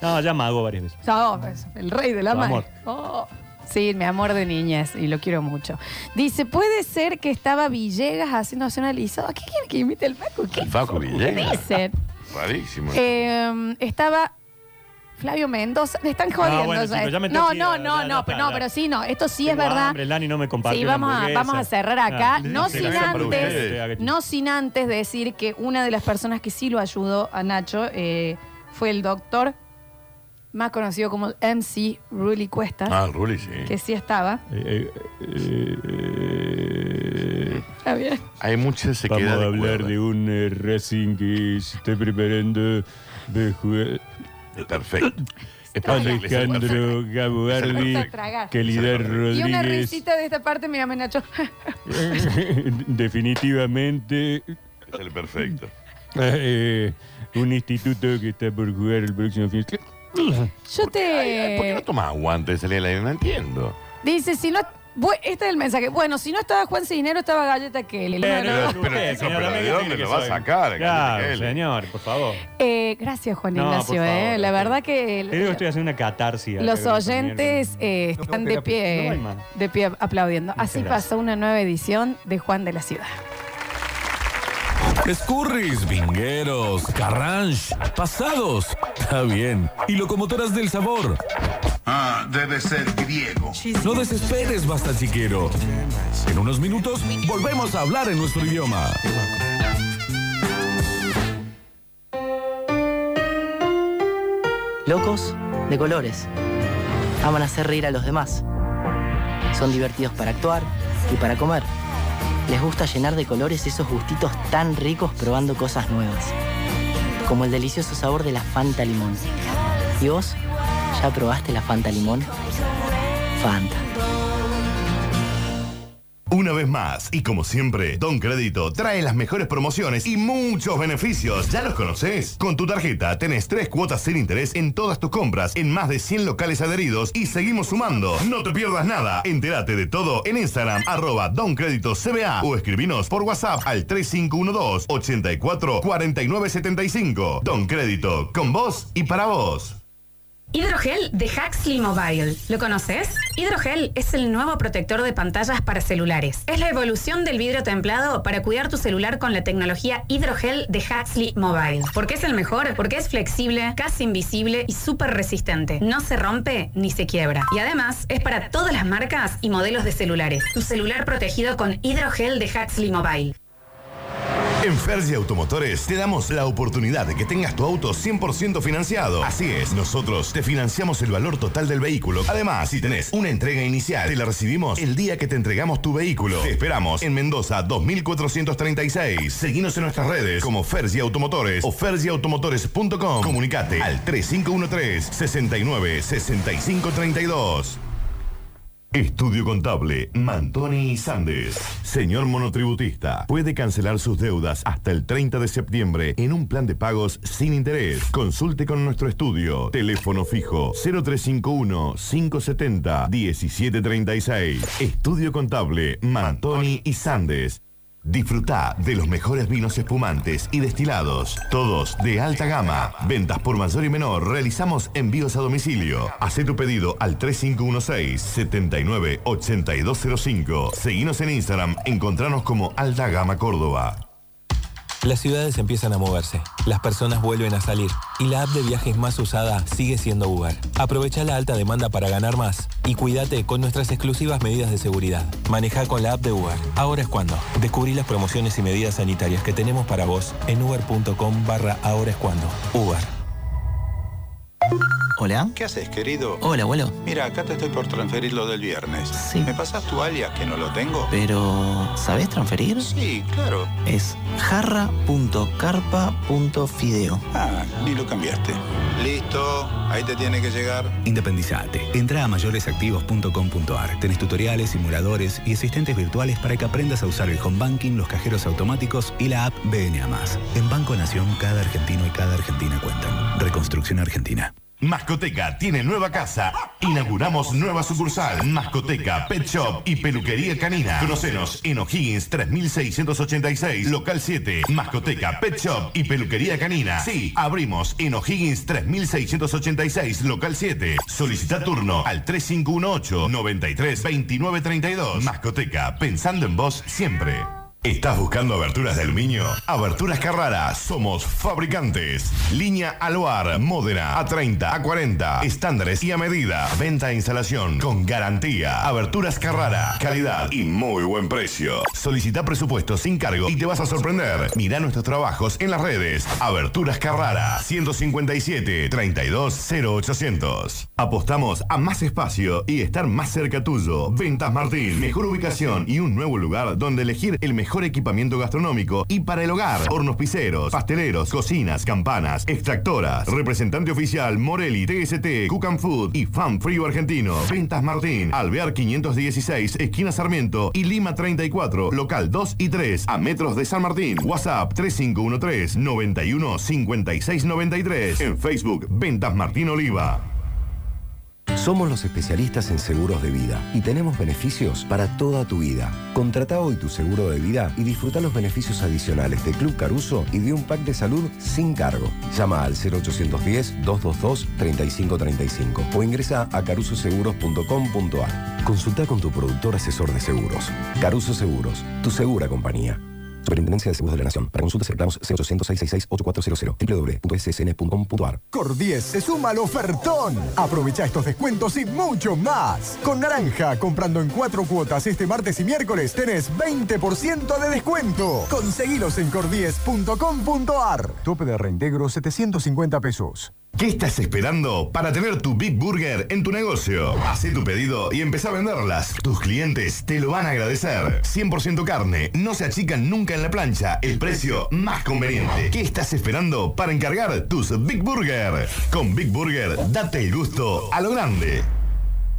No, ya me hago varias veces. No, pues, el rey de la Tu mar. amor. Oh, sí, mi amor de niñez y lo quiero mucho. Dice, ¿puede ser que estaba Villegas haciéndose un alisado? ¿Qué quiere que imite el Paco? ¿Qué, El Facu qué Villegas. dicen? Ah, Rarísimo. Eh, estaba Flavio Mendoza. Me están jodiendo. Ah, bueno, chicos, ¿sabes? ya me tengo no, que ir, no, ya, no, ya no, está, pero, no, ya. pero sí, no. Esto sí es Tengo verdad. hambre, Lani no me compartió Sí, una vamos a, hamburguesa. vamos a cerrar acá. Ah, no, sí, sin sí, para antes, ustedes. no sin antes decir que una de las personas que sí lo ayudó a Nacho eh, fue el doctor, más conocido como el MC Ruli Cuestas, Ah, el Ruli, sí. que sí estaba. Eh, eh. Está bien. Hay mucha Vamos sequedad a de hablar cuerda. de un eh, Racing que se está preparando de jugar. Perfecto. Alejandro Me Gabardi, gusta tragar. Calidad Y una Rodríguez. risita de esta parte, mírame Nacho. Definitivamente. Es el perfecto. eh, un instituto que está por jugar el próximo fin. Yo te... ¿Por qué no tomas agua antes de salir al aire? No entiendo. Dice, si no. bu- Este es el mensaje. Bueno, si no estaba Juan Dinero, estaba Galleta Kelly. Bueno, Pero, no, pero, usted, chico, señor, pero dame ¿de que dónde tiene lo que va a soy. sacar? Claro, Gabriel? señor, por favor. eh, gracias, Juan No, por Ignacio. favor, este- eh. La verdad que el- Te digo que estoy haciendo una catarsis. acá los con esta oyentes eh, están de no pie, hay más. de pie aplaudiendo. Así gracias. pasó una nueva edición de Juan de la Ciudad. Escurris, vingueros, carranche, pasados. Está bien. Y locomotoras del sabor. Ah, debe ser griego. No desesperes, basta chiquero. En unos minutos volvemos a hablar en nuestro idioma. Locos de colores. Aman hacer reír a los demás. Son divertidos para actuar y para comer. Les gusta llenar de colores esos gustitos tan ricos probando cosas nuevas. Como el delicioso sabor de la Fanta Limón. ¿Y vos? ¿Ya probaste la Fanta Limón? Fanta. Una vez más, y como siempre, Don Crédito trae las mejores promociones y muchos beneficios. ¿Ya los conoces? Con tu tarjeta tenés tres cuotas sin interés en todas tus compras en más de 100 locales adheridos y seguimos sumando. No te pierdas nada. Entérate de todo en Instagram, arroba Don Crédito CBA o escribinos por WhatsApp al 3512 84 49 75. Don Crédito, con vos y para vos. Hidrogel de Huxley Mobile. ¿Lo conoces? Hidrogel es el nuevo protector de pantallas para celulares. Es la evolución del vidrio templado para cuidar tu celular con la tecnología hidrogel de Huxley Mobile. ¿Por qué es el mejor? Porque es flexible, casi invisible y súper resistente. No se rompe ni se quiebra. Y además es para todas las marcas y modelos de celulares. Tu celular protegido con hidrogel de Huxley Mobile. En Fergie Automotores te damos la oportunidad de que tengas tu auto 100% financiado. Así es, nosotros te financiamos el valor total del vehículo. Además, si tenés una entrega inicial, te la recibimos el día que te entregamos tu vehículo. Te esperamos en Mendoza 2436. Seguinos en nuestras redes como Fergie Automotores o fergieautomotores.com. Comunicate al 3513 69 65 32. Estudio Contable, Mantoni y Sandes. Señor monotributista, puede cancelar sus deudas hasta el 30 de septiembre en un plan de pagos sin interés. Consulte con nuestro estudio. Teléfono fijo 0351-570-1736. Estudio Contable, Mantoni y Sandes. Disfruta de los mejores vinos espumantes y destilados, todos de alta gama. Ventas por mayor y menor, realizamos envíos a domicilio. Hacé tu pedido al 3516-798205. Seguinos en Instagram, encontranos como Alta Gama Córdoba. Las ciudades empiezan a moverse, las personas vuelven a salir y la app de viajes más usada sigue siendo Uber. Aprovecha la alta demanda para ganar más y cuídate con nuestras exclusivas medidas de seguridad. Maneja con la app de Uber. Ahora es cuando. Descubrí las promociones y medidas sanitarias que tenemos para vos en uber.com barra ahora es cuando. Uber. Hola. ¿Qué haces, querido? Hola, abuelo. Mira, acá te estoy por transferir lo del viernes. Sí. ¿Me pasas tu alias que no lo tengo? Pero, ¿sabés transferir? Sí, claro. Es jarra.carpa.fideo. Ah, ni lo cambiaste. Listo, ahí te tiene que llegar. Independizate. Entra a mayoresactivos.com.ar. Tenés tutoriales, simuladores y asistentes virtuales para que aprendas a usar el home banking, los cajeros automáticos y la app BNA. En Banco Nación, cada argentino y cada argentina cuentan. Reconstrucción Argentina. Mascoteca tiene nueva casa. Inauguramos nueva sucursal. Mascoteca, Pet Shop y Peluquería Canina. Conocenos en O'Higgins 3686, local 7. Mascoteca, Pet Shop y Peluquería Canina. Sí, abrimos en O'Higgins 3686, local 7. Solicita turno al 3518 93 29 32. Mascoteca, pensando en vos siempre. ¿Estás buscando aberturas de aluminio? Aberturas Carrara, somos fabricantes. Línea Alvar, Módena, A30, A40, estándares y a medida. Venta e instalación con garantía. Aberturas Carrara, calidad y muy buen precio. Solicita presupuesto sin cargo y te vas a sorprender. Mira nuestros trabajos en las redes. Aberturas Carrara, 157 32 0800. Apostamos a más espacio y estar más cerca tuyo. Ventas Martín, mejor ubicación y un nuevo lugar donde elegir el mejor equipamiento gastronómico y para el hogar. Hornos piseros, pasteleros, cocinas, campanas, extractoras. Representante oficial Morelli, TST, Cook and Food y Fan Frío Argentino. Ventas Martín, Alvear 516, esquina Sarmiento y Lima 34, local 2 y 3, a metros de San Martín. WhatsApp 3513 91 56 93. En Facebook, Ventas Martín Oliva. Somos los especialistas en seguros de vida y tenemos beneficios para toda tu vida. Contrata hoy tu seguro de vida y disfruta los beneficios adicionales de Club Caruso y de un pack de salud sin cargo. Llama al 0810-222-3535 o ingresa a carusoseguros.com.ar. Consulta con tu productor asesor de seguros. Caruso Seguros, tu segura compañía. Superintendencia de Seguros de la Nación. Para consultas y reclamos 0800 666 8400 www.ssn.com.ar Cor 10 se suma al ofertón. Aprovecha estos descuentos y mucho más. Con Naranja, comprando en cuatro cuotas este martes y miércoles, tenés 20% de descuento. Conseguilos en cordies.com.ar. Tope de reintegro 750 pesos. ¿Qué estás esperando para tener tu Big Burger en tu negocio? Hacé tu pedido y empezá a venderlas. Tus clientes te lo van a agradecer. 100% carne, no se achican nunca en la plancha. El precio más conveniente. ¿Qué estás esperando para encargar tus Big Burger? Con Big Burger, date el gusto a lo grande.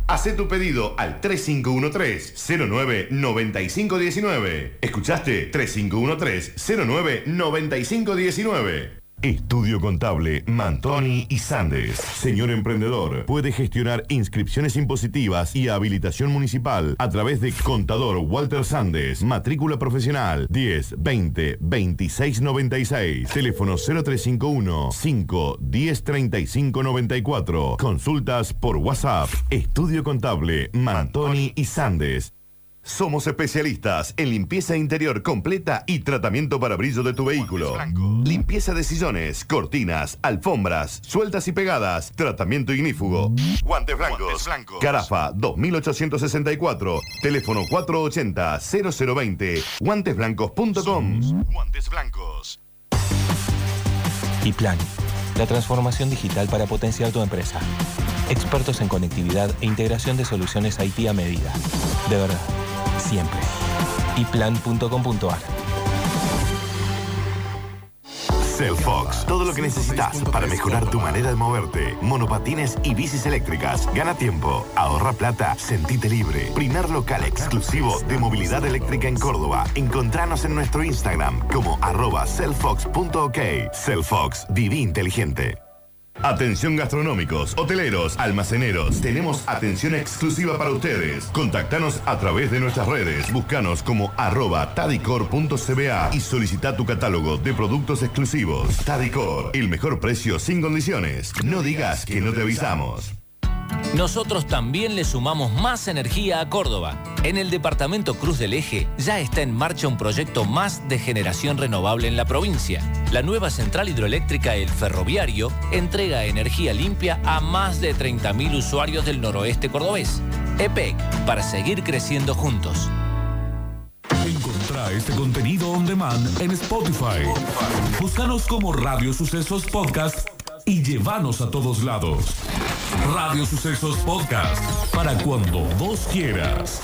Hacé tu pedido al 3513-099519. ¿Escuchaste? 3513-099519. Estudio Contable Mantoni y Sandes. Señor emprendedor, puede gestionar inscripciones impositivas y habilitación municipal a través de Contador Walter Sandes, matrícula profesional 10 20 26 96, teléfono 0351 5 10 35 94. Consultas por WhatsApp. Estudio Contable Mantoni y Sandes. Somos especialistas en limpieza interior completa y tratamiento para brillo de tu vehículo. Limpieza de sillones, cortinas, alfombras, sueltas y pegadas, tratamiento ignífugo. Guantes blancos. Carafa 2864, teléfono 480-0020, guantesblancos.com. Guantes blancos. Y Plan, la transformación digital para potenciar tu empresa. Expertos en conectividad e integración de soluciones IT a medida. De verdad, siempre. iPlan.com.ar Cellfox, todo lo que necesitas para mejorar tu manera de moverte. Monopatines y bicis eléctricas. Gana tiempo, ahorra plata, sentite libre. Primer local exclusivo de movilidad eléctrica en Córdoba. Encontranos en nuestro Instagram como arroba cellfox.ok. Cellfox, viví inteligente. Atención gastronómicos, hoteleros, almaceneros. Tenemos atención exclusiva para ustedes. Contactanos a través de nuestras redes. Búscanos como arroba tadicor.cba y solicita tu catálogo de productos exclusivos. Tadicor, el mejor precio sin condiciones. No digas que no te avisamos. Nosotros también le sumamos más energía a Córdoba. En el departamento Cruz del Eje ya está en marcha un proyecto más de generación renovable en la provincia. La nueva central hidroeléctrica El Ferroviario entrega energía limpia a más de 30.000 usuarios del noroeste cordobés. E EPEC, para seguir creciendo juntos. Encontrá este contenido on demand en Spotify. Búscanos como Radio Sucesos Podcast y llévanos a todos lados. Radio Sucesos Podcast. Para cuando vos quieras.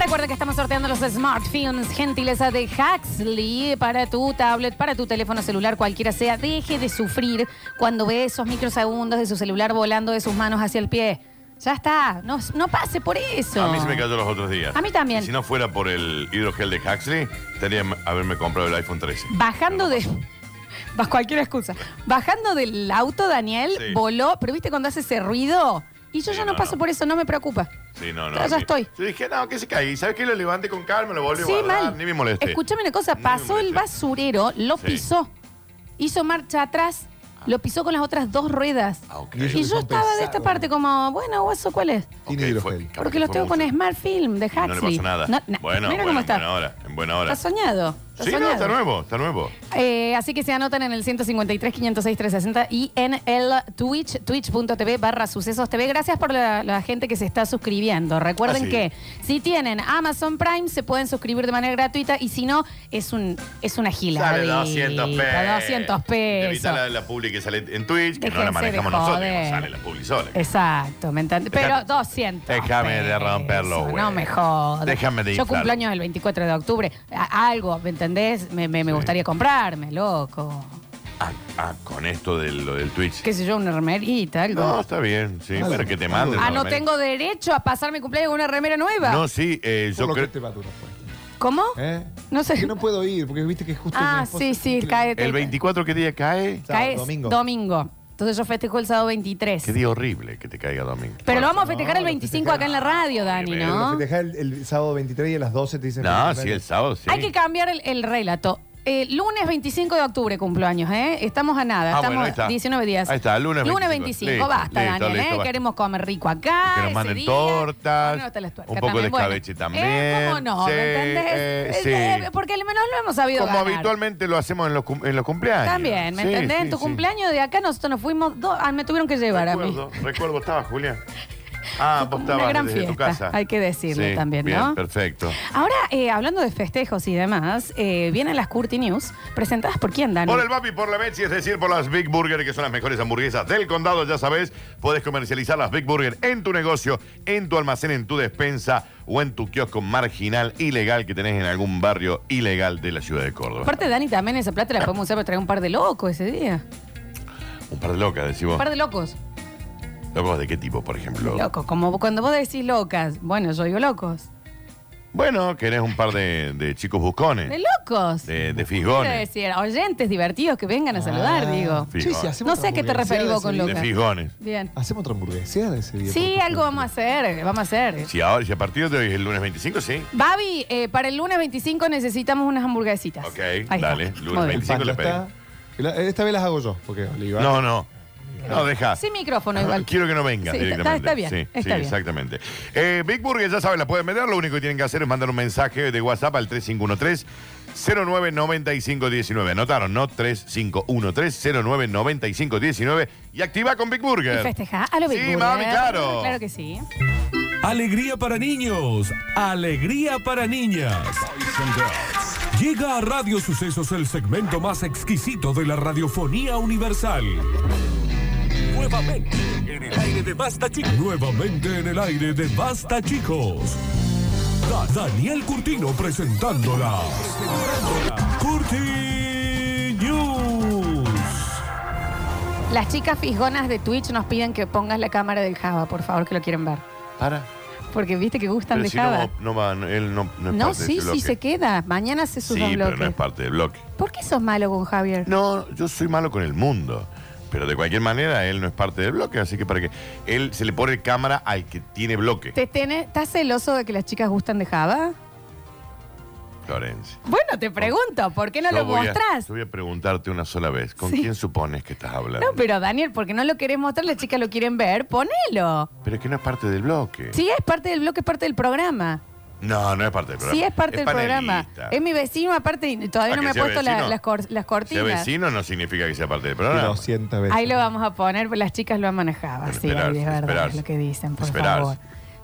Recuerda que estamos sorteando los Smart Films, gentileza de Huxley, para tu tablet, para tu teléfono celular, cualquiera sea. Deje de sufrir cuando ve esos microsegundos de su celular volando de sus manos hacia el pie. Ya está, no, no pase por eso. A mí se me cayó los otros días. A mí también. Y si no fuera por el hidrogel de Huxley, tendría que haberme comprado el iPhone 13. Bajando de. Bajo cualquier excusa. Bajando del auto, Daniel Sí. voló, pero viste cuando hace ese ruido. Y yo ya no, paso por eso, no me preocupa. Sí, no, no. Ya, ya sí. estoy. Yo dije, no, que se caí. ¿Sabes qué? Lo levanté con calma, lo volví Sí, a guardar, mal. Ni me molesté. Escúchame una cosa, pasó el basurero, lo Sí. pisó, hizo marcha atrás, lo pisó con las otras dos ruedas. Y ellos Y que yo son estaba de esta pesados. parte como, bueno, guaso, ¿cuál es? Tiene hidrogel. Porque los tengo con Smart Film de Huxley. No le pasó nada. No, no, bueno, mira bueno, en cómo está. buena hora. En buena hora. Está soñado. Está sí, soñado. no, está nuevo, está nuevo. Eh, así que se anotan en el 153, 506, 360 y en el Twitch, twitch.tv barra sucesos TV. Gracias por la, la gente que se está suscribiendo. Ah, Recuerden sí. que si tienen Amazon Prime se pueden suscribir de manera gratuita y si no, es un es una gila. Sale 200 pesos. 200 pesos. Evita la, la publi que sale en Twitch, que no Déjense la de manejamos nosotros, joder. que sale la publi sola. Exacto, me entendés. Pero Déjame- 200. Déjame de romperlo, pesos, güey. No me jodas. Déjame de Yo inflar. cumpleaños el 24 de octubre. A- Algo, ¿me entendés? Me, me- me gustaría comprarme, loco. Ah, ah, con esto de lo del Twitch. Qué sé yo, una remerita, algo. No, está bien, sí, Algo. para que te manden. Ah, no normalmente. tengo derecho a pasar mi cumpleaños con una remera nueva. No, sí, eh, yo creo. ¿Cómo? ¿Eh? No sé. no puedo ir, porque viste que justo. Ah, sí, sí, cae. ¿El 24 qué día cae? cae domingo. domingo. Entonces yo festejo el sábado 23. Qué día horrible que te caiga domingo. Pero lo vamos a festejar el 25 acá en la radio, Dani, ¿no? Te el, el sábado 23 y a las 12 te dicen. No, sí, el sábado, sí. Hay que cambiar el, el relato. Eh, lunes 25 de octubre cumpleaños, ¿eh? Estamos a nada, Ah, estamos bueno, ahí está. 19 días. Ahí está, lunes 25. 25, Listo, basta, listo, Daniel, listo, ¿eh? basta. Queremos comer rico acá. Que nos Ah, ese manden día. Ah, tortas, Bueno, hasta las tuercas un poco de también, bueno. escabeche Eh, también. ¿Cómo no? Sí, ¿Me entendés? eh, Eh, sí. eh, Porque al menos lo hemos sabido Como ganar. habitualmente lo hacemos en los, cum- en los cumpleaños. También, ¿me Sí, entendés? sí, en tu sí. cumpleaños de acá nosotros nos fuimos dos. Ah, me tuvieron que llevar a Recuerdo, recuerdo, estaba Julián. Ah, vos Una estabas gran desde tu fiesta, casa. hay que decirlo Sí, también, bien, ¿no? perfecto. mí. Ahora, eh, hablando de festejos y demás, eh, vienen las Curti News, presentadas por quién, Dani. Por el Papi, por la Mechi, es decir, por las Big Burger, que son las mejores hamburguesas del condado, ya sabes, puedes comercializar las Big Burger en tu negocio, en tu almacén, en tu despensa o en tu kiosco marginal ilegal que tenés en algún barrio ilegal de la ciudad de Córdoba. Aparte, Dani, también esa plata la podemos usar para traer un par de locos ese día. Un par de locas, Un decimos. par de locos. ¿Locos de qué tipo, por ejemplo? Locos, como cuando vos decís locas. Bueno, yo digo locos. Bueno, querés un par de, de chicos buscones, De locos. de, de Quiero fisgones. decir, oyentes divertidos que vengan a Ah, saludar, digo. Ah, Sí, sí, no sé a qué te referís vos con De locas. fisgones. Bien. Hacemos otra hamburguesa de ese día. Sí, algo vamos a hacer, vamos a hacer. Si, ahora, si a partir de hoy es el lunes 25, sí. Babi, eh, para el lunes 25 necesitamos unas hamburguesitas. Ok, está. dale. Lunes 25 le pedimos. Esta vez las hago yo, porque Oliva. No, no. No, deja. Sin micrófono igual. Quiero que no venga Sí, está- directamente. está bien, Sí, está sí, bien. exactamente. Eh, Big Burger, ya saben, la pueden vender. Lo único que tienen que hacer es mandar un mensaje de WhatsApp al 3513. 099519. Anotaron, ¿no? 3513-099519. Y activa con Big Y Burger. festeja a lo Sí, Big Burger. mami, claro. Claro que sí. Alegría para niños, alegría para niñas. Boys and girls. Llega a Radio Sucesos el segmento más exquisito de la radiofonía universal. Nuevamente en el aire de Basta Chicos. Nuevamente en el aire de Basta Chicos. Da- Daniel Curtino presentándola. Curti News. Las chicas fisgonas de Twitch nos piden que pongas la cámara del Java, por favor, que lo quieren ver. Para. Porque viste que gustan Pero de si Java. no, no va, no, él no, no es No, parte de sí, ese sí, se bloque. queda. Mañana hace sus Sí, dos pero bloques. no es parte del bloque. ¿Por qué sos malo con Javier? No, yo soy malo con el mundo. Pero de cualquier manera, él no es parte del bloque, así que para que él se le pone cámara al que tiene bloque. ¿Te tenés- ¿Estás celoso de que las chicas gustan de Java? Florencia. Bueno, te pregunto, ¿por qué no Yo lo voy a- mostrás? yo voy a preguntarte una sola vez. ¿Con Sí. quién supones que estás hablando? No, pero Daniel, porque no lo querés mostrar, las chicas lo quieren ver, ponelo. Pero es que no es parte del bloque. Sí, es parte del bloque, es parte del programa. No, no es parte del programa. Sí, es parte del programa. panelista. Es mi vecino, aparte, y todavía Ah, no que me ha sea puesto la- vecino. las, cor- las Ser cortinas. vecino no significa que sea parte del programa. 200 Ahí lo vamos a poner, porque las chicas lo han manejado. Bueno, sí, ahí esperarse, es verdad esperarse. lo que dicen, por Esperarse. favor.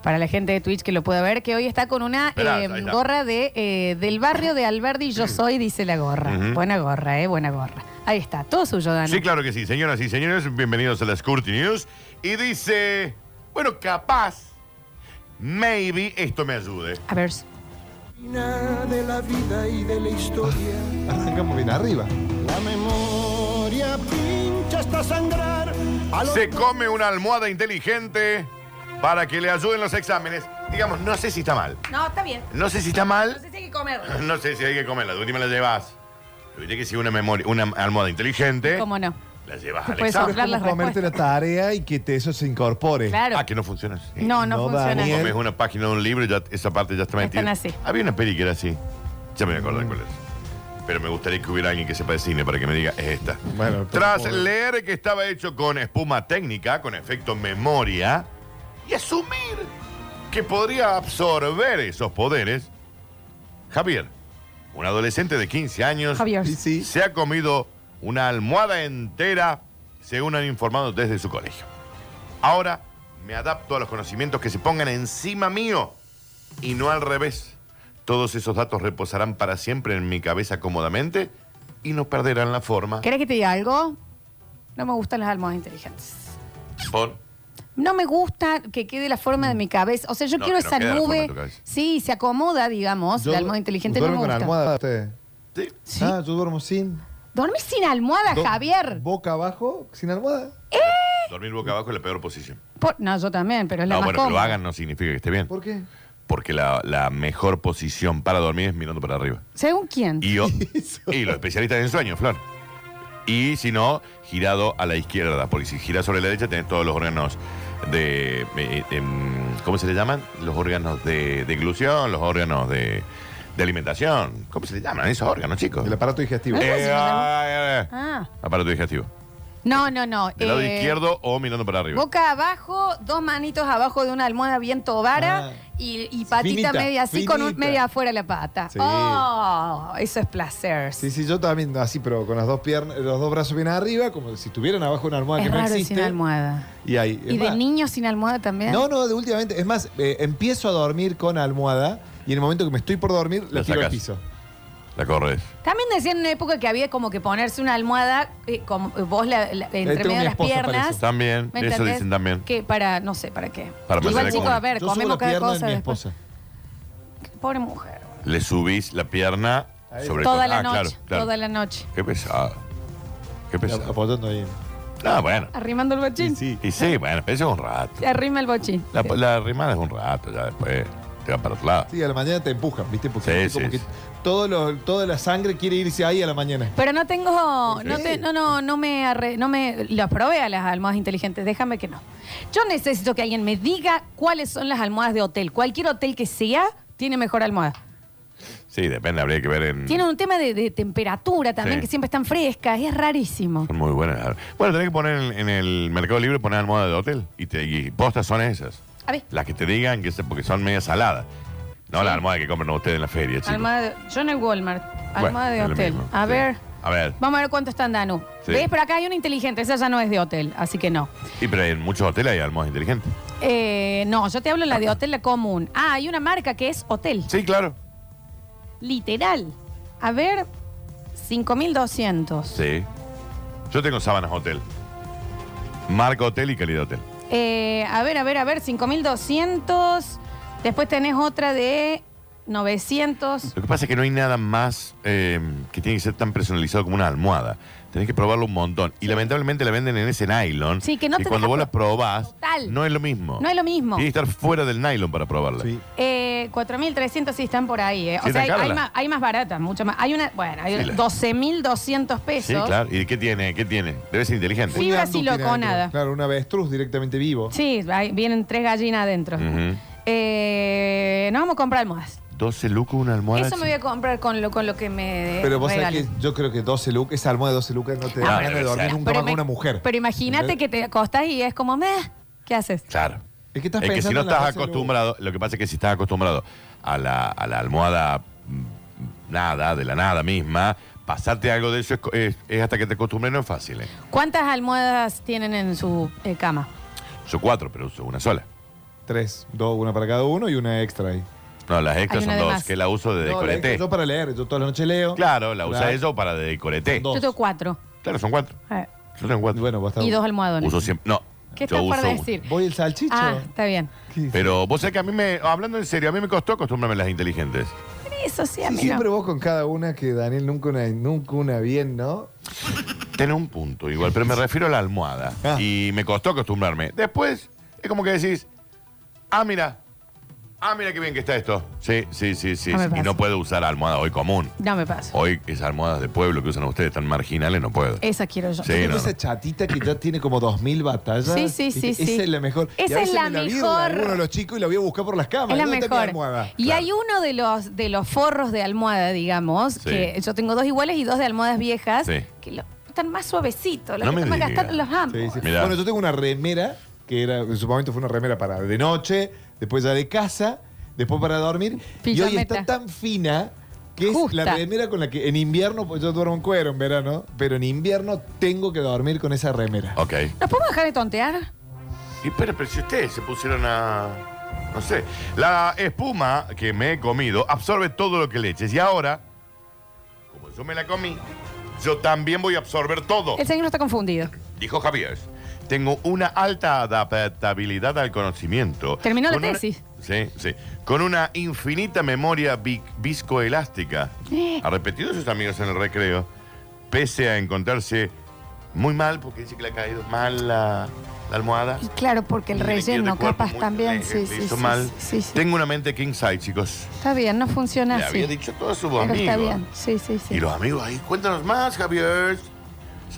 Para la gente de Twitch que lo pueda ver, que hoy está con una Esperarse, eh, ahí está. Mm. gorra de, eh, del barrio de Alberdi, yo soy, dice la gorra. Ujú. Buena gorra, eh, buena gorra. Ahí está, todo suyo, Dani. Sí, claro que sí, señoras y señores, bienvenidos a las Curti News. Y dice, bueno, capaz, maybe esto me ayude. A ver. de la vida y de la historia. Arrancamos bien arriba. La memoria pincha hasta sangrar. Se come una almohada inteligente para que le ayuden los exámenes. Digamos, no sé si está mal. No, está bien. No sé si está mal. No sé si hay que comer. No sé si hay que comerla, de última la llevas. Pero viste que si una, memoria, una almohada inteligente, ¿Cómo no? Pues la llevas Te al puedes examen. soplar las Comerte la tarea y que te- eso se incorpore. Claro. Ah, que no funciona. así. No, no No, funciona. Vos Daniel. comes una página de un libro y ya esa parte ya está metida. Están así. Había una peli que era así. Ya me voy a acordar cuál es. Pero me gustaría que hubiera alguien que sepa de cine para que me diga, es esta. Bueno, Tras por- leer que estaba hecho con espuma técnica, con efecto memoria, y asumir que podría absorber esos poderes, Javier, un adolescente de 15 años, se ha comido una almohada entera, según han informado desde su colegio. Ahora me adapto a los conocimientos que se pongan encima mío y no al revés. Todos esos datos reposarán para siempre en mi cabeza cómodamente y no perderán la forma. ¿Querés que te diga algo? No me gustan las almohadas inteligentes. Por- No me gusta que quede la forma de mi cabeza. O sea, yo No, quiero que no esa quede la forma de nube. tu cabeza. Sí, se acomoda, digamos, Yo la almohada inteligente. No me ¿Duermen con gusta. almohada ustedes? Sí. Ah, yo duermo sin. ¿Dormís sin almohada, Do- Javier? ¿Boca abajo? ¿Sin almohada? Dormir boca abajo es la peor posición. Por- No, yo también, pero es la No, más bueno, que lo cómoda. hagan no significa que esté bien. ¿Por qué? Porque la, la mejor posición para dormir es mirando para arriba. ¿Según quién? Y, yo- y los especialistas en sueño, Flor. Y si no, girado a la izquierda, porque si giras sobre la derecha tenés todos los órganos de... eh, em, ¿Cómo se le llaman? Los órganos de, de glución, los órganos de, de alimentación. ¿Cómo se le llaman esos órganos, chicos? El aparato digestivo. Eh, ah, eh, eh. Ah. Aparato digestivo. No, no, no. Del lado eh, izquierdo o mirando para arriba. Boca abajo, dos manitos abajo de una almohada bien tobara y, y patita Ah. Finita, media así con un- finita. media afuera la pata. Sí. Oh, eso es placer. Sí, sí, yo también así, pero con las dos piernas, los dos brazos bien arriba, como si estuvieran abajo una almohada Es Ah, que no raro existe. sin almohada. Y ahí. es ¿Y de ¿eh? más, niños sin almohada también? No, no, de últimamente. Es más, eh, empiezo a dormir con almohada y en el momento que me estoy por dormir, la La tiro al sacás. piso. La corres. También decían en una época que había como que ponerse una almohada eh, con eh, vos la- la- Este Eh, entre tengo medio mi de las esposa para eso. piernas. También, ¿Me eso entendés? dicen también. Que para, no sé, para qué. Para Igual, pasarle chicos, como- a ver, Yo subo comemos la cada pierna cosa de mi después. esposa. Pobre mujer. Le subís la pierna sobre toda el la ah, noche. claro, claro. Toda la noche. Qué pesado. Qué pesado. Apoyando ahí. Ah, bueno. Arrimando el bochín. Y sí, bueno, pero eso es un rato. Se arrima el bochín. La, la rimada es un rato, ya después te va para otro lado. Sí, a la mañana te empujan, ¿viste? Porque Sí, como sí, que sí. todo lo- toda la sangre quiere irse ahí a la mañana. Pero no tengo, no, qué? te- no, no, no me, arre- no me las probé a las almohadas inteligentes, déjame que no. Yo necesito que alguien me diga cuáles son las almohadas de hotel. Cualquier hotel que sea tiene mejor almohada. Sí, depende, habría que ver en. Tienen un tema de, de temperatura también, Mm. Sí. que siempre están frescas, es rarísimo. Son muy buenas. Bueno, tenés que poner en, en el Mercado Libre, poner almohada de hotel. Y, te, y postas son esas. A ver. Las que te digan que se- porque son media saladas. No la almohada que compran ustedes en la feria, chicos. Almohada de- yo en el Walmart, almohada es de lo hotel. mismo, A sí. ver, A ver. vamos a ver cuánto están Danu. Sí. ¿Ves? Pero acá hay una inteligente, esa ya no es de hotel, así que no. Y pero en muchos hoteles hay almohadas inteligentes. Eh, no, yo te hablo la de hotel, la común. Ah, hay una marca que es hotel. Sí, claro. Literal. A ver, 5200. Sí. Yo tengo sábanas hotel. Marca hotel y calidad hotel. Eh, a ver, a ver, a ver, 5200. Después tenés otra de 900. Lo que pasa es que no hay nada más eh, que tiene que ser tan personalizado como una almohada. Tenés que probarlo un montón. Y lamentablemente la venden en ese nylon. Sí, que no y te cuando deja vos la probás, Total. no es lo mismo. No es lo mismo. Tienes que estar fuera del nylon para probarla. Eh, 4.300 sí están por ahí, ¿eh? O Sí, están sea, hay, caras hay las- más, hay más baratas, mucho más. Hay una, bueno, hay Sí, una- las- 12.200 Sí, pesos. claro. ¿Y qué tiene? ¿Qué tiene? Debe ser inteligente. Sí, Fibra siloconada. Claro, una avestruz directamente vivo. Mm. Sí, ahí vienen tres gallinas adentro. Ujú. Eh, no vamos a comprar almohadas. 12 lucas una almohada. Eso me voy a comprar con lo, con lo que me Pero vos sabés regalen. que yo creo que 12 lucas, esa almohada de 12 lucas no te da Ah, ganas de pero dormir será. nunca Pero más con me- una mujer. Pero imagínate que te acostás y es como, meh, ¿qué haces? Claro. Es que, estás si pensando no en la estás base, Lu. acostumbrado, lo que pasa es que si estás acostumbrado a la, a la almohada mm, nada, de la nada misma, pasarte algo de eso es, co- es- es hasta que te acostumbres, no es fácil. ¿eh? ¿Cuántas almohadas tienen en su eh, cama? Son cuatro, pero uso una sola. Tres, dos, una para cada uno y una extra ahí. No, las extras Hay son una de dos, más. que la uso de No, la decoreté. extra yo para leer, yo toda la noche leo. Claro, la usa Claro. eso para de decoreté. Yo tengo cuatro. Claro, son cuatro. A ver, Yo tengo cuatro. Bueno, vos Y dos almohadones. Uso siempre. No. ¿Qué yo estás por uso uno. decir? Voy el salchicho. Ah, está bien. Pero vos sabés que a mí me, hablando en serio, a mí me costó acostumbrarme a las inteligentes. Eso sí, a Sí, mí no. siempre vos con cada una que Daniel nunca una, nunca una bien, ¿no? Tiene un punto igual, pero me refiero a la almohada. Ah. Y me costó acostumbrarme. Después es como que decís, ah, mira, ah, mira qué bien que está esto. Sí, sí, sí, sí. No Ah, me sí. pasa. y no puedo usar almohada hoy común. No me pasa. Hoy esas almohadas de pueblo que usan ustedes tan marginales, no puedo. Esa quiero yo. Sí, no, Esa chatita que ya tiene como 2000 batallas. Sí, sí, sí, Esa sí. es la mejor. Esa Y a veces es la me la vi de mejor. alguno de los chicos y la voy a buscar por las camas. Es la ¿Dónde está mi mejor. almohada? Y hay uno de los, de los forros de almohada, digamos, Sí. que yo tengo dos iguales y dos de almohadas viejas, Sí. que lo- están más suavecitos, los No que me están más digas. gastados los amo. Sí, sí. Mirá. Bueno, yo tengo una remera, que era, en su momento fue una remera para de noche, después ya de casa, después para dormir. Y hoy Pijameta. está tan fina que Justa. es la remera con la que en invierno, pues yo duermo en cuero en verano, pero en invierno tengo que dormir con esa remera. Ok. ¿Nos podemos dejar de tontear? Y pero, pero si ustedes se pusieron a. No sé. La espuma que me he comido absorbe todo lo que le eches. Y ahora, como yo me la comí, yo también voy a absorber todo. El señor está confundido. Dijo Javier. Tengo una alta adaptabilidad al conocimiento. Terminó la Con una- tesis. Sí, sí. Con una infinita memoria vi- viscoelástica. Eh. Ha repetido a sus amigos en el recreo. Pese a encontrarse muy mal, porque dice que le ha caído mal la, la almohada. Y claro, porque el Le queda relleno el cuerpo capaz muy- también. le- sí, le sí, hizo sí, mal. sí, sí, sí. Tengo una mente king size, chicos. Está bien, no funciona Le así. había dicho todo a sus Pero amigos. está bien, sí, sí, sí. Y los amigos ahí, cuéntanos más, Javier.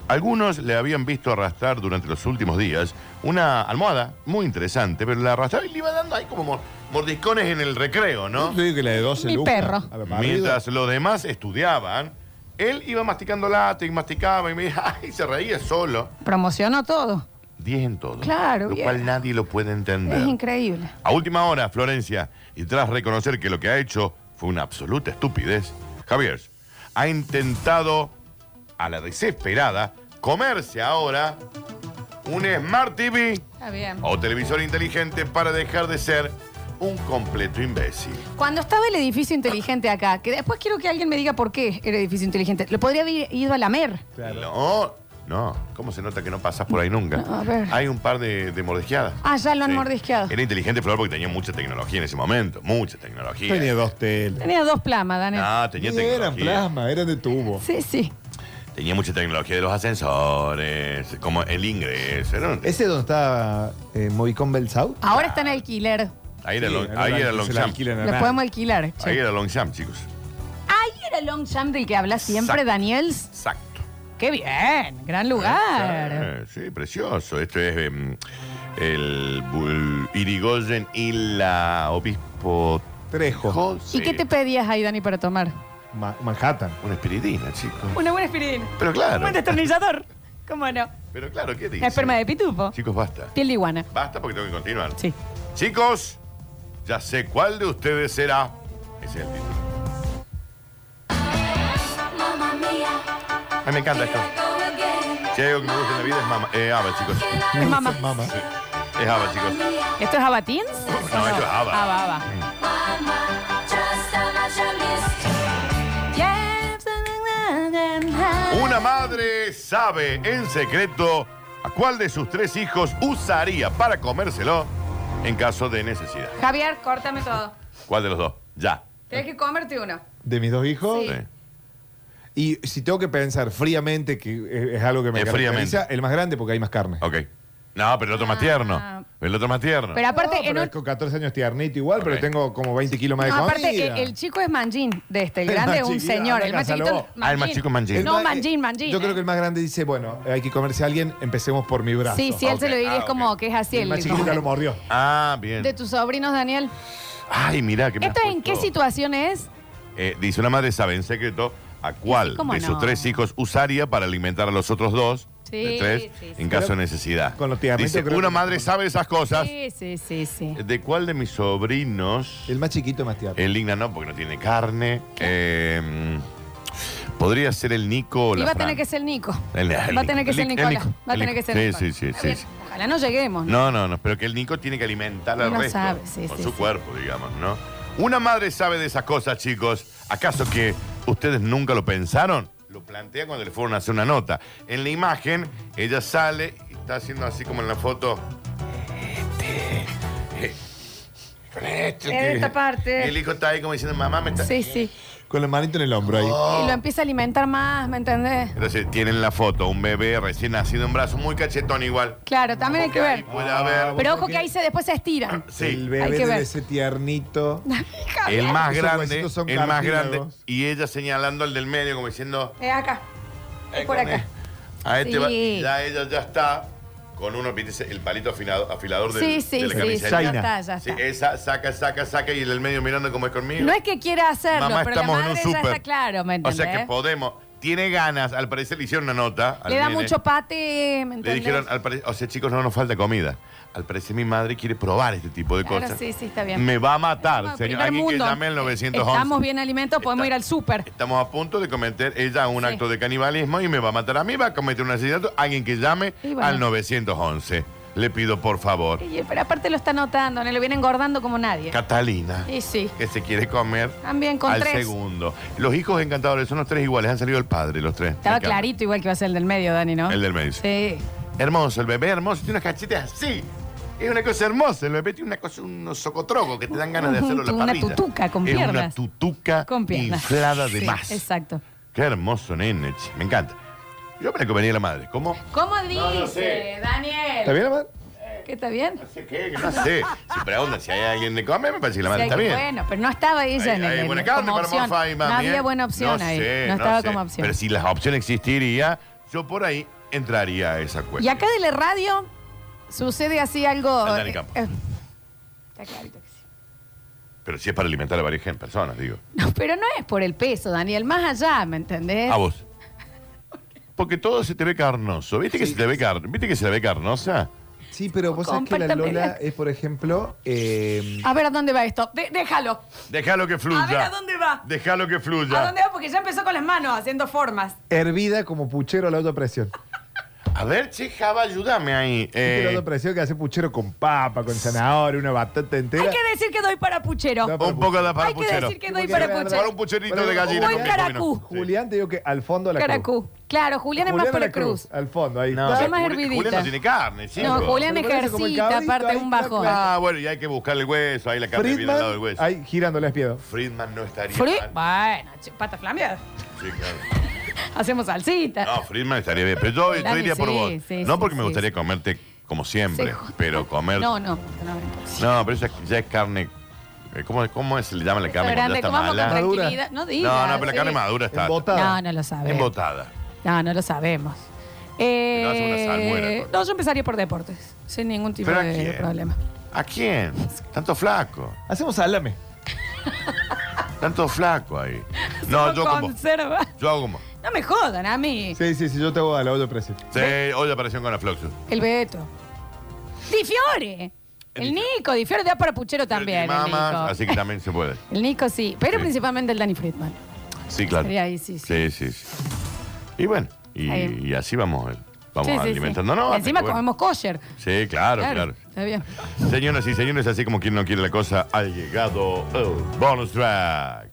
Algunos le habían visto arrastrar durante los últimos días una almohada muy interesante, pero la arrastraba y le iba dando ahí como mor- mordiscones en el recreo, ¿no? Yo digo que la de 12 Mi lucas. perro. A la parrilla. Mientras los demás estudiaban, él iba masticando lata y masticaba y me ay, se reía solo. Promocionó todo. Diez en todo. Claro, Lo bien. cual nadie lo puede Es entender. increíble. A última hora, Florencia, y tras reconocer que lo que ha hecho fue una absoluta estupidez, Javier ha intentado, a la desesperada, comerse ahora un Smart TV Está bien. o televisor inteligente para dejar de ser un completo imbécil. Cuando estaba el edificio inteligente acá, que después quiero que alguien me diga por qué el edificio inteligente. Lo podría haber ido a la mer. No, no, ¿cómo se nota que no pasas por ahí nunca? A ver. Hay un par de, de mordejeadas. Ah, ya lo han Sí. mordisqueado. Era inteligente, Flor, porque tenía mucha tecnología en ese momento, mucha tecnología. Tenía dos teles. Tenía dos plamas, Daniel. No, Ah, tenía Ni tecnología. eran plasma, eran de tubo. Sí, sí. Tenía mucha tecnología de los ascensores, como el ingreso. era un- ¿Ese es donde estaba eh, Movicon Bell South? Ahora está en alquiler. Ahí era, Sí, Long- era ahí la- era se Long la Jump. alquilan Lo podemos alquilar. che. Ahí era Long Jump, chicos. Ahí era Long Jump del que habla siempre, Exacto. Daniels. Exacto. Qué bien, gran lugar. Eh, Sí, precioso. Esto es em, el, Bul- Irigoyen y la Obispo Trejo. ¿Y qué te pedías ahí, Dani, para tomar? Manhattan. Una espiridina, chicos. Una buena aspirina. Pero claro. Un buen destornillador. ¿Cómo no? Pero claro, ¿qué Una dices? esperma de pitufo. Chicos, basta. Piel de iguana. Basta porque tengo que continuar. Sí. Chicos, ya sé cuál de ustedes será. Ese es el título. A mí me encanta esto. Si hay algo que me gusta en la vida es mamá. Eh, Ava, chicos. Es mamá. Sí. Es Ava, chicos. ¿Esto es Abatins? No, esto es Ava. Ava, Ava. Una madre sabe en secreto a cuál de sus tres hijos usaría para comérselo en caso de necesidad. Javier, córtame todo. ¿Cuál de los dos? Ya. Tienes que comerte uno. ¿De mis dos hijos? Y si tengo que pensar fríamente, que es- es algo que me Eh, fríamente. caracteriza, el más grande porque hay más carne. Ok. No, pero el otro más tierno. El otro más tierno. Ah. Pero aparte, No, en pero un- es con 14 años tiernito igual, pero tengo como 20 kilos más de No, comida. aparte, el, el chico es manjín de este. El grande es un chiquito, señor. anda, El más cásalo. chiquito es No, más- manjín, manjín. Yo creo que el más grande dice, bueno, hay que comerse a alguien, empecemos por mi brazo. Ah, Sí, sí, él se lo diría, es como que es así. El más el- chiquito ya lo mordió. Ah, bien. de tus sobrinos, Daniel. Ay, mirá, que me has ¿Esto en qué puesto. situación es? Eh, dice, una madre sabe en secreto a cuál ¿cómo de no? sus tres hijos usaría para alimentar a los otros dos de Sí, tres en caso de necesidad. dice, una madre sabe esas cosas. Sí, sí, sí, sí. ¿De cuál de mis sobrinos? El más chiquito más tierno. El Igna no, porque no tiene carne. Eh, podría ser el Nico o Y la va a tener Fran. que ser Nico. El- el va a tener Nico. que ser El Nicolás. Nico. Va a El tener que Nico. ser Sí, Nicolás. sí, sí, Está sí, bien. sí. Ojalá no lleguemos. No, no, no, pero que el Nico tiene que alimentar al Uno resto sabe, sí, con sí, su sí. cuerpo, digamos, ¿no? Una madre sabe de esas cosas, chicos. ¿Acaso que ustedes nunca lo pensaron? Lo plantea cuando le fueron a hacer una nota. En la imagen, ella sale y está haciendo así como en la foto. Este, eh, con este, En que- esta parte. Y El hijo está ahí como diciendo, mamá, me está. Oh. Sí, sí. Con la manito en el hombro ahí. Y lo empieza a alimentar más, ¿me entendés? Entonces tienen la foto, un bebé recién nacido en brazos, muy cachetón igual. Claro, también hay que ver. Puede haber. Pero ojo que ahí se después se estiran. Sí. Ah. El Hay bebé que debe ver. ser tiernito. El más Esos grande, huesitos son el más grande. cartílagos. Y ella señalando al del medio como diciendo, Es acá. Es por con acá. a este Sí. va- ya ella ya está con uno, viste, el palito afinado, afilador del- Sí, sí, de la sí, sí, camiseta. ya está, ya Sí, está. esa saca, saca, saca y el del medio mirando como es conmigo. No es que quiera hacerlo, Mamá, pero la estamos en madre un ya súper. está claro, ¿me o entendés? sea que podemos. Tiene ganas, al parecer le hicieron una nota. al Le da nene. mucho pate, ¿me ¿eh? Le entendés? dijeron, al parecer, o sea, chicos, no nos falta comida. Al parecer mi madre quiere probar este tipo de Claro, cosas. sí, sí, está bien. Me va a matar, Bueno, señor. primer Alguien mundo. que llame al 911. Estamos bien alimentados, podemos ir al súper. Estamos a punto de cometer ella un Sí. acto de canibalismo y me va a matar a mí, va a cometer un asesinato. Alguien que llame Y bueno. al 911. Le pido por favor. Y- Pero aparte lo está notando, ¿no? lo viene engordando como nadie. Catalina, Y sí, que se quiere comer también con al tres. segundo. Los hijos encantadores son los tres iguales, han salido el padre, los tres. Me Estaba encanta. clarito igual que iba a ser el del medio, Dani, ¿no? El del medio. Sí. Hermoso, el bebé hermoso, tiene unas cachetes así. Es una cosa hermosa, el bebé tiene una cosa, unos socotrocos que te dan ganas de hacerlo a la Una parrilla. tutuca con Es una piernas. tutuca Con piernas. inflada de Sí, más. Exacto. Qué hermoso, nene, che, me encanta. Yo me la comería a la madre, ¿cómo? ¿Cómo dice, no sé. Daniel? ¿Está bien la madre? ¿Qué está bien? No sé qué, No sé, si preguntan si hay alguien de comer, me parece que la madre está bien. Bueno, pero no estaba ella Hay- en hay el. en- buena carne como para opción. morfar ahí, mami, No había ¿eh? buena opción No ahí. sé, no estaba sé. como opción. Pero si la opción existiría, yo por ahí entraría a esa cuenta. Y acá de la radio sucede así algo. Al Dani Campo. eh, eh, está clarito que sí. Pero si es para alimentar a varias gen- personas, digo. No, pero no es por el peso, Daniel, más allá, ¿me entendés? A vos. Porque todo se te ve carnoso. ¿Viste que se te ve car- ¿Viste que se la ve carnosa? Sí, pero vos sabés que la Compártame Lola la- es, por ejemplo, eh, A ver a dónde va esto. De- déjalo. Déjalo que A ver a fluya. dónde va. Déjalo que ¿A fluya. dónde va? Porque ya empezó con las manos haciendo formas. hervida como puchero a la autopresión. A ver, che, Java, ayúdame ahí. Viste la Eh, autopresión que hace puchero con papa, con zanahoria, una batata entera. Hay que decir que doy para puchero. un poco de para Hay que puchero. decir que doy para puchero. Para un pucherito de gallina. Buen con caracú. pingüino. Julián te digo que al fondo a la cruz. Caracú. Claro, Julián es más Julián a para la cruz. Al fondo, ahí. No, Está pero más Juli- hervidita. Julián no tiene carne, No, chicos. Julián Pero parece como el ejercita, cabrito, aparte ahí, un bajón. Ah, bueno, y hay que buscar el hueso. Ahí la carne viene al lado del hueso. Friedman, ahí girando la espiedo. Friedman no estaría Fri- mal. Bueno, che, pata flameada. Sí, claro. Hacemos salsita. No, Friedman estaría bien. Pero yo, yo Dani, iría por sí, vos. sí, no sí, porque me sí, gustaría comerte como siempre, Sí, joder. pero comer. No, no. no. No, pero eso es- ya es carne. eh, ¿Cómo, ¿Cómo se le llama la carne cuando grande, ya está comamos con mala? tranquilidad. No digas, No, no, pero la sí. carne madura está. No, no lo sabemos. Embotada. No, no lo sabemos. Pero hace una Eh, salmuera, no, yo empezaría por deportes, sin ningún tipo ¿Pero a de quién? problema. ¿A quién? Tanto flaco. Hacemos salame. Tanto flaco ahí. No, yo como. Conserva. Yo hago como. No me jodan a mí. Sí, sí, sí, yo te hago a la autopresión. Sí, hoy apareció con la Floxus. El Beto. Di Fiore. El Nico, Di Fiore da para puchero también. el Nico. Mamás, así que también se puede. El Nico sí, Sí. pero principalmente el Dani Friedman. Sí, claro. Sería ahí, sí, sí. sí, sí. Y bueno, y, Ahí. y así vamos, eh, vamos Sí, sí, sí. alimentándonos. hasta Encima que, bueno. comemos kosher. Sí, pues. claro, claro. Está bien. Señoras y señores, así como quien no quiere la cosa, ha llegado el bonus track.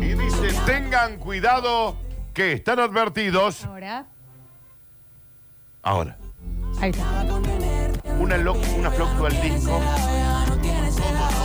Y dice, tengan cuidado que están advertidos. Ahora, Ahora, ahí está. una, lo- una floctua al disco.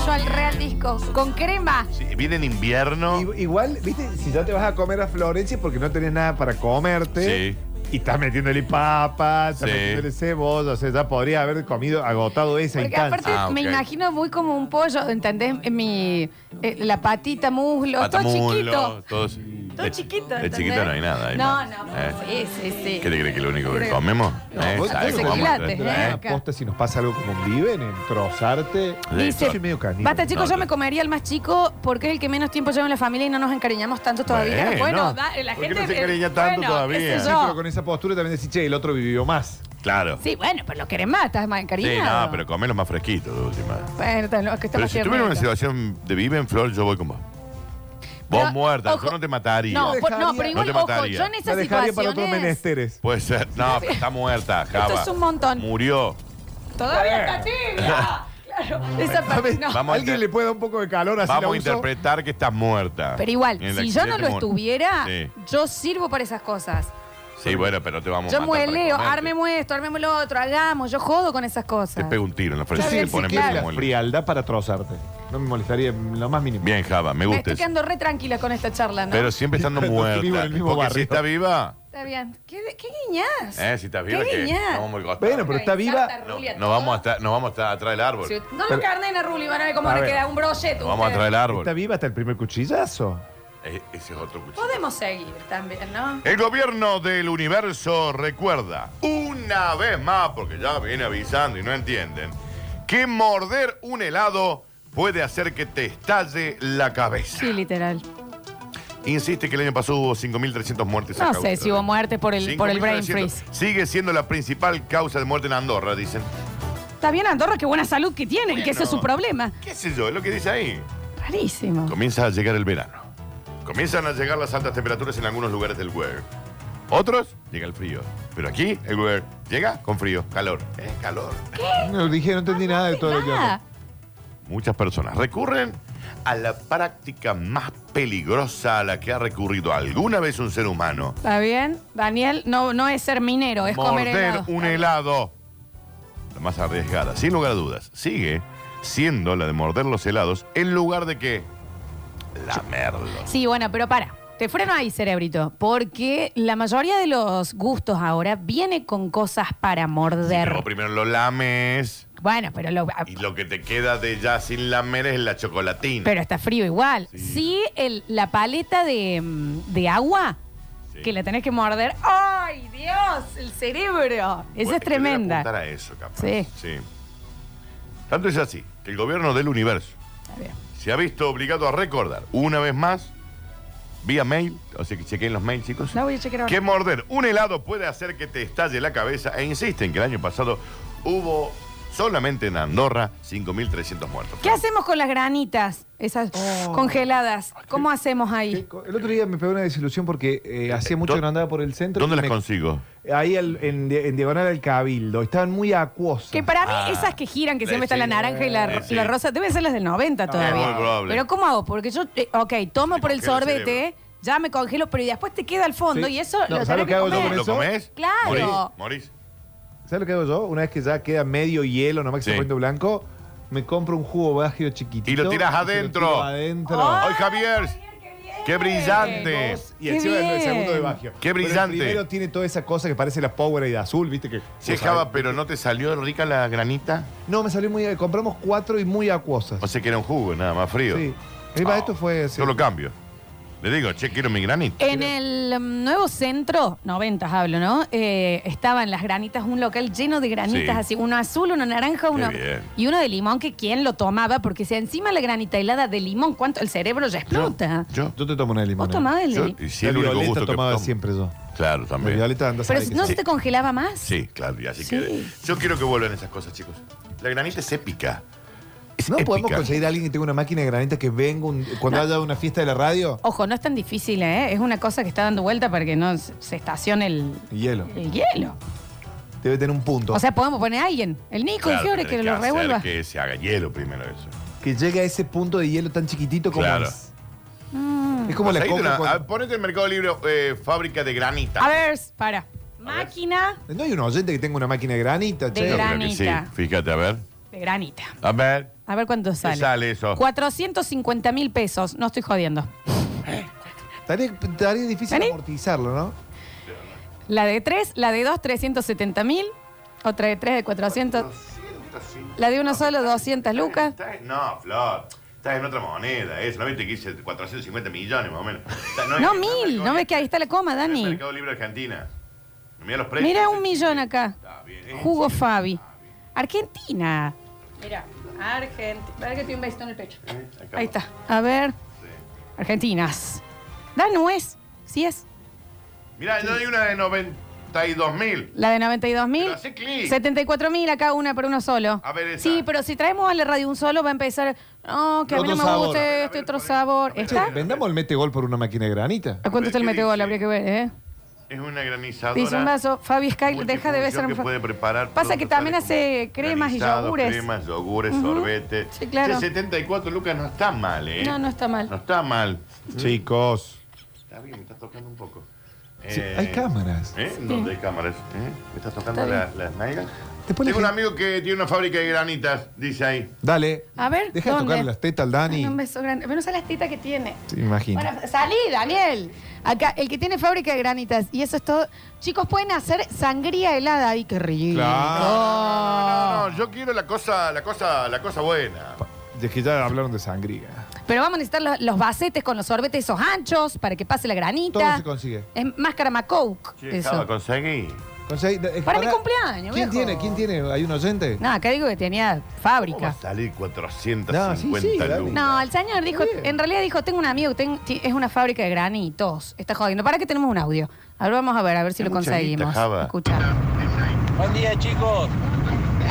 Yo al Real Disco, con crema. Sí, viene en invierno. I- Igual, viste, si ya te vas a comer a Florencia porque no tenés nada para comerte. Sí. Y estás metiéndole papa, estás Sí. metiéndole cebolla, o sea, ya podría haber comido, agotado esa Porque Ah, instancia. aparte me imagino muy como un pollo, ¿entendés? En mi, eh, la patita, muslo, Pata todo muslo, chiquito. todos- Todo chiquito. de chiquito no hay nada, ahí no, no. no, Eh. sí, sí, sí. ¿Qué te crees que lo único que Creo- comemos? No, ¿Eh? vos- ¿Sabés vos cómo vamos a quilates, tener, ¿eh? eh? Acá. Posta si nos pasa algo como viven, en trozarte. Dice, Yo soy medio canino. basta chicos, yo me comería el más chico porque es el que menos tiempo lleva en la familia y no nos encariñamos tanto todavía. Bueno, da- la gente... eh, bueno, qué sé Sí, yo. pero con esa postura también decís, che, el otro vivió más. Claro. Sí, bueno, pero lo querés más, estás más Sí, encariñado. no, pero comé los más fresquitos de última. Bueno, está- no, es que está Pero más si estuviera en una tiernito. situación de vive en flor, yo voy con vos. Pero, Vos muerta, ojo, yo no te mataría. No, por- no, pero igual, te ojo, mataría. yo en esas La dejaría para otros situaciones- menesteres. Puede ser. No, pero está muerta, Java. Esto es un montón. Murió. Todavía está tibia. claro, esa parte no. Vamos a Alguien inter- le puede dar un poco de calor así la Vamos a uso? interpretar que estás muerta. Pero igual, En el si yo no accidente lo mu- estuviera, Sí. yo sirvo para esas cosas. Sí, bueno, pero te vamos Yo a matar. para mueleo, comerte. armemos esto, armemos lo otro, hagamos, yo jodo con esas Te cosas. pego un tiro en la frente. Está bien, te ponen sí, claro. como La el- frialdad para trozarte. No me molestaría en lo más mínimo. Bien, Java, me Me gusta estoy eso. quedando re tranquila con esta charla, ¿no? Pero siempre estando muerta. vivo en el mismo porque si barrio. está viva, Está bien. ¿Qué, de- qué guiñás? eh, si estás viva, ¿Qué que guiñás? nos vamos al costado. Bueno, pero está viva. Nos vamos a estar, nos vamos a estar atrás del árbol. Si- no lo Pero- carnen a Ruli, van a ver cómo A le ver. queda un brochet. Nos vamos a traer el árbol. Está viva hasta el primer cuchillazo. Eh, ese es otro cuchillo. Podemos seguir también, ¿no? El gobierno del universo recuerda una vez más, porque ya viene avisando y no entienden, que morder un helado puede hacer que te estalle la cabeza. Sí, literal. Insiste que el año pasado hubo 5.300 muertes. a No causa sé si hubo muertes por el, por el brain 5.300. freeze. Sigue siendo la principal causa de muerte en Andorra, dicen. Está bien, Andorra, qué buena salud que tienen, que eso es su problema. ¿Qué sé yo? Es lo que dice ahí. Rarísimo. Comienza a llegar el verano. Comienzan a llegar las altas temperaturas en algunos lugares del web. Otros llega el frío. Pero aquí el web llega con frío, calor. Es calor. No dije, no entendí nada de todo lo que habló. Muchas personas recurren a la práctica más peligrosa a la que ha recurrido alguna vez un ser humano. ¿Está bien? Daniel, no, no es ser minero, es comer Morder helado. un helado. La más arriesgada, sin lugar a dudas. Sigue siendo la de morder los helados en lugar de que lamerlos. Sí, bueno, pero para. Te freno ahí, cerebrito, porque la mayoría de los gustos ahora viene con cosas para morder. Luego primero lo lames Bueno, pero lo, y lo que te queda de ya sin lamer es la chocolatina. Pero está frío igual. Sí, el, la paleta de, mm, de agua que la tenés que morder. ¡Ay, Dios! El cerebro. Esa Bueno, es que debe apuntar tremenda. a eso, capaz. Sí. Sí. Tanto es así que el gobierno del universo se ha visto obligado a recordar una vez más, vía mail, o sea que chequen los mails, chicos, La voy a chequear ahora. que morder un helado puede hacer que te estalle la cabeza e insisten que el año pasado hubo solamente en Andorra 5.300 muertos. ¿Qué hacemos con las granitas? Esas Oh. congeladas. ¿Cómo hacemos ahí? El otro día me pegó una desilusión porque eh, hacía mucho que no andaba por el centro. ¿Dónde y las me- consigo? Ahí al- en, di- en diagonal al cabildo. Estaban muy acuosas. Que para mí Ah. esas que giran, que Eh, siempre está sí. la naranja y la, Eh, sí. la rosa, deben ser las del 90 todavía. muy probable. Pero ¿cómo hago? Porque yo, eh, ok, tomo por el congela el sorbete, ya me congelo, pero y después te queda al fondo Sí. y eso No, lo ¿sabes tenés lo que que hago yo comer. con eso? ¿Lo comés? Claro. Morís. Morís. ¿Sabes lo que hago yo? Una vez que ya queda medio hielo, nomás que se pone blanco, me compro un jugo vacío chiquitito. Y lo tiras se adentro. tiro adentro. ¡Ay, Javier! ¡Qué brillante! Y encima el segundo de Baggio. ¡Qué Pero el brillante! primero tiene toda esa cosa que parece la Powerade azul, ¿viste? Que, Sí, vos Java, sabés. pero ¿no te salió rica la granita? No, me salió muy. eh, Compramos cuatro y muy acuosas. O sea que era un jugo, nada más frío. Ah, Sí. Encima esto fue. Yo lo cambio. Le digo, che, quiero mi granita. En el um, nuevo centro, 90 hablo, ¿no? Eh, estaban las granitas, un local lleno de granitas, Sí. así, uno azul, uno naranja, uno bien. y uno de limón, que quién lo tomaba, porque si encima la granita helada de limón, ¿cuánto? El cerebro ya explota. Yo, yo te tomo una de limón. Vos tomás el de Yo- limón. y sí, el La único Violeta gusto que tomaba tomo. siempre yo. Claro, también. La Violeta anda a Pero saber ¿no que se te congelaba más? Sí, claro, y así que. Yo quiero que vuelvan esas cosas, chicos. La granita es épica. ¿No podemos épica. conseguir a alguien que tenga una máquina de granita que venga un- cuando haya una fiesta de la radio? Ojo, no es tan difícil, ¿eh? Es una cosa que está dando vuelta para que no se se estacione el, Hielo. el hielo. Debe tener un punto. O sea, podemos poner a alguien, el Nico, Claro, el Fiore, que tenés lo hacer revuelva. Que se haga hielo primero eso. que llegue a ese punto de hielo tan chiquitito como Claro. es. Mm. Es como la Conseguite coca una- cuando- a- Ponete en Mercado Libre eh, fábrica de granita. A ver, para. Máquina No hay un oyente que tenga una máquina de granita, che. De granita. Fíjate, a ver. de granita. A ver. A ver cuánto sale. sale eso? 450 mil pesos. No estoy jodiendo. Estaría, estaría difícil amortizarlo, ¿no? La de 3, la de 2, 370 mil. Otra de 3 de 400. La de uno solo, 200 lucas. No, Flor. Estás en otra moneda, eso. ¿No viste que hice 450 millones más o menos? Está- No, hay- mil. No ves que ahí está la coma, Dani. Mercado Libre Argentina. Mira los precios. Mira un millón acá. Jugo Fabi. Argentina. Mira, Argentina. Para que te un besito en el pecho. Ahí está. A ver. Argentinas. Da no es. Sí es. Mira, yo hay una de 92 mil. La de 92 mil. Pero hace clic. 74 mil acá una para uno solo. A ver esa. Sí, pero si traemos a la radio un solo va a empezar. No, que a mí no Otro me sabor. gusta este otro sabor. Che, ¿Está? vendamos el mete gol por una máquina de granita. ¿A cuánto está el metegol? Habría que ver, ¿eh? Es una granizadora. Dice un vaso. Fabi Sky, deja de besar. que puede preparar. Pasa que también hace cremas y granizados, yogures. Cremas, yogures, Ujú. sorbete. Sí, claro. Che, 74 lucas no está mal, ¿eh? No, no está mal. No está mal. Chicos. Está bien, me estás tocando un poco. Sí, Eh, hay cámaras. ¿Eh? Sí. ¿Dónde hay cámaras? ¿Eh? ¿Me estás tocando Está la- bien. las nalgas? Tengo un amigo que tiene una fábrica de granitas, dice ahí. Dale. A ver. Deja de ¿dónde? tocar las tetas al Dame Un Dani. beso grande. Pero no sabes las tetas que tiene. Te imagino. Bueno, salí, Daniel. Acá, el que tiene fábrica de granitas. Y eso es todo. Chicos, pueden hacer sangría helada. Ay, qué rico. No, no, no, yo quiero la cosa, la cosa, la cosa buena. Es que ya hablaron de sangría. Pero vamos a necesitar los, los bacetes con los sorbetes esos anchos para que pase la Todo granita. se consigue. Es máscara Macouk. Eso. conseguí. Conseguí- es Para mi cumpleaños, ¿Quién viejo. tiene? ¿Quién tiene? ¿Hay un oyente? No, acá digo que tenía Va a fábrica. salir 450 sí, dale. lucas. No, el señor dijo, en realidad dijo, tengo un amigo que ten- ti- es una fábrica de granitos. Está jodiendo. Para que tenemos un audio. Ahora vamos a ver, a ver si lo mucha conseguimos. guita, Java. Escucha. Buen día chicos,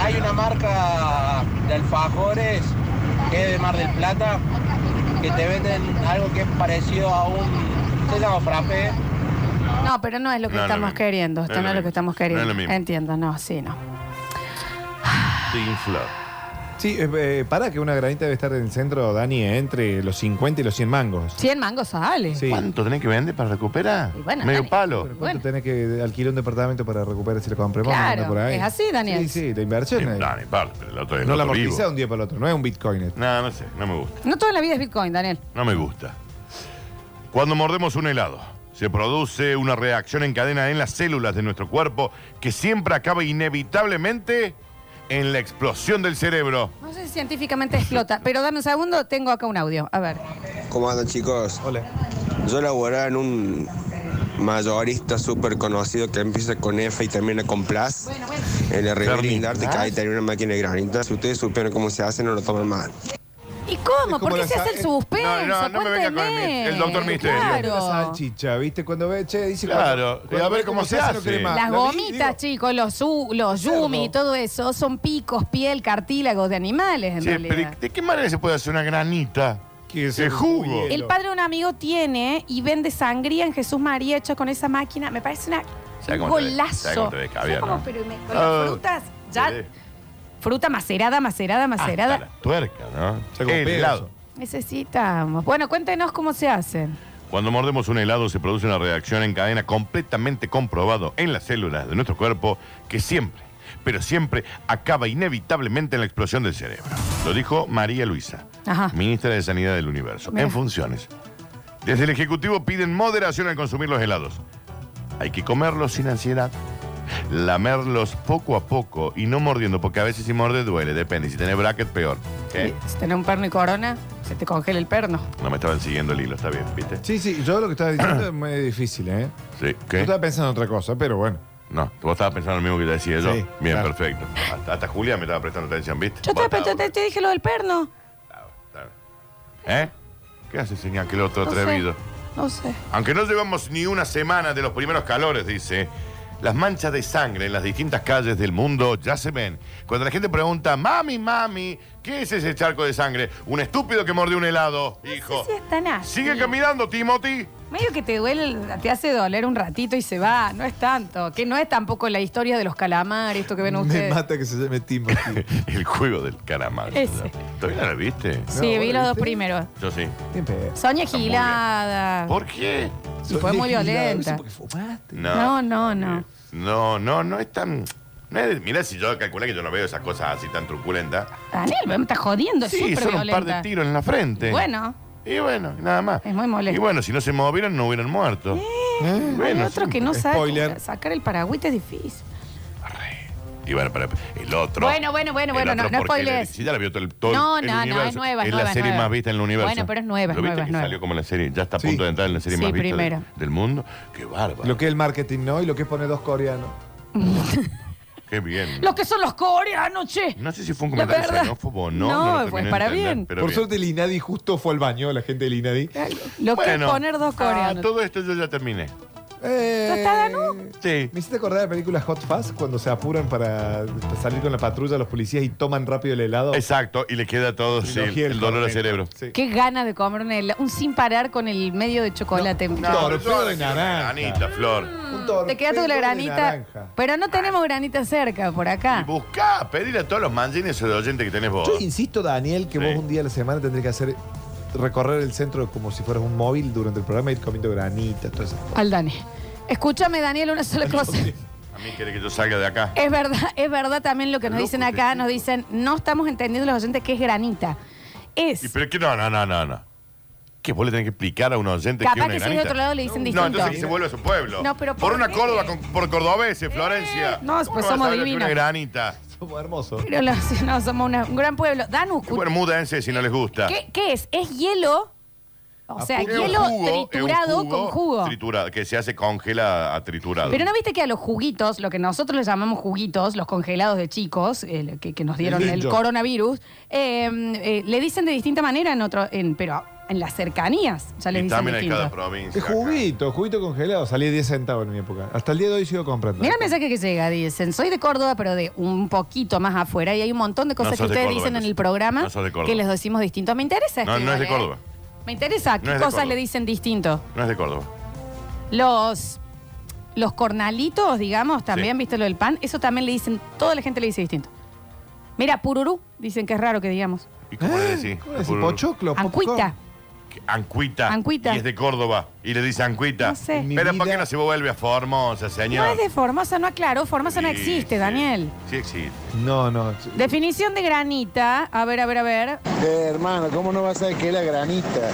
hay una marca de alfajores que es de Mar del Plata que te venden algo que es parecido a un sésamo frappé. No, pero no es lo que No, no es lo estamos mismo. queriendo. No Esto es no lo es lo que mismo. estamos No es lo queriendo. mismo. Entiendo, no, sí, no. Te infla. Sí, eh, eh, para que una granita debe estar en el centro, Dani, eh, entre los 50 y los 100 mangos. 100 mangos sale. ¿Cuánto tenés que vender para recuperar? Y bueno, Medio Dani, palo. pero ¿Cuánto tenés que alquilar un departamento para recuperar si lo compramos? Claro, Anda por ahí. es así, Daniel. Sí, sí, la inversión. es- No, ni palo, Eh, pero el otro el no la otro vivo. amortiza de un día para el otro, no es un bitcoin. No, no sé, no me gusta. No toda la vida es Bitcoin, Daniel. No me gusta. Cuando mordemos un helado, se produce una reacción en cadena en las células de nuestro cuerpo que siempre acaba inevitablemente en la explosión del cerebro. No sé si científicamente explota, pero dame un segundo, tengo acá un audio. A ver. ¿Cómo andan chicos? Hola. Yo laboraba en un mayorista súper conocido que empieza con F y termina con Plus. En la Rivera Lindarte, que ahí tenía una máquina de granita. Si ustedes supieran cómo se hace, no lo toman mal. ¿Y cómo? ¿Por qué la se hace sal- el suspenso? eh, No, no, no me venga con el mi- el doctor misterio. La Claro. salchicha, ¿viste? Cuando ve, che, dice. Claro, cuando- a ver ve cómo se no hace. quiere más. Las La vi- gomitas, chicos, los, su- los yumi, todo eso, son picos, piel, cartílagos de animales, en Che, realidad. pero ¿De qué manera se puede hacer una granita? Que es el jugo. El padre de un amigo tiene y vende sangría en Jesús María hecha con esa máquina. Me parece una ¿Sabe un cómo te ve- golazo. sabe cómo te ve caviar, ¿Sabe cómo? no? Pero me- con Ah. las frutas, ya. Fruta macerada, macerada, macerada. Tuerca, ¿no? pega Helado. Necesitamos. Bueno, cuéntenos cómo se hacen. Cuando mordemos un helado se produce una reacción en cadena completamente comprobado en las células de nuestro cuerpo que siempre, pero siempre acaba inevitablemente en la explosión del cerebro. Lo dijo María Luisa, Ajá. ministra de Sanidad del Universo, Mira. en funciones. Desde el Ejecutivo piden moderación al consumir los helados. Hay que comerlos sin ansiedad, lamerlos poco a poco y no mordiendo, porque a veces si mordes duele, depende. Si tenés bracket, peor. ¿Eh? Si tenés un perno y corona, se te congela el perno. No me estaban siguiendo el hilo, está bien, ¿viste? Sí, sí, yo lo que estaba diciendo es muy difícil, ¿eh? Sí, Yo ¿qué? estaba pensando en otra cosa, pero bueno. No, vos estabas pensando lo mismo que te decía yo. Sí, Bien, claro. perfecto. Hasta, hasta Julia me estaba prestando atención, ¿viste? Yo te, Vos yo te- te dije lo del perno. estabas- ¿Eh? ¿Qué hace señal que el otro No sé. atrevido? No sé. Aunque no llevamos ni una semana de los primeros calores, dice, las manchas de sangre en las distintas calles del mundo ya se ven. Cuando la gente pregunta, mami, mami, ¿qué es ese charco de sangre? Un estúpido que mordió un helado, hijo. Tan así. Sigue caminando, Timothy. Medio que te duele, te hace doler un ratito y se va. No es tanto. Que no es tampoco la historia de los calamares, esto que ven Me ustedes. mata que se llame Timo. el juego del calamar. Ese. ¿Todavía no lo viste? Sí, vi los dos primeros. Yo sí. Sonia Gilada. ¿Por qué? Y fue muy violenta. No, no, no. No, no, no es tan. No es- mirá, si yo calculé que yo no veo esas cosas así tan truculentas. Daniel, me está jodiendo, es Sí, súper son un violenta. par de tiros en la frente. Bueno. Y bueno, nada más. Es muy Y molesto. bueno, si no se movieron, no hubieran muerto. Eh, Hay otro Eh, que no sabe Spoiler. sacar el paragüita es difícil. Y bueno, para el otro. Bueno, bueno, el bueno, bueno, otro no- no porque spoilees. le- Si ya la vio todo el, todo No, el no, no, es universo. nueva, es Es nueva, la es serie nueva. más vista en el universo. Bueno, pero es nueva, es ¿Lo viste nueva, es que nueva. salió como la serie? Ya está a punto de entrar en la serie Sí, más vista primera. del, del mundo. Qué bárbaro. Lo que es el marketing, ¿no? Y lo que es poner dos coreanos. Qué bien. Lo que son los coreanos, che. No sé si fue un La comentario verdad. xenófobo o no. No, lo terminé pues, de para entender, bien. pero Por suerte el INADI justo fue al baño, la gente del INADI. Lo que es poner dos coreanos. Ah, todo esto yo ya terminé. Eh, Sí. Me hiciste acordar de la película Hot Fuzz cuando se apuran para salir con la patrulla los policías y toman rápido el helado. Exacto, y le queda todo sí, el, hiel, dolor al correcto. cerebro. Qué ganas de comer un, hel- un sin parar con el medio de chocolate. No, pero yo ahora quiero una Granita, Flor. Te queda tu torpedo de granita. naranja. Pero no tenemos granita cerca por acá. Buscá, pedir a todos los manjines o de oyente que tenés vos. Yo insisto, Daniel, que vos un día a la semana tendrías que hacer recorrer el centro como si fueras un móvil durante el programa y ir comiendo granitas, todo eso. Al Dani. Escúchame, Daniel, una sola cosa. A mí quiere que yo salga de acá. Es verdad, es verdad también lo que nos dicen acá. Nos dicen, no estamos entendiendo los oyentes que es granita. Y, Es. pero que no, no, no, no, no. Que vos le tenés que explicar a un oyente que Capaz una que si es de granita. otro lado le dicen No, distinto. entonces que se vuelve a su pueblo. No, pero por ¿por una qué? Eh, Córdoba, con- por cordobeses, Florencia. no, pues ¿Cómo vas a somos saber lo que es divinos. Una granita. Somos hermosos. Pero los- no, somos una- un gran pueblo. Danu, Y bueno, múdense si no les gusta. ¿qué, qué es? Es hielo. O sea, Es Ah, un hielo jugo, es triturado un con jugo. Triturado, que se hace congela a triturado. Pero no viste que a los juguitos, lo que nosotros les llamamos juguitos, los congelados de chicos, eh, lo que, que nos dieron El el, ginger. coronavirus, eh, eh, le dicen de distinta manera en otro, en, pero en las cercanías ya les Y dicen también hay distinto. cada provincia. Es juguito, juguito congelado. Salía 10 centavos en mi época. Hasta el día de hoy sigo comprando. Mira el mensaje que llega, dicen, soy de Córdoba, pero de un poquito más afuera, y hay un montón de No cosas que sos de ustedes Córdoba, dicen en el entonces. programa No sos de Córdoba. que les decimos distinto. Me interesa No, esto no es igual, de ¿eh? Córdoba. Me interesa qué No es de cosas Córdoba. le dicen distinto. No es de Córdoba. Los, los cornalitos, digamos, también, ¿viste lo del pan? Eso también le dicen, toda la gente le dice distinto. Mira, pururú, dicen que es raro que digamos. ¿Y cómo le decís? Por- Ancuita. Ancuita. Ancuita. Y es de Córdoba. Y le dice Ancuita. sé. Mi Pero ¿por qué no se vuelve a Formosa, No señor? es de Formosa, no aclaró. Formosa no Sí, existe, Daniel. Sí existe. No, no. Definición de granita. A ver, a ver, a ver. Eh, hermano, ¿cómo no vas a saber qué es la granita?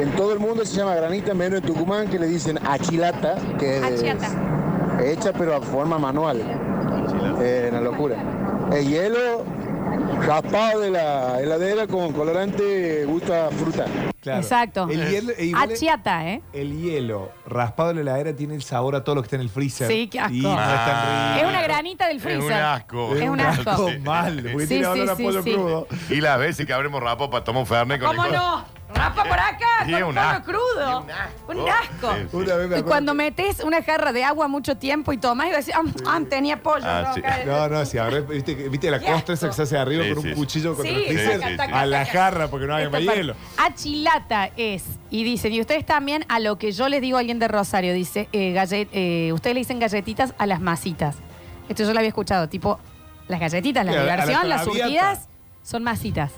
En todo el mundo se llama granita, menos en Tucumán, que le dicen achilata, Eh, que es hecha pero a forma manual. Eh, una locura. El hielo raspado de la heladera con colorante gusto a fruta. Exacto. El hielo- e igual- Achiata, ¿eh? El hielo raspado en la heladera tiene el sabor a todo lo que está en el freezer. Sí, qué asco. Y no es Ah. tan rico. Ah, Es una granita del freezer. Es un asco. mal. Sí, tiene olor sí, a sí, pollo sí. crudo. Y las veces que abrimos rapa para tomar un fernet con ¿Cómo licor. no? Rapa por acá, Sí, con un pollo asco. crudo. Un asco. Sí, sí. Y cuando metes una jarra de agua mucho tiempo y tomas y vas a decir, "Ah, ah, tenía pollo. Ah, no, sí. acá". No, no, sí, ahora viste, que- viste la costra esa que se hace arriba Sí, con un sí, sí. cuchillo contra Sí, el freezer taca, taca, a la taca. jarra porque no había más Esto para- hielo. Achilata es. Y dicen, y ustedes también, a lo que yo les digo a alguien de Rosario, dice, eh, gallet- eh, ustedes le dicen galletitas a las masitas. Esto yo lo había escuchado, tipo, las galletitas, la Sí, a la- a la diversión, las traviata. surtidas, son masitas.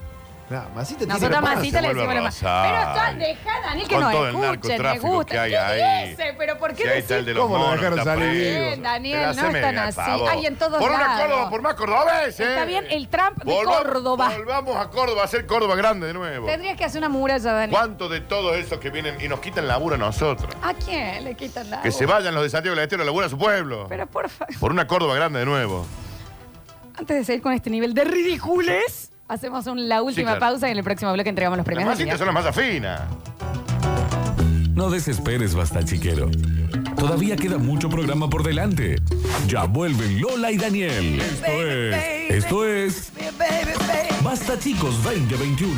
No, masita tiene pan. Nosotros masita le decimos la mas- Pero está, dejá, Daniel, que Con nos todo el escuchen, me narcotráfico gusta. que hay ¿Qué ahí. dice? ¿Pero por qué Si ahí decís? está el de los ¿Cómo lo monos, dejaron está salir preso. Bien, Daniel, Pero no haceme están el así. favor. Hay en todos Por una lados. Córdoba, por más cordobés, Está bien, el Trump de Córdoba. eh. Volvamos a Córdoba, a ser Córdoba grande de nuevo. Tendrías que hacer una muralla, Daniel. ¿Cuántos de todos esos que vienen y nos quitan laburo a nosotros? ¿A quién le quitan la Que se vayan los de Santiago del Estero a laburar a su pueblo. Pero por favor. Por una Córdoba grande de nuevo. Antes de seguir con este nivel de ridicules, hacemos un- la última claro. pausa y en el próximo bloque entregamos Las los premios. del día. masitas son las más afinas. No desesperes, basta chiquero. Todavía queda mucho programa por delante. Ya vuelven Lola y Daniel. Esto es. Esto es. Basta chicos 2021.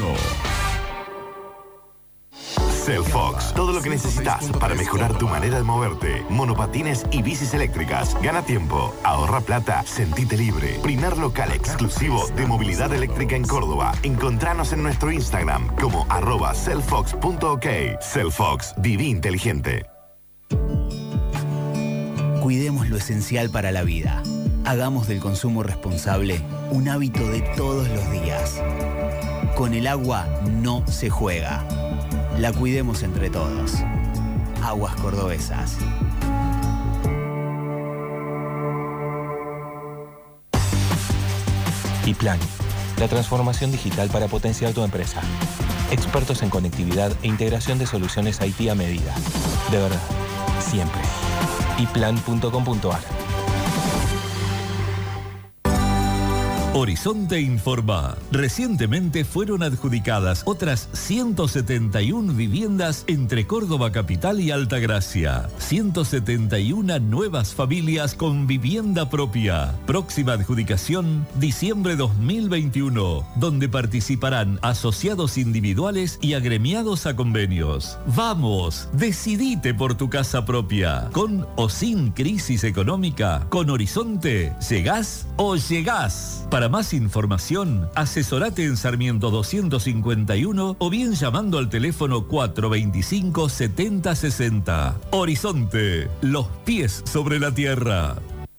Cellfox, todo lo que necesitas para mejorar tu manera de moverte. Monopatines y bicis eléctricas. Gana tiempo, ahorra plata, sentite libre. Primer local exclusivo de movilidad eléctrica en Córdoba. Encontranos en nuestro Instagram como arroba cellfox.ok. Cellfox, viví inteligente. Cuidemos lo esencial para la vida. Hagamos del consumo responsable un hábito de todos los días. Con el agua no se juega. La cuidemos entre todos. Aguas cordobesas. Y Plan, la transformación digital para potenciar tu empresa. Expertos en conectividad e integración de soluciones IT a medida. De verdad, siempre. yplan.com.ar Horizonte informa. Recientemente fueron adjudicadas otras 171 viviendas entre Córdoba Capital y Altagracia. 171 nuevas familias con vivienda propia. Próxima adjudicación, diciembre 2021, donde participarán asociados individuales y agremiados a convenios. Vamos, decidite por tu casa propia. Con o sin crisis económica, con Horizonte, llegás o llegás. Para más información, asesorate en Sarmiento 251 o bien llamando al teléfono 425-7060. Horizonte, los pies sobre la tierra.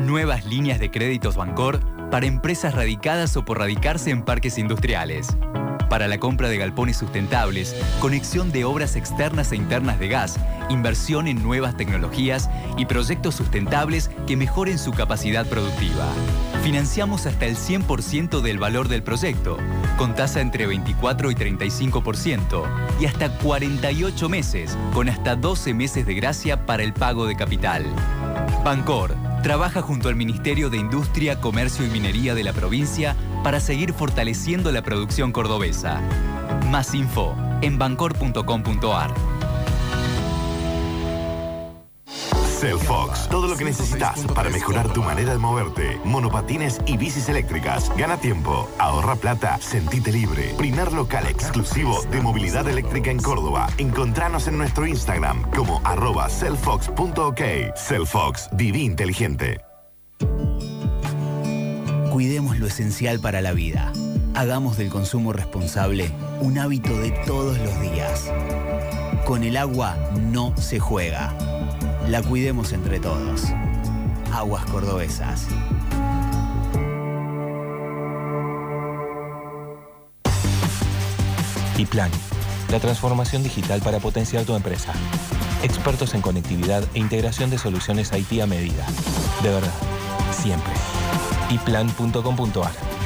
Nuevas líneas de créditos Bancor para empresas radicadas o por radicarse en parques industriales. Para la compra de galpones sustentables, conexión de obras externas e internas de gas, inversión en nuevas tecnologías y proyectos sustentables que mejoren su capacidad productiva. Financiamos hasta el 100% del valor del proyecto, con tasa entre 24 y 35% y hasta 48 meses, con hasta 12 meses de gracia para el pago de capital. Bancor trabaja junto al Ministerio de Industria, Comercio y Minería de la provincia para seguir fortaleciendo la producción cordobesa. Más info en bancor.com.ar. Cellfox, todo lo que necesitas para mejorar tu manera de moverte. Monopatines y bicis eléctricas. Gana tiempo, ahorra plata, sentite libre. Primer local exclusivo de movilidad eléctrica en Córdoba. Encontranos en nuestro Instagram como arroba cellfox.ok. Cellfox, viví inteligente. Cuidemos lo esencial para la vida. Hagamos del consumo responsable un hábito de todos los días. Con el agua no se juega. La cuidemos entre todos. Aguas cordobesas. Y Plan, la transformación digital para potenciar tu empresa. Expertos en conectividad e integración de soluciones IT a medida. De verdad, siempre. yplan.com.ar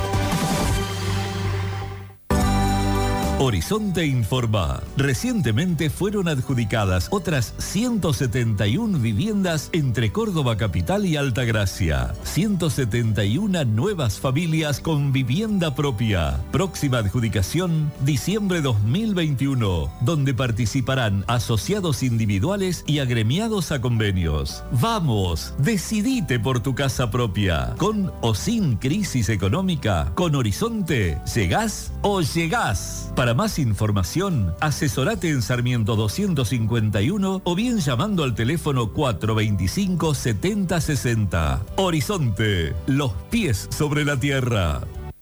Horizonte informa. Recientemente fueron adjudicadas otras 171 viviendas entre Córdoba Capital y Altagracia. 171 nuevas familias con vivienda propia. Próxima adjudicación, diciembre 2021, donde participarán asociados individuales y agremiados a convenios. Vamos, decidite por tu casa propia. Con o sin crisis económica, con Horizonte, llegás o llegás. Para más información, asesorate en Sarmiento 251 o bien llamando al teléfono 425-7060. Horizonte, los pies sobre la tierra.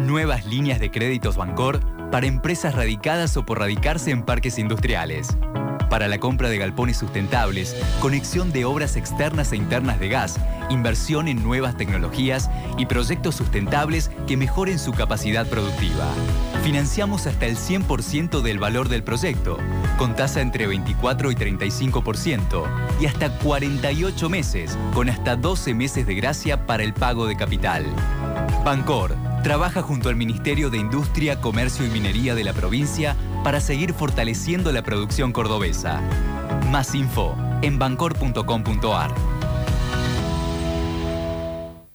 Nuevas líneas de créditos Bancor para empresas radicadas o por radicarse en parques industriales. Para la compra de galpones sustentables, conexión de obras externas e internas de gas, inversión en nuevas tecnologías y proyectos sustentables que mejoren su capacidad productiva. Financiamos hasta el 100% del valor del proyecto, con tasa entre 24 y 35% y hasta 48 meses, con hasta 12 meses de gracia para el pago de capital. Bancor trabaja junto al Ministerio de Industria, Comercio y Minería de la provincia para seguir fortaleciendo la producción cordobesa. Más info en bancor.com.ar.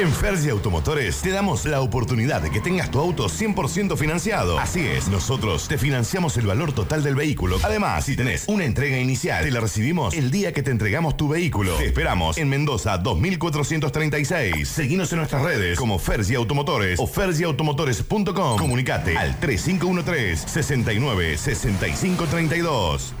En Fergie Automotores te damos la oportunidad de que tengas tu auto 100% financiado. Así es, nosotros te financiamos el valor total del vehículo. Además, si tenés una entrega inicial, te la recibimos el día que te entregamos tu vehículo. Te esperamos en Mendoza 2436. Seguinos en nuestras redes como Fergie Automotores o fergieautomotores.com. Comunicate al 3513 69 65 32.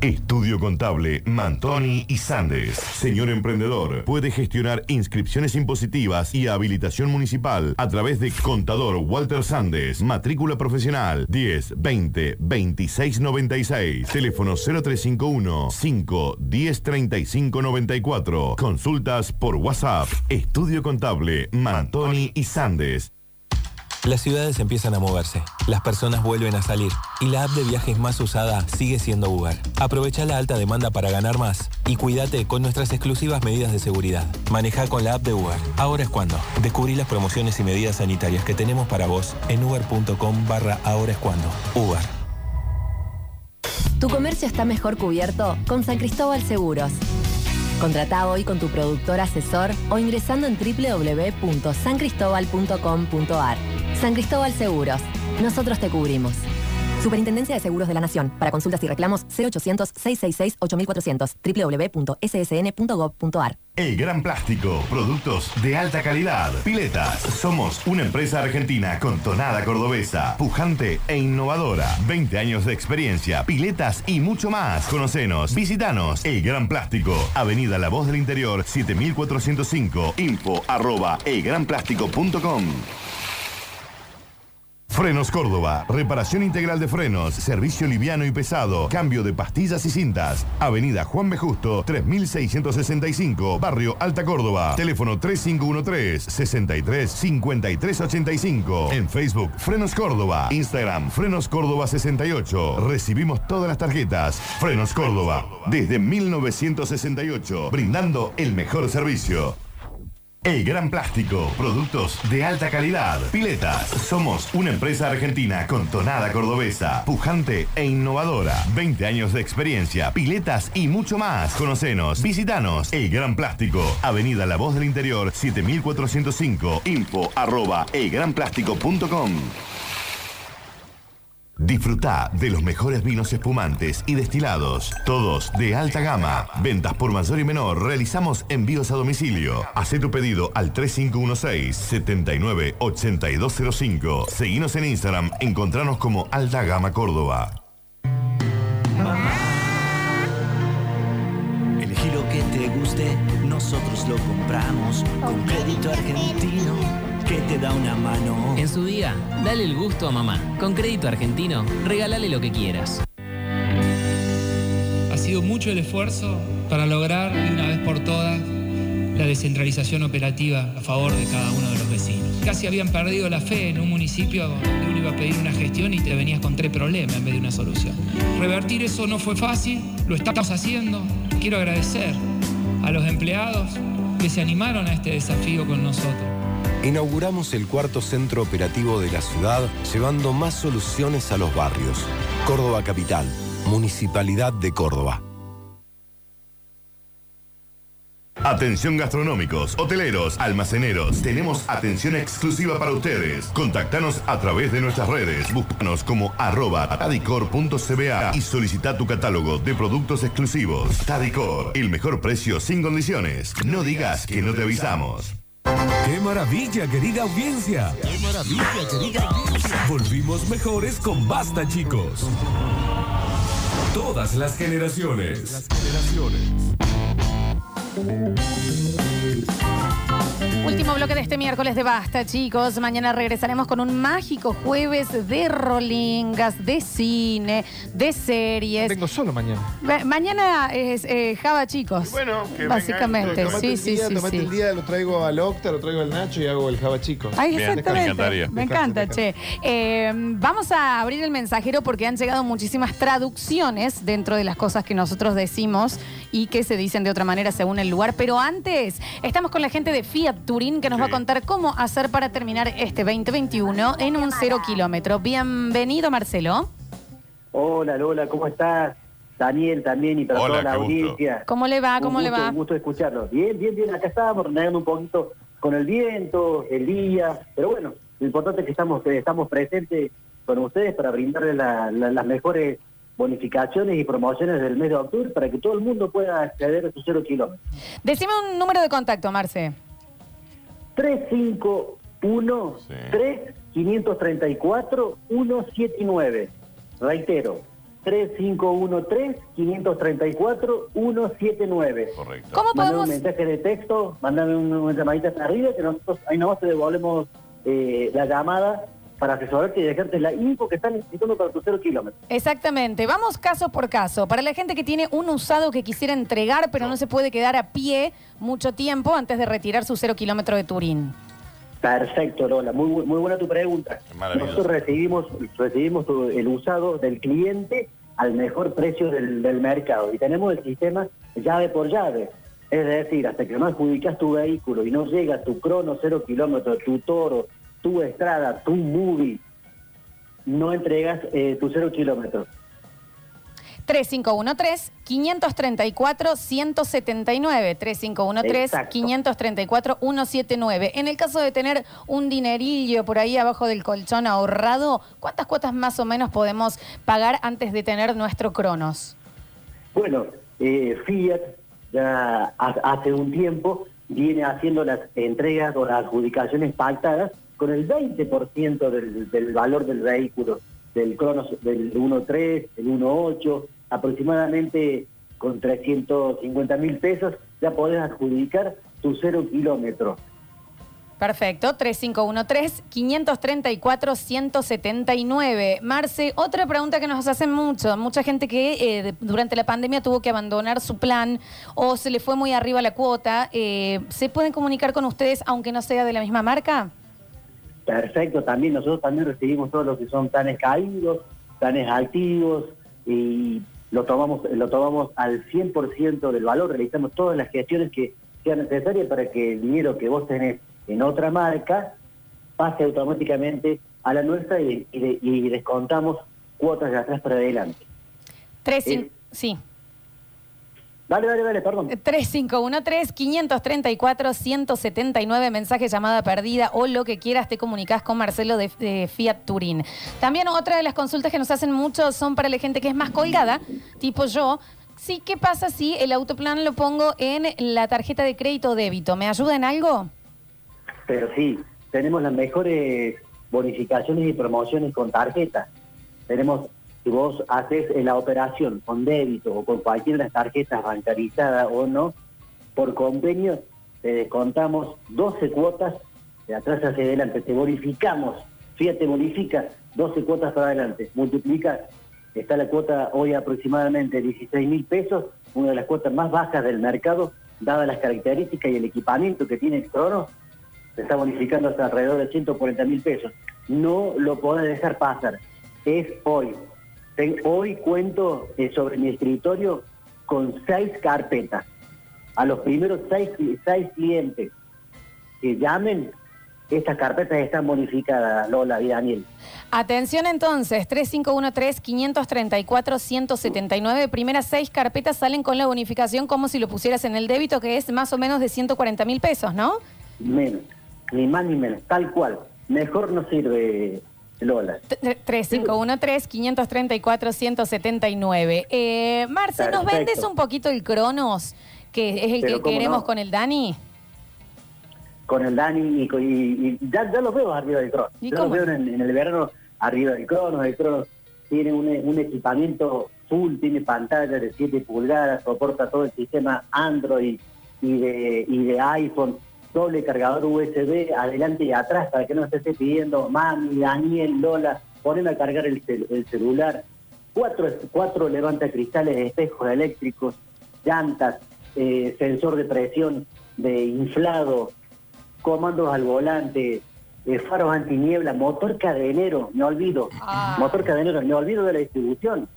Estudio Contable Mantoni y Sandes. Señor emprendedor, puede gestionar inscripciones impositivas y habilitación municipal a través de Contador Walter Sandes, matrícula profesional 10 20 26 96, teléfono 0351 5 10 35 94. Consultas por WhatsApp. Estudio Contable Mantoni y Sandes. Las ciudades empiezan a moverse, las personas vuelven a salir y la app de viajes más usada sigue siendo Uber. Aprovecha la alta demanda para ganar más y cuídate con nuestras exclusivas medidas de seguridad. Maneja con la app de Uber. Ahora es cuando. Descubrí las promociones y medidas sanitarias que tenemos para vos en uber.com barra ahora es cuando. Uber. Tu comercio está mejor cubierto con San Cristóbal Seguros. Contrata hoy con tu productor asesor o ingresando en www.sancristobal.com.ar. San Cristóbal Seguros. Nosotros te cubrimos. Superintendencia de Seguros de la Nación. Para consultas y reclamos 0800-666-8400. www.ssn.gov.ar. El Gran Plástico, productos de alta calidad, piletas. Somos una empresa argentina con tonada cordobesa, pujante e innovadora. 20 años de experiencia, piletas y mucho más. Conocenos, visitanos. El Gran Plástico, Avenida La Voz del Interior, 7405. Info arroba elgranplástico.com. Frenos Córdoba, reparación integral de frenos, servicio liviano y pesado, cambio de pastillas y cintas. Avenida Juan B. Justo, 3665, Barrio Alta Córdoba. Teléfono 3513-635385. En Facebook, Frenos Córdoba. Instagram, Frenos Córdoba 68. Recibimos todas las tarjetas. Frenos Córdoba, desde 1968, brindando el mejor servicio. El Gran Plástico, productos de alta calidad, piletas. Somos una empresa argentina con tonada cordobesa, pujante e innovadora. 20 años de experiencia, piletas y mucho más. Conocenos, visitanos. El Gran Plástico, Avenida La Voz del Interior, 7405. Info arroba elgranplástico.com. Disfruta de los mejores vinos espumantes y destilados, todos de alta gama. Ventas por mayor y menor, realizamos envíos a domicilio. Haz tu pedido al 3516-798205. Seguinos en Instagram, encontranos como Alta Gama Córdoba. Elegí lo que te guste, nosotros lo compramos con crédito argentino que te da una mano. En su día, dale el gusto a mamá. Con crédito argentino, regálale lo que quieras. Ha sido mucho el esfuerzo para lograr de una vez por todas la descentralización operativa a favor de cada uno de los vecinos. Casi habían perdido la fe en un municipio donde uno iba a pedir una gestión y te venías con tres problemas en vez de una solución. Revertir eso no fue fácil, lo estamos haciendo. Quiero agradecer a los empleados que se animaron a este desafío con nosotros. Inauguramos el cuarto centro operativo de la ciudad, llevando más soluciones a los barrios. Córdoba Capital, Municipalidad de Córdoba. Atención gastronómicos, hoteleros, almaceneros. Tenemos atención exclusiva para ustedes. Contactanos a través de nuestras redes. Búscanos como arroba tadicor.cba y solicita tu catálogo de productos exclusivos. Tadicor, el mejor precio sin condiciones. No digas que no te avisamos. ¡Qué maravilla, querida audiencia! ¡Qué maravilla, querida audiencia! Volvimos mejores con Basta, chicos. Todas las generaciones. Las generaciones. Último bloque de este miércoles de Basta, chicos. Mañana regresaremos con un mágico jueves de rolingas, de cine, de series. Vengo solo mañana. Ma- mañana es eh, Java, chicos. Bueno, que básicamente. venga, sí, tomate el sí, día, sí, tomate sí. el día, lo traigo al Octa, lo traigo al Nacho y hago el Java Chico. Ay, exactamente. Me encanta, che. Eh, vamos a abrir el mensajero porque han llegado muchísimas traducciones dentro de las cosas que nosotros decimos y que se dicen de otra manera según el lugar. Pero antes, estamos con la gente de Fiat Turín que nos va a contar cómo hacer para terminar este 2021 en un cero kilómetro. Bienvenido, Marcelo. Hola Lola, ¿cómo estás? Daniel también y para Hola, toda la qué gusto. audiencia. ¿Cómo le va? Un ¿Cómo le gusto, va? Un gusto escucharlos. Bien, bien, bien. Acá estábamos renegando un poquito con el viento, el día, pero bueno, lo importante es que estamos, que estamos presentes con ustedes para brindarles la- la- las mejores bonificaciones y promociones del mes de octubre para que todo el mundo pueda acceder a sus cero kilómetros. Decime un número de contacto, Marce. 351 3534 179. Reitero, 3513 534 179. Correcto. ¿Cómo mandame podemos- un mensaje de texto, mandame un- una llamadita hasta arriba que nosotros ahí nomás te devolvemos eh, la llamada para asesorarte y dejarte la info que están necesitando para tus cero kilómetros. Exactamente, vamos caso por caso. Para la gente que tiene un usado que quisiera entregar, pero no se puede quedar a pie mucho tiempo antes de retirar su cero kilómetro de Turín. Perfecto, Lola. Muy, bu- muy buena tu pregunta. Nosotros recibimos, recibimos tu- el usado del cliente al mejor precio del, del mercado y tenemos el sistema llave por llave. Es decir, hasta que no adjudicas tu vehículo y no llega tu crono cero kilómetros, tu toro, tu estrada, tu movie, no entregas eh, tu cero kilómetros. 3513-534-179. 3513-534-179. En el caso de tener un dinerillo por ahí abajo del colchón ahorrado, ¿cuántas cuotas más o menos podemos pagar antes de tener nuestro Cronos? Bueno, eh, Fiat ya ha- hace un tiempo viene haciendo las entregas o las adjudicaciones pactadas con el 20% del, del valor del vehículo, del Cronos del 1.3, el 1.8, aproximadamente con 350 mil pesos ya podés adjudicar tu cero kilómetro. Perfecto, 3513-534-179. Marce, otra pregunta que nos hacen mucho, mucha gente que eh, de- durante la pandemia tuvo que abandonar su plan o se le fue muy arriba la cuota, eh, ¿se pueden comunicar con ustedes aunque no sea de la misma marca? Perfecto, también nosotros también recibimos todos los que son planes caídos, planes activos y lo tomamos lo tomamos al 100% del valor, realizamos todas las gestiones que sean necesarias para que el dinero que vos tenés en otra marca pase automáticamente a la nuestra y, y de- y descontamos cuotas de atrás para adelante. Tres cin- sí. Dale, dale, dale, perdón. 3513-534-179, mensaje, llamada perdida o lo que quieras, te comunicas con Marcelo de, de Fiat Turín. También otra de las consultas que nos hacen mucho son para la gente que es más colgada, tipo yo. Sí, ¿qué pasa si el autoplan lo pongo en la tarjeta de crédito o débito? ¿Me ayuda en algo? Pero sí, tenemos las mejores bonificaciones y promociones con tarjeta. Tenemos, si vos haces eh, la operación con débito o con cualquiera de las tarjetas bancarizadas o no, por convenio te descontamos 12 cuotas de atrás hacia adelante, te bonificamos, fíjate, bonifica 12 cuotas para adelante, multiplicas, está la cuota hoy aproximadamente 16 mil pesos, una de las cuotas más bajas del mercado, dadas las características y el equipamiento que tiene el Cronos, se está bonificando hasta alrededor de 140 mil pesos. No lo podés dejar pasar. Es hoy. Ten- hoy cuento eh, sobre mi escritorio con seis carpetas. A los primeros seis, cli- seis clientes que llamen, estas carpetas están bonificadas, Lola y Daniel. Atención entonces, 3513-534-179. Primeras seis carpetas salen con la bonificación como si lo pusieras en el débito, que es más o menos de 140 mil pesos, ¿no? Menos, ni más ni menos, tal cual. Mejor no sirve, Lola. 3513-534-179. Eh, Marce, ¿nos Perfecto. vendes un poquito el Cronos, que es el Pero que cómo queremos no. con el Dani? con el Dani y, con- y- y ya, ya los veo arriba del Cronos. ¿Y Ya los cómo? veo en, en el verano arriba del Cronos. El Cronos tiene un, un equipamiento full, tiene pantalla de 7 pulgadas, soporta todo el sistema Android y de, y de iPhone, doble cargador USB adelante y atrás para que no se esté pidiendo mami, Daniel, Lola, ponen a cargar el, cel- el celular. Cuatro, cuatro levanta cristales, espejos eléctricos, llantas, eh, sensor de presión de inflado, comandos al volante, eh, faros antiniebla, motor cadenero, me olvido. Motor cadenero, me olvido de la distribución.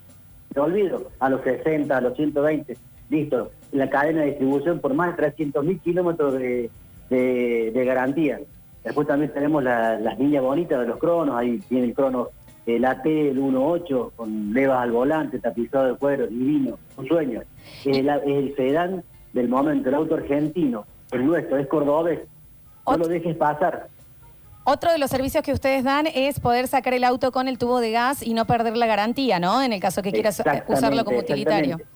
Me olvido. A los 60, a los 120. Listo. La cadena de distribución por más de 300.000 kilómetros de, de- de garantía. Después también tenemos la- las líneas bonitas de los cronos. Ahí tiene el crono, el AT, el 1.8, con levas al volante, tapizado de cuero, divino. Un sueño. Es el, es el sedán del momento, el auto argentino. El nuestro, es cordobés No lo dejes pasar. Otro de los servicios que ustedes dan es poder sacar el auto con el tubo de gas y no perder la garantía, ¿no? En el caso que quieras eh, Exactamente, usarlo como utilitario. exactamente.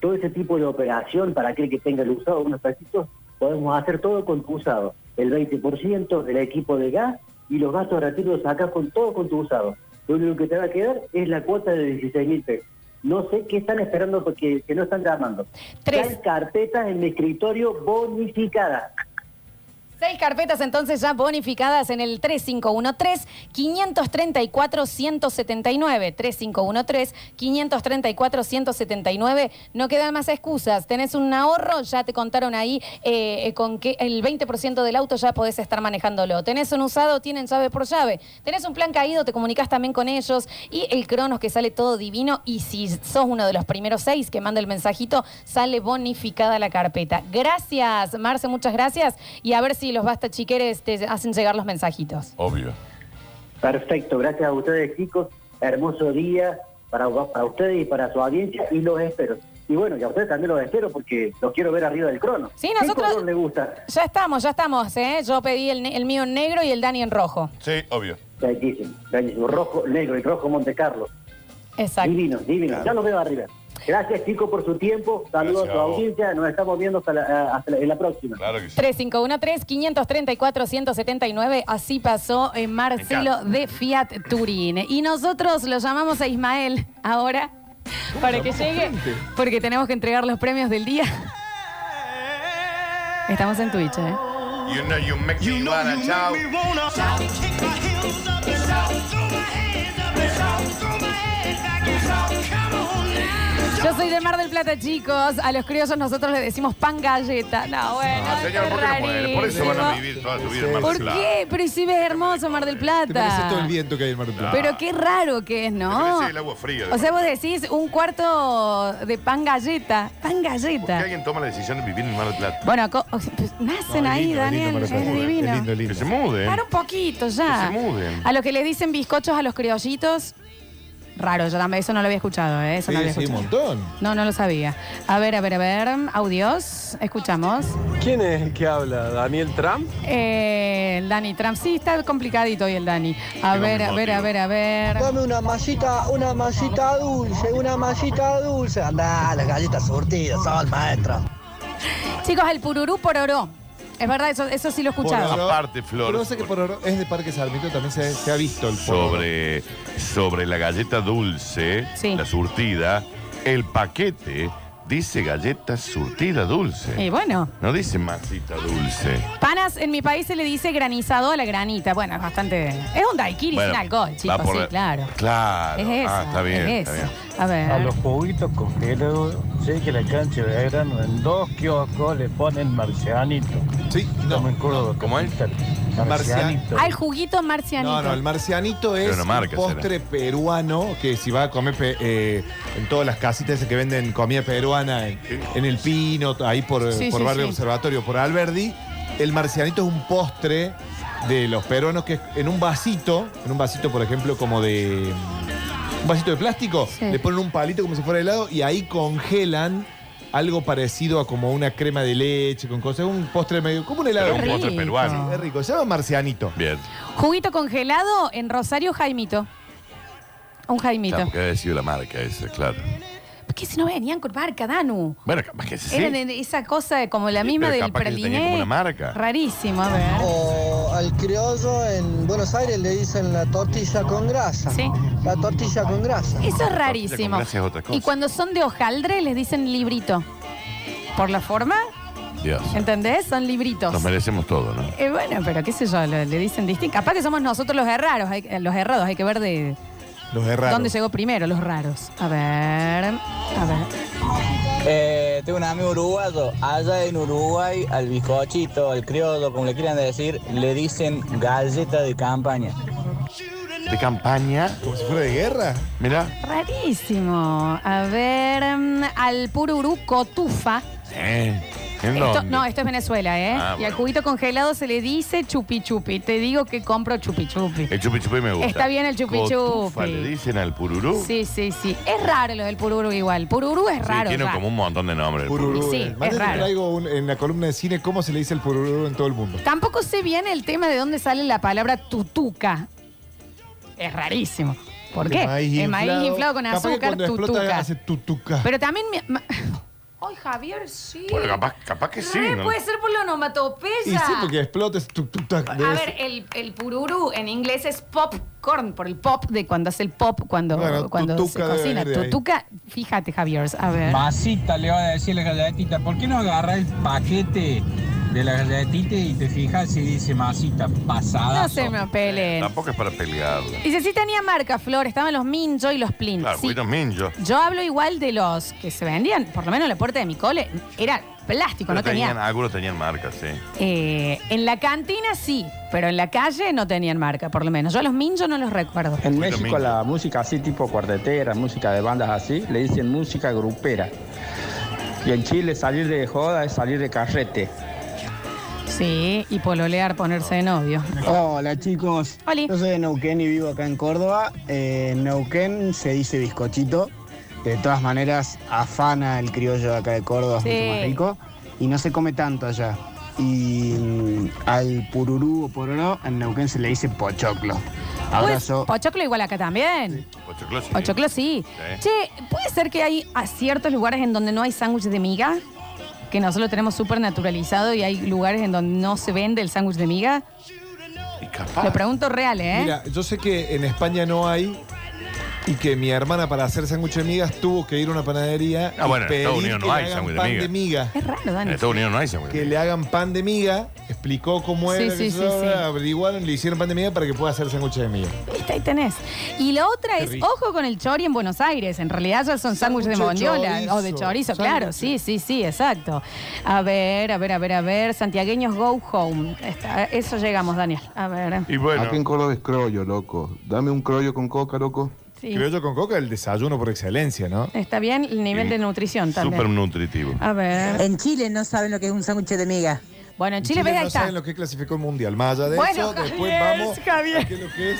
Todo ese tipo de operación, para aquel que tenga el usado unos pedacitos, podemos hacer todo con tu usado. El 20% del equipo de gas y los gastos de retiro los sacas con todo con tu usado. Lo único que te va a quedar es la cuota de 16 mil pesos. No sé qué están esperando porque que no están llamando. Tres carpetas en mi escritorio bonificadas. Seis carpetas entonces ya bonificadas en el 3513-534-179. 3513-534-179. No quedan más excusas. Tenés un ahorro, ya te contaron ahí eh, eh, con que el 20% del auto ya podés estar manejándolo. Tenés un usado, tienen llave por llave. Tenés un plan caído, te comunicas también con ellos. Y el Cronos que sale todo divino. Y si sos uno de los primeros seis que manda el mensajito, sale bonificada la carpeta. Gracias, Marce, muchas gracias. Y a ver si los basta chiqueres te hacen llegar los mensajitos. Obvio. Perfecto, gracias a ustedes chicos, hermoso día para, para ustedes y para su audiencia y los espero. Y bueno, y a ustedes también los espero porque los quiero ver arriba del crono. Sí, ¿Qué nosotros- color les gusta? Ya estamos, ya estamos, ¿eh? Yo pedí el, ne- el mío en negro y el Dani en rojo. Sí, obvio. Bellísimo, bellísimo. Rojo, negro y rojo Monte Carlo. Exacto. Divino, divino. Ya los veo arriba. Gracias chicos por su tiempo, saludos a Gracias su a vos. audiencia, nos estamos viendo hasta la, eh, hasta la- en la próxima. Claro que 3513-534-179, así pasó eh, Marcelo de Fiat Turín. Y nosotros lo llamamos a Ismael ahora para que llegue, porque tenemos que entregar los premios del día. Estamos en Twitch, ¿eh? You know you make me wanna, chao. Yo soy de Mar del Plata, chicos. A los criollos nosotros les decimos pan galleta. No, bueno, Ah, señor, esto ¿por es qué no puede? Por eso van a rarísimo. vivir toda su vida en Mar del ¿Por Plata. qué? Pero si ves hermoso Mar del Te merece todo el Plata. viento que hay en Mar del Plata. Pero qué raro que es, ¿no? Sí, el agua fría. O sea, vos decís un cuarto de pan galleta. Pan ¿Por qué galleta. alguien toma la decisión de vivir en Mar del Plata? Bueno, co- o sea, pues, nacen ahí, Daniel. Es divino. Que se muden. Para un poquito ¿eh? Que ya. se muden. A los que les dicen bizcochos a los criollitos. Raro, yo también, eso no lo había escuchado, ¿eh? Eso no lo había escuchado. montón. No, no lo sabía. A ver, a ver, a ver. Audios, escuchamos. ¿Quién es el que habla? ¿Daniel Trump? Eh, el Dani Trump. Sí, está complicadito hoy el Dani. A Tengo ver, mis a ver, a ver, a ver. Dame una masita, una masita dulce, una masita dulce. Andá, las galletas surtidas, sal, maestra. Chicos, el pururú pororó. Es verdad, eso, eso sí lo he escuchado. Pororó. Aparte, Flor. Pero no sé que por oro es de Parque Sarmiento, también se, se ha visto el polvo. sobre, sobre la galleta dulce, la surtida, el paquete dice galleta surtida dulce. Y bueno. Ah, No dice masita dulce. Panas, en mi país se le dice granizado a la granita. Bueno, es bastante. Es un daiquiri Bueno, sin alcohol, va chicos, por sí, la- claro. Claro. Es esa, ah, está bien. es está esa. bien. A ver. A los juguitos congelados, sé que la cancha de Belgrano en dos kioscos le ponen marcianito. Sí, no me acuerdo. ¿Cómo es? Marcianito. Al juguito marcianito. No, no, el marcianito es Pero no marca, un postre peruano que si va a comer pe- eh, en todas las casitas esas que venden comida peruana, en, en el Pino, ahí por, eh, Sí, por sí, Barrio sí. Observatorio, por Alberdi, el marcianito es un postre de los peruanos que es en un vasito, en un vasito, por ejemplo, como de... Un vasito de plástico, le ponen un palito como si fuera helado y ahí congelan algo parecido a como una crema de leche con cosas, un postre medio, como un helado. Pero un postre Rico. peruano. Sí, es rico, se llama marcianito. Bien. Juguito congelado en Rosario Jaimito. Un Jaimito. Claro, porque ha sido la marca esa, claro. ¿Por qué si no venían con marca, Danu? Bueno, capaz que sí. Era de esa cosa como la misma pero del capaz que tenía praliné. como una marca. Rarísimo, a ver. O al criollo en Buenos Aires le dicen la tortilla con grasa. Sí. La tortilla con grasa. Eso es rarísimo. gracias es otra cosa. Y cuando son de hojaldre les dicen librito. Por la forma, Dios. ¿entendés? Son libritos. Nos merecemos todo, ¿no? Eh, bueno, pero qué sé yo, le, le dicen distinto. Capaz que somos nosotros los erraros, hay- eh, los errados, hay que ver de Los dónde llegó primero, los raros. A ver, a ver. Eh, tengo un amigo uruguayo. Allá en Uruguay, al bizcochito, al criollo, como le quieran decir, le dicen galleta de campaña. ¿De campaña? ¿Como si fuera de guerra? Mirá. Rarísimo. A ver, mm, al pururú cotufa. Eh. ¿En Esto- dónde? no, esto es Venezuela, ¿eh? Ah, Y al bueno. cubito congelado se le dice chupi chupi. Te digo que compro chupi chupi. El chupi chupi me gusta. Está bien el chupi Cotufa, chupi. ¿Le dicen al pururú? Sí, sí, sí. Es raro lo del pururu igual. Pururu es raro. tiene raro. como un montón de nombres. el Pururú. Sí, es Mañana te raro. traigo un- en la columna de cine cómo se le dice el pururú en todo el mundo. Tampoco sé bien el tema de dónde sale la palabra tutuca. Es rarísimo. ¿Por De qué? maíz El maíz inflado. inflado con Capaz que azúcar, cuando explota tutuca. hace tutuca. Pero también... mi- ma- Ay, Javier, sí. Bueno, capaz, capaz que sí. Re, ¿no? Puede ser por la Y onomatopeya. sí, porque explota es tuc, tuc, tac, de A ese. ver, el, el pururu en inglés es popcorn, por el pop de cuando hace el pop, cuando, Bueno, cuando se tutuca debe cocina. venir de ahí. Tutuca, fíjate, Javier, a ver. ¿Eh? Masita le van a decir la galletita, ¿por qué no agarras el paquete de la galletita y te fijas si dice masita pasada? No se me peleen. Tampoco es para pelearla. Dice, sí tenía marca, Flor, estaban los Minjo y los Plin. Claro, Sí. Cuido Minjo. Yo hablo igual de los que se vendían, por lo menos en la puerta de mi cole, era plástico, Pero no tenían, tenía. Algunos tenían marcas, sí. Eh, en la cantina sí, pero en la calle no tenían marca, por lo menos. Yo a los Minjo no los recuerdo. En México a la música así tipo cuartetera, música de bandas así, le dicen música grupera. Y en Chile salir de joda es salir de carrete. Sí, y pololear, ponerse de novio. Ah, Hola chicos, yo soy de Neuquén y vivo acá en Córdoba. Eh, en Neuquén se dice bizcochito, de todas maneras afana el criollo de acá de Córdoba, es Sí. mucho más rico y no se come tanto allá. Y mm, al pururú o pororó en Neuquén se le dice pochoclo. Abrazo. Pues, Pochoclo igual acá también. Pochoclo sí. Pochoclo sí. Sí. Che, ¿puede ser que hay a ciertos lugares en donde no hay sándwich de miga? Que nosotros tenemos súper naturalizado y hay lugares en donde no se vende el sándwich de miga. Ah. Lo pregunto real, ¿eh? Mira, yo sé que en España no hay y que mi hermana para hacer sándwich de migas tuvo que ir a una panadería Ah, y bueno, en Estados pedir Unidos que no le hay hagan sándwich de pan miga. de miga. Es raro, En Dani. Estados Unidos no hay sándwich de Que miga. le hagan pan de miga, explicó cómo Sí, era, sí, qué sé sí, yo, sí. averiguaron, le hicieron pan de miga para que pueda hacer sándwich de miga. Viste, ahí tenés. Y la otra Qué es, rico. ojo con el chori en Buenos Aires. En realidad ya son sándwiches de Sándwich de mondiola chorizo. o de chorizo, claro. Sí, sí, sí, exacto. A ver, a ver, a ver, a ver. Santiagueños Go Home. Está- eso llegamos, Daniel. A ver. Aquí en Córdoba es croyo, loco. Dame un croyo con coca, loco. Sí. Creo yo con coca el desayuno por excelencia, ¿no? Está bien el nivel de nutrición también. nutritivo. A ver. En Chile no saben lo que es un sándwich de miga. Bueno, en no saben lo que clasificó el mundial. Más allá de Bueno, eso, después Javier, vamos. Javier. a qué es lo que es.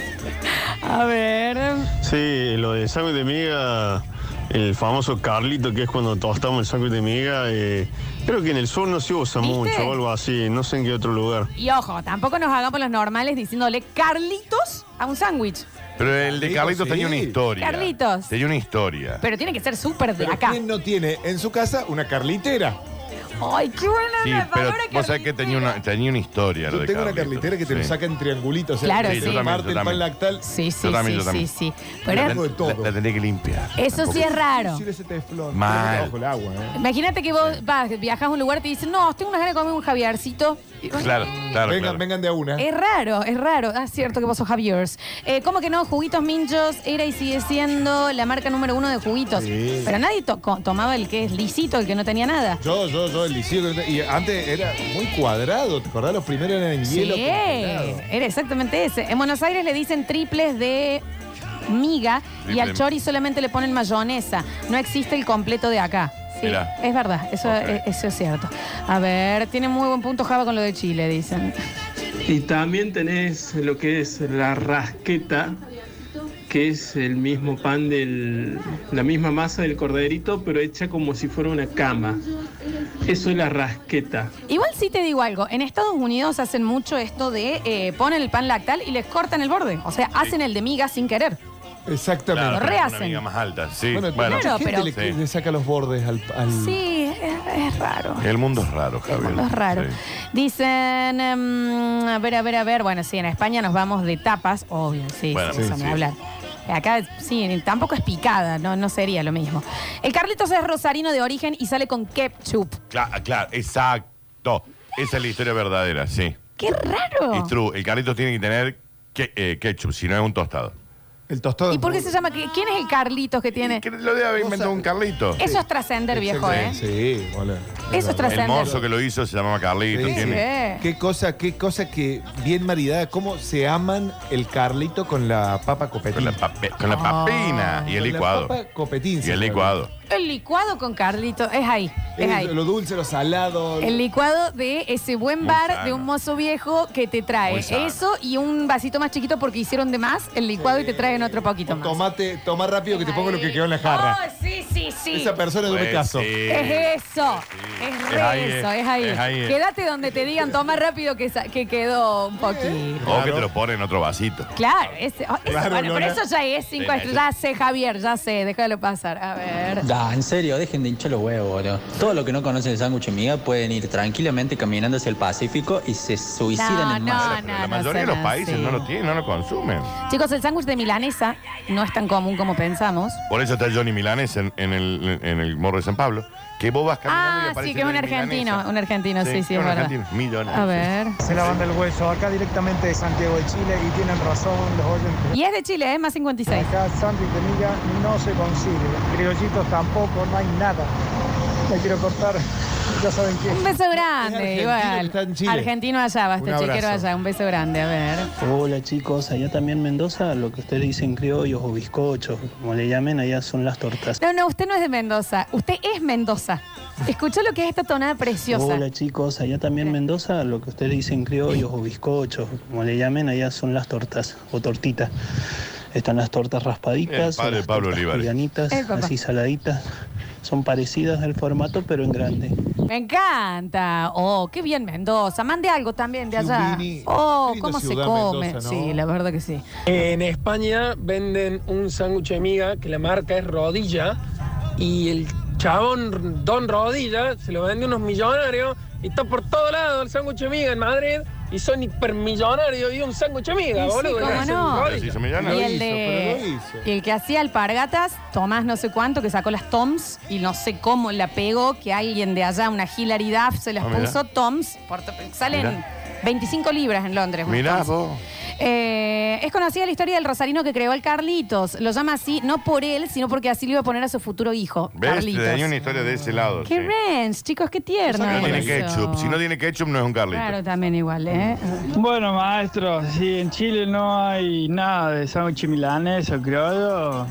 A ver. Sí, lo de sándwich de miga, el famoso Carlito, que es cuando tostamos el sándwich de miga, eh, creo que en el sur no se usa ¿Viste? mucho o algo así, no sé en qué otro lugar. Y ojo, tampoco nos hagamos los normales diciéndole Carlitos a un sándwich. Pero el de Carlitos sí. tenía una historia. Carlitos. Tenía una historia. Pero tiene que ser súper de Pero acá. ¿quién no tiene en su casa una carlitera? Ay, qué buena Sí, la pero palabra vos sabés que tenía una, tenía una historia. lo Yo de tengo una Carlitos. carlitera que te lo Sí. saca en triangulitos. Claro, o sea, sí. te Yo también, parte yo el también. pan lactal. Sí, sí, Yo también, sí, yo también. sí, sí. La, Pero- la- la tenés que limpiar. Eso sí Tampoco- es raro. Decir ese teflón. Mal. Bajo el agua, ¿eh? Imagínate que vos vas, viajás a un lugar y te dicen, no, tengo unas ganas de comer un Javiercito. Y vos- Claro, claro. Vengan, claro. vengan de a una. Es raro, es raro. Ah, es cierto que vos sos Javiers. Eh, ¿Cómo que no? Juguitos Minchos era y sigue siendo la marca número uno de juguitos. Sí. Pero nadie to- co- tomaba el que es lisito, el que no tenía nada. Yo, yo, yo, el liceo. Y antes era muy cuadrado. ¿Te acordás? Los primeros eran en hielo. sí, congelado. era exactamente ese. En Buenos Aires le dicen triples de miga y Triple. al chori solamente le ponen mayonesa. No existe el completo de acá. Sí, Mirá. es verdad, eso, e- eso es cierto. A ver, tiene muy buen punto Java con lo de Chile, dicen. Y también tenés lo que es la rasqueta, que es el mismo pan del. la misma masa del corderito, pero hecha como si fuera una cama. Eso es la rasqueta. Igual sí te digo algo, en Estados Unidos hacen mucho esto de eh, ponen el pan lactal y les cortan el borde. O sea, hacen el de miga sin querer. Exactamente. Lo Claro, pero rehacen. Una miga más alta, sí. Bueno, Bueno, mucha gente pero- le, le saca los bordes al. al- Sí, es, es raro. El mundo es raro, Javier. Es raro. Sí. Dicen, em, a ver, a ver, a ver. Bueno, sí, en España nos vamos de tapas, obvio, sí, Bueno, sí, eso sí, me sí. hablar. Acá sí, tampoco es picada, no, no sería lo mismo. El Carlitos es rosarino de origen y sale con ketchup. Claro, claro, exacto. Esa es la historia verdadera, sí. ¡Qué raro! It's true. El Carlitos tiene que tener que- eh, ketchup, si no es un tostado. El tostado. ¿Y por qué se llama? que- ¿Quién es el Carlitos que tiene? Lo debe haber inventado un Carlito. Eso es trascender, viejo, ¿eh? Sí, hola. Eso es El trascender. mozo que lo hizo se llamaba Carlito. Sí, tiene- ¿Qué? Qué cosa, qué cosa que bien maridada, cómo se aman el Carlito con la papa copetín. Con la, Con la papina y el licuado. papa copetín. Y el licuado. El licuado con Carlito, es ahí, es Eh, ahí. Lo dulce, lo salado. El licuado de ese buen Muy bar sano. de un mozo viejo que te trae Muy sano. eso y un vasito más chiquito porque hicieron de más el licuado y te traen otro poquito más. Tomate, toma rápido que te pongo lo que quedó en la Oh, jarra. sí, sí, sí. Esa persona es de un Pues caso. sí. Es eso, es re Es ahí, eso, eh. es ahí. Es ahí, eh. Quédate donde te digan, toma rápido que, sa- que quedó un poquito. O que te lo ponen en otro vasito. Claro, ese, oh, eso, Claro, bueno, no, pero no. eso ya es Sí, cinco no, estrellas. Ya sé, Javier, ya sé, déjalo pasar. A ver. Da, en serio, dejen de hinchar los huevos, boludo. Todo lo que no conocen el sándwich en miga pueden ir tranquilamente caminando hacia el Pacífico y se suicidan No, en no, masa. no, La mayoría de los sean países así. no lo tienen, no lo consumen. Chicos, el sándwich de milanesa no es tan común como pensamos. Por eso está Johnny Milanes en, en el, en el Morro de San Pablo. Que vos vas caminando y Ah, aparece sí, que es un Johnny argentino, Milanesa. un argentino, sí, sí, un es verdad. argentino, millones. A ver. Se la banda el hueso, acá directamente de Santiago de Chile y tienen razón los oyentes. Y es de Chile, es más 56. Acá sándwich de miga no se consigue, criollitos tampoco, no hay nada. Me quiero cortar, ya saben quién. Un beso grande, Es argentino que igual. está en Chile. Argentino allá, basta Un chiquero abrazo. allá. Un beso grande, a ver. Hola chicos, allá también en Mendoza, lo que ustedes dicen criollos o bizcochos, como le llamen, allá son las tortas. No, no, usted no es de Mendoza. Usted es Mendoza. Escuchó lo que es esta tonada preciosa. Hola chicos, allá también en Mendoza, lo que ustedes dicen criollos o bizcochos, como le llamen, allá son las tortas o tortitas. Están las tortas El raspaditas, padre o las Pablo tortas Olivares. julianitas, El papá. así saladitas. Son parecidas al formato, pero en grande. Me encanta. Oh, qué bien Mendoza. Mande algo también de allá. Oh, cómo se ciudad come. Mendoza, ¿no? Sí, la verdad que sí. En España venden un sándwich de miga que la marca es Rodilla y el chabón Don Rodilla se lo vende a unos millonarios y está por todo lado el sándwich de miga en Madrid y son hipermillonarios y un sándwich de miga, Y sí, boludo. cómo le hacen no. Rodilla. Y el, de, y el que hacía alpargatas, Tomás no sé cuánto, que sacó las Toms y no sé cómo la pegó, que alguien de allá, una Hilary Duff, se las Ah, mirá. puso Toms. por- salen Mirá. 25 libras en Londres. unos Mirá Toms. vos. Eh, es conocida la historia del rosarino que creó el Carlitos. Lo llama así, no por él, sino porque así le iba a poner a su futuro hijo, ¿Ves? Te Carlitos. dañé una historia de ese lado. Qué sí. ranch, chicos, qué tierno. No tiene eso. ketchup. Si no tiene ketchup, no es un Carlito. Claro, también igual, ¿eh? Bueno, maestro, si en Chile no hay nada de sándwich milanes o criollo,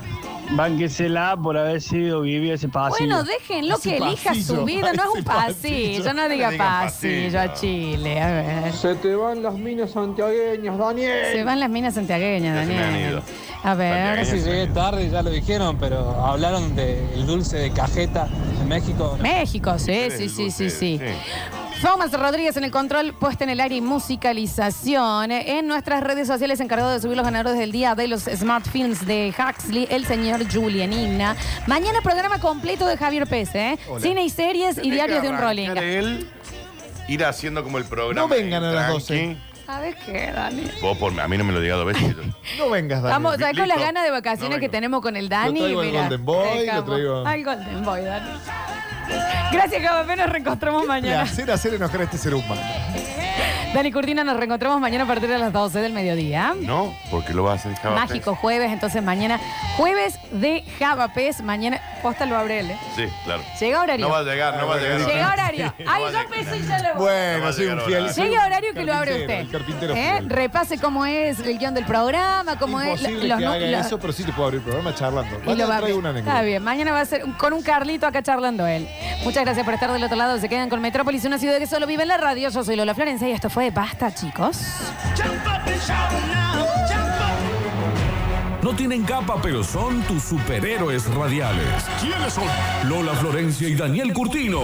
bánquesela por haber sido vivir ese pasillo. Bueno, déjenlo Ese que elija su pasillo, vida, no es un ese pasillo, pasillo. no diga No diga pasillo a pasillo. Chile, a ver. Se te van las minas santiagueñas, Daniel. Se van las minas santiagueñas, Daniel. A ver. Casi llegué tarde, ya lo dijeron, pero hablaron del dulce de cajeta en México. México, sí, sí, sí, sí, sí. Thomas Rodríguez en el control, puesta en el aire y musicalización. En nuestras redes sociales, encargado de subir los ganadores del día de los Smart Films de Huxley, el señor Julian Igna. Mañana programa completo de Javier Pese, ¿eh? Hola. Cine y series y diarios de un rolling. Él ir haciendo como el programa. No vengan a las Tranqui. 12. ¿Sabes qué, Dani? Vos por, a mí no me lo digas dos veces. No vengas, Dani. Vamos, ¿sabes con las Listo. ganas de vacaciones que tenemos con el Dani? Lo traigo al Mira, Golden Boy, lo dejamos traigo- Al Golden Boy, Dani. Gracias, Gabapé, nos reencontramos mañana. Placer hacer enojar a este ser humano. Dani Curtina, nos reencontramos mañana a partir de las 12 del mediodía. No, porque lo vas a hacer Java Mágico jueves, entonces mañana, jueves de Javapés, mañana, posta lo abre él, ¿eh? Pes. Sí, claro. Llega horario. No va a llegar, no va a llegar. Llega horario. Ay, yo pensé y ya lo No va a Bueno, soy llegar un a fiel. hablar. soy Llega un horario que lo abre carpintero, usted. El carpintero ¿Eh? fiel. Repase cómo es el guión del programa, cómo es Imposible que nu- haga los- eso, pero sí te puedo abrir el programa charlando. Y lo Mañana va a traigo una abrir. anécdota. Está bien, mañana va a ser un- con un Carlito acá charlando él. Muchas gracias por estar del otro lado. Se quedan con Metrópolis, una ciudad que solo vive en la radio. Yo soy Lola Florencia y esto fue Basta, chicos. No tienen capa, pero son tus superhéroes radiales. ¿Quiénes son? Lola Florencia y Daniel Curtino.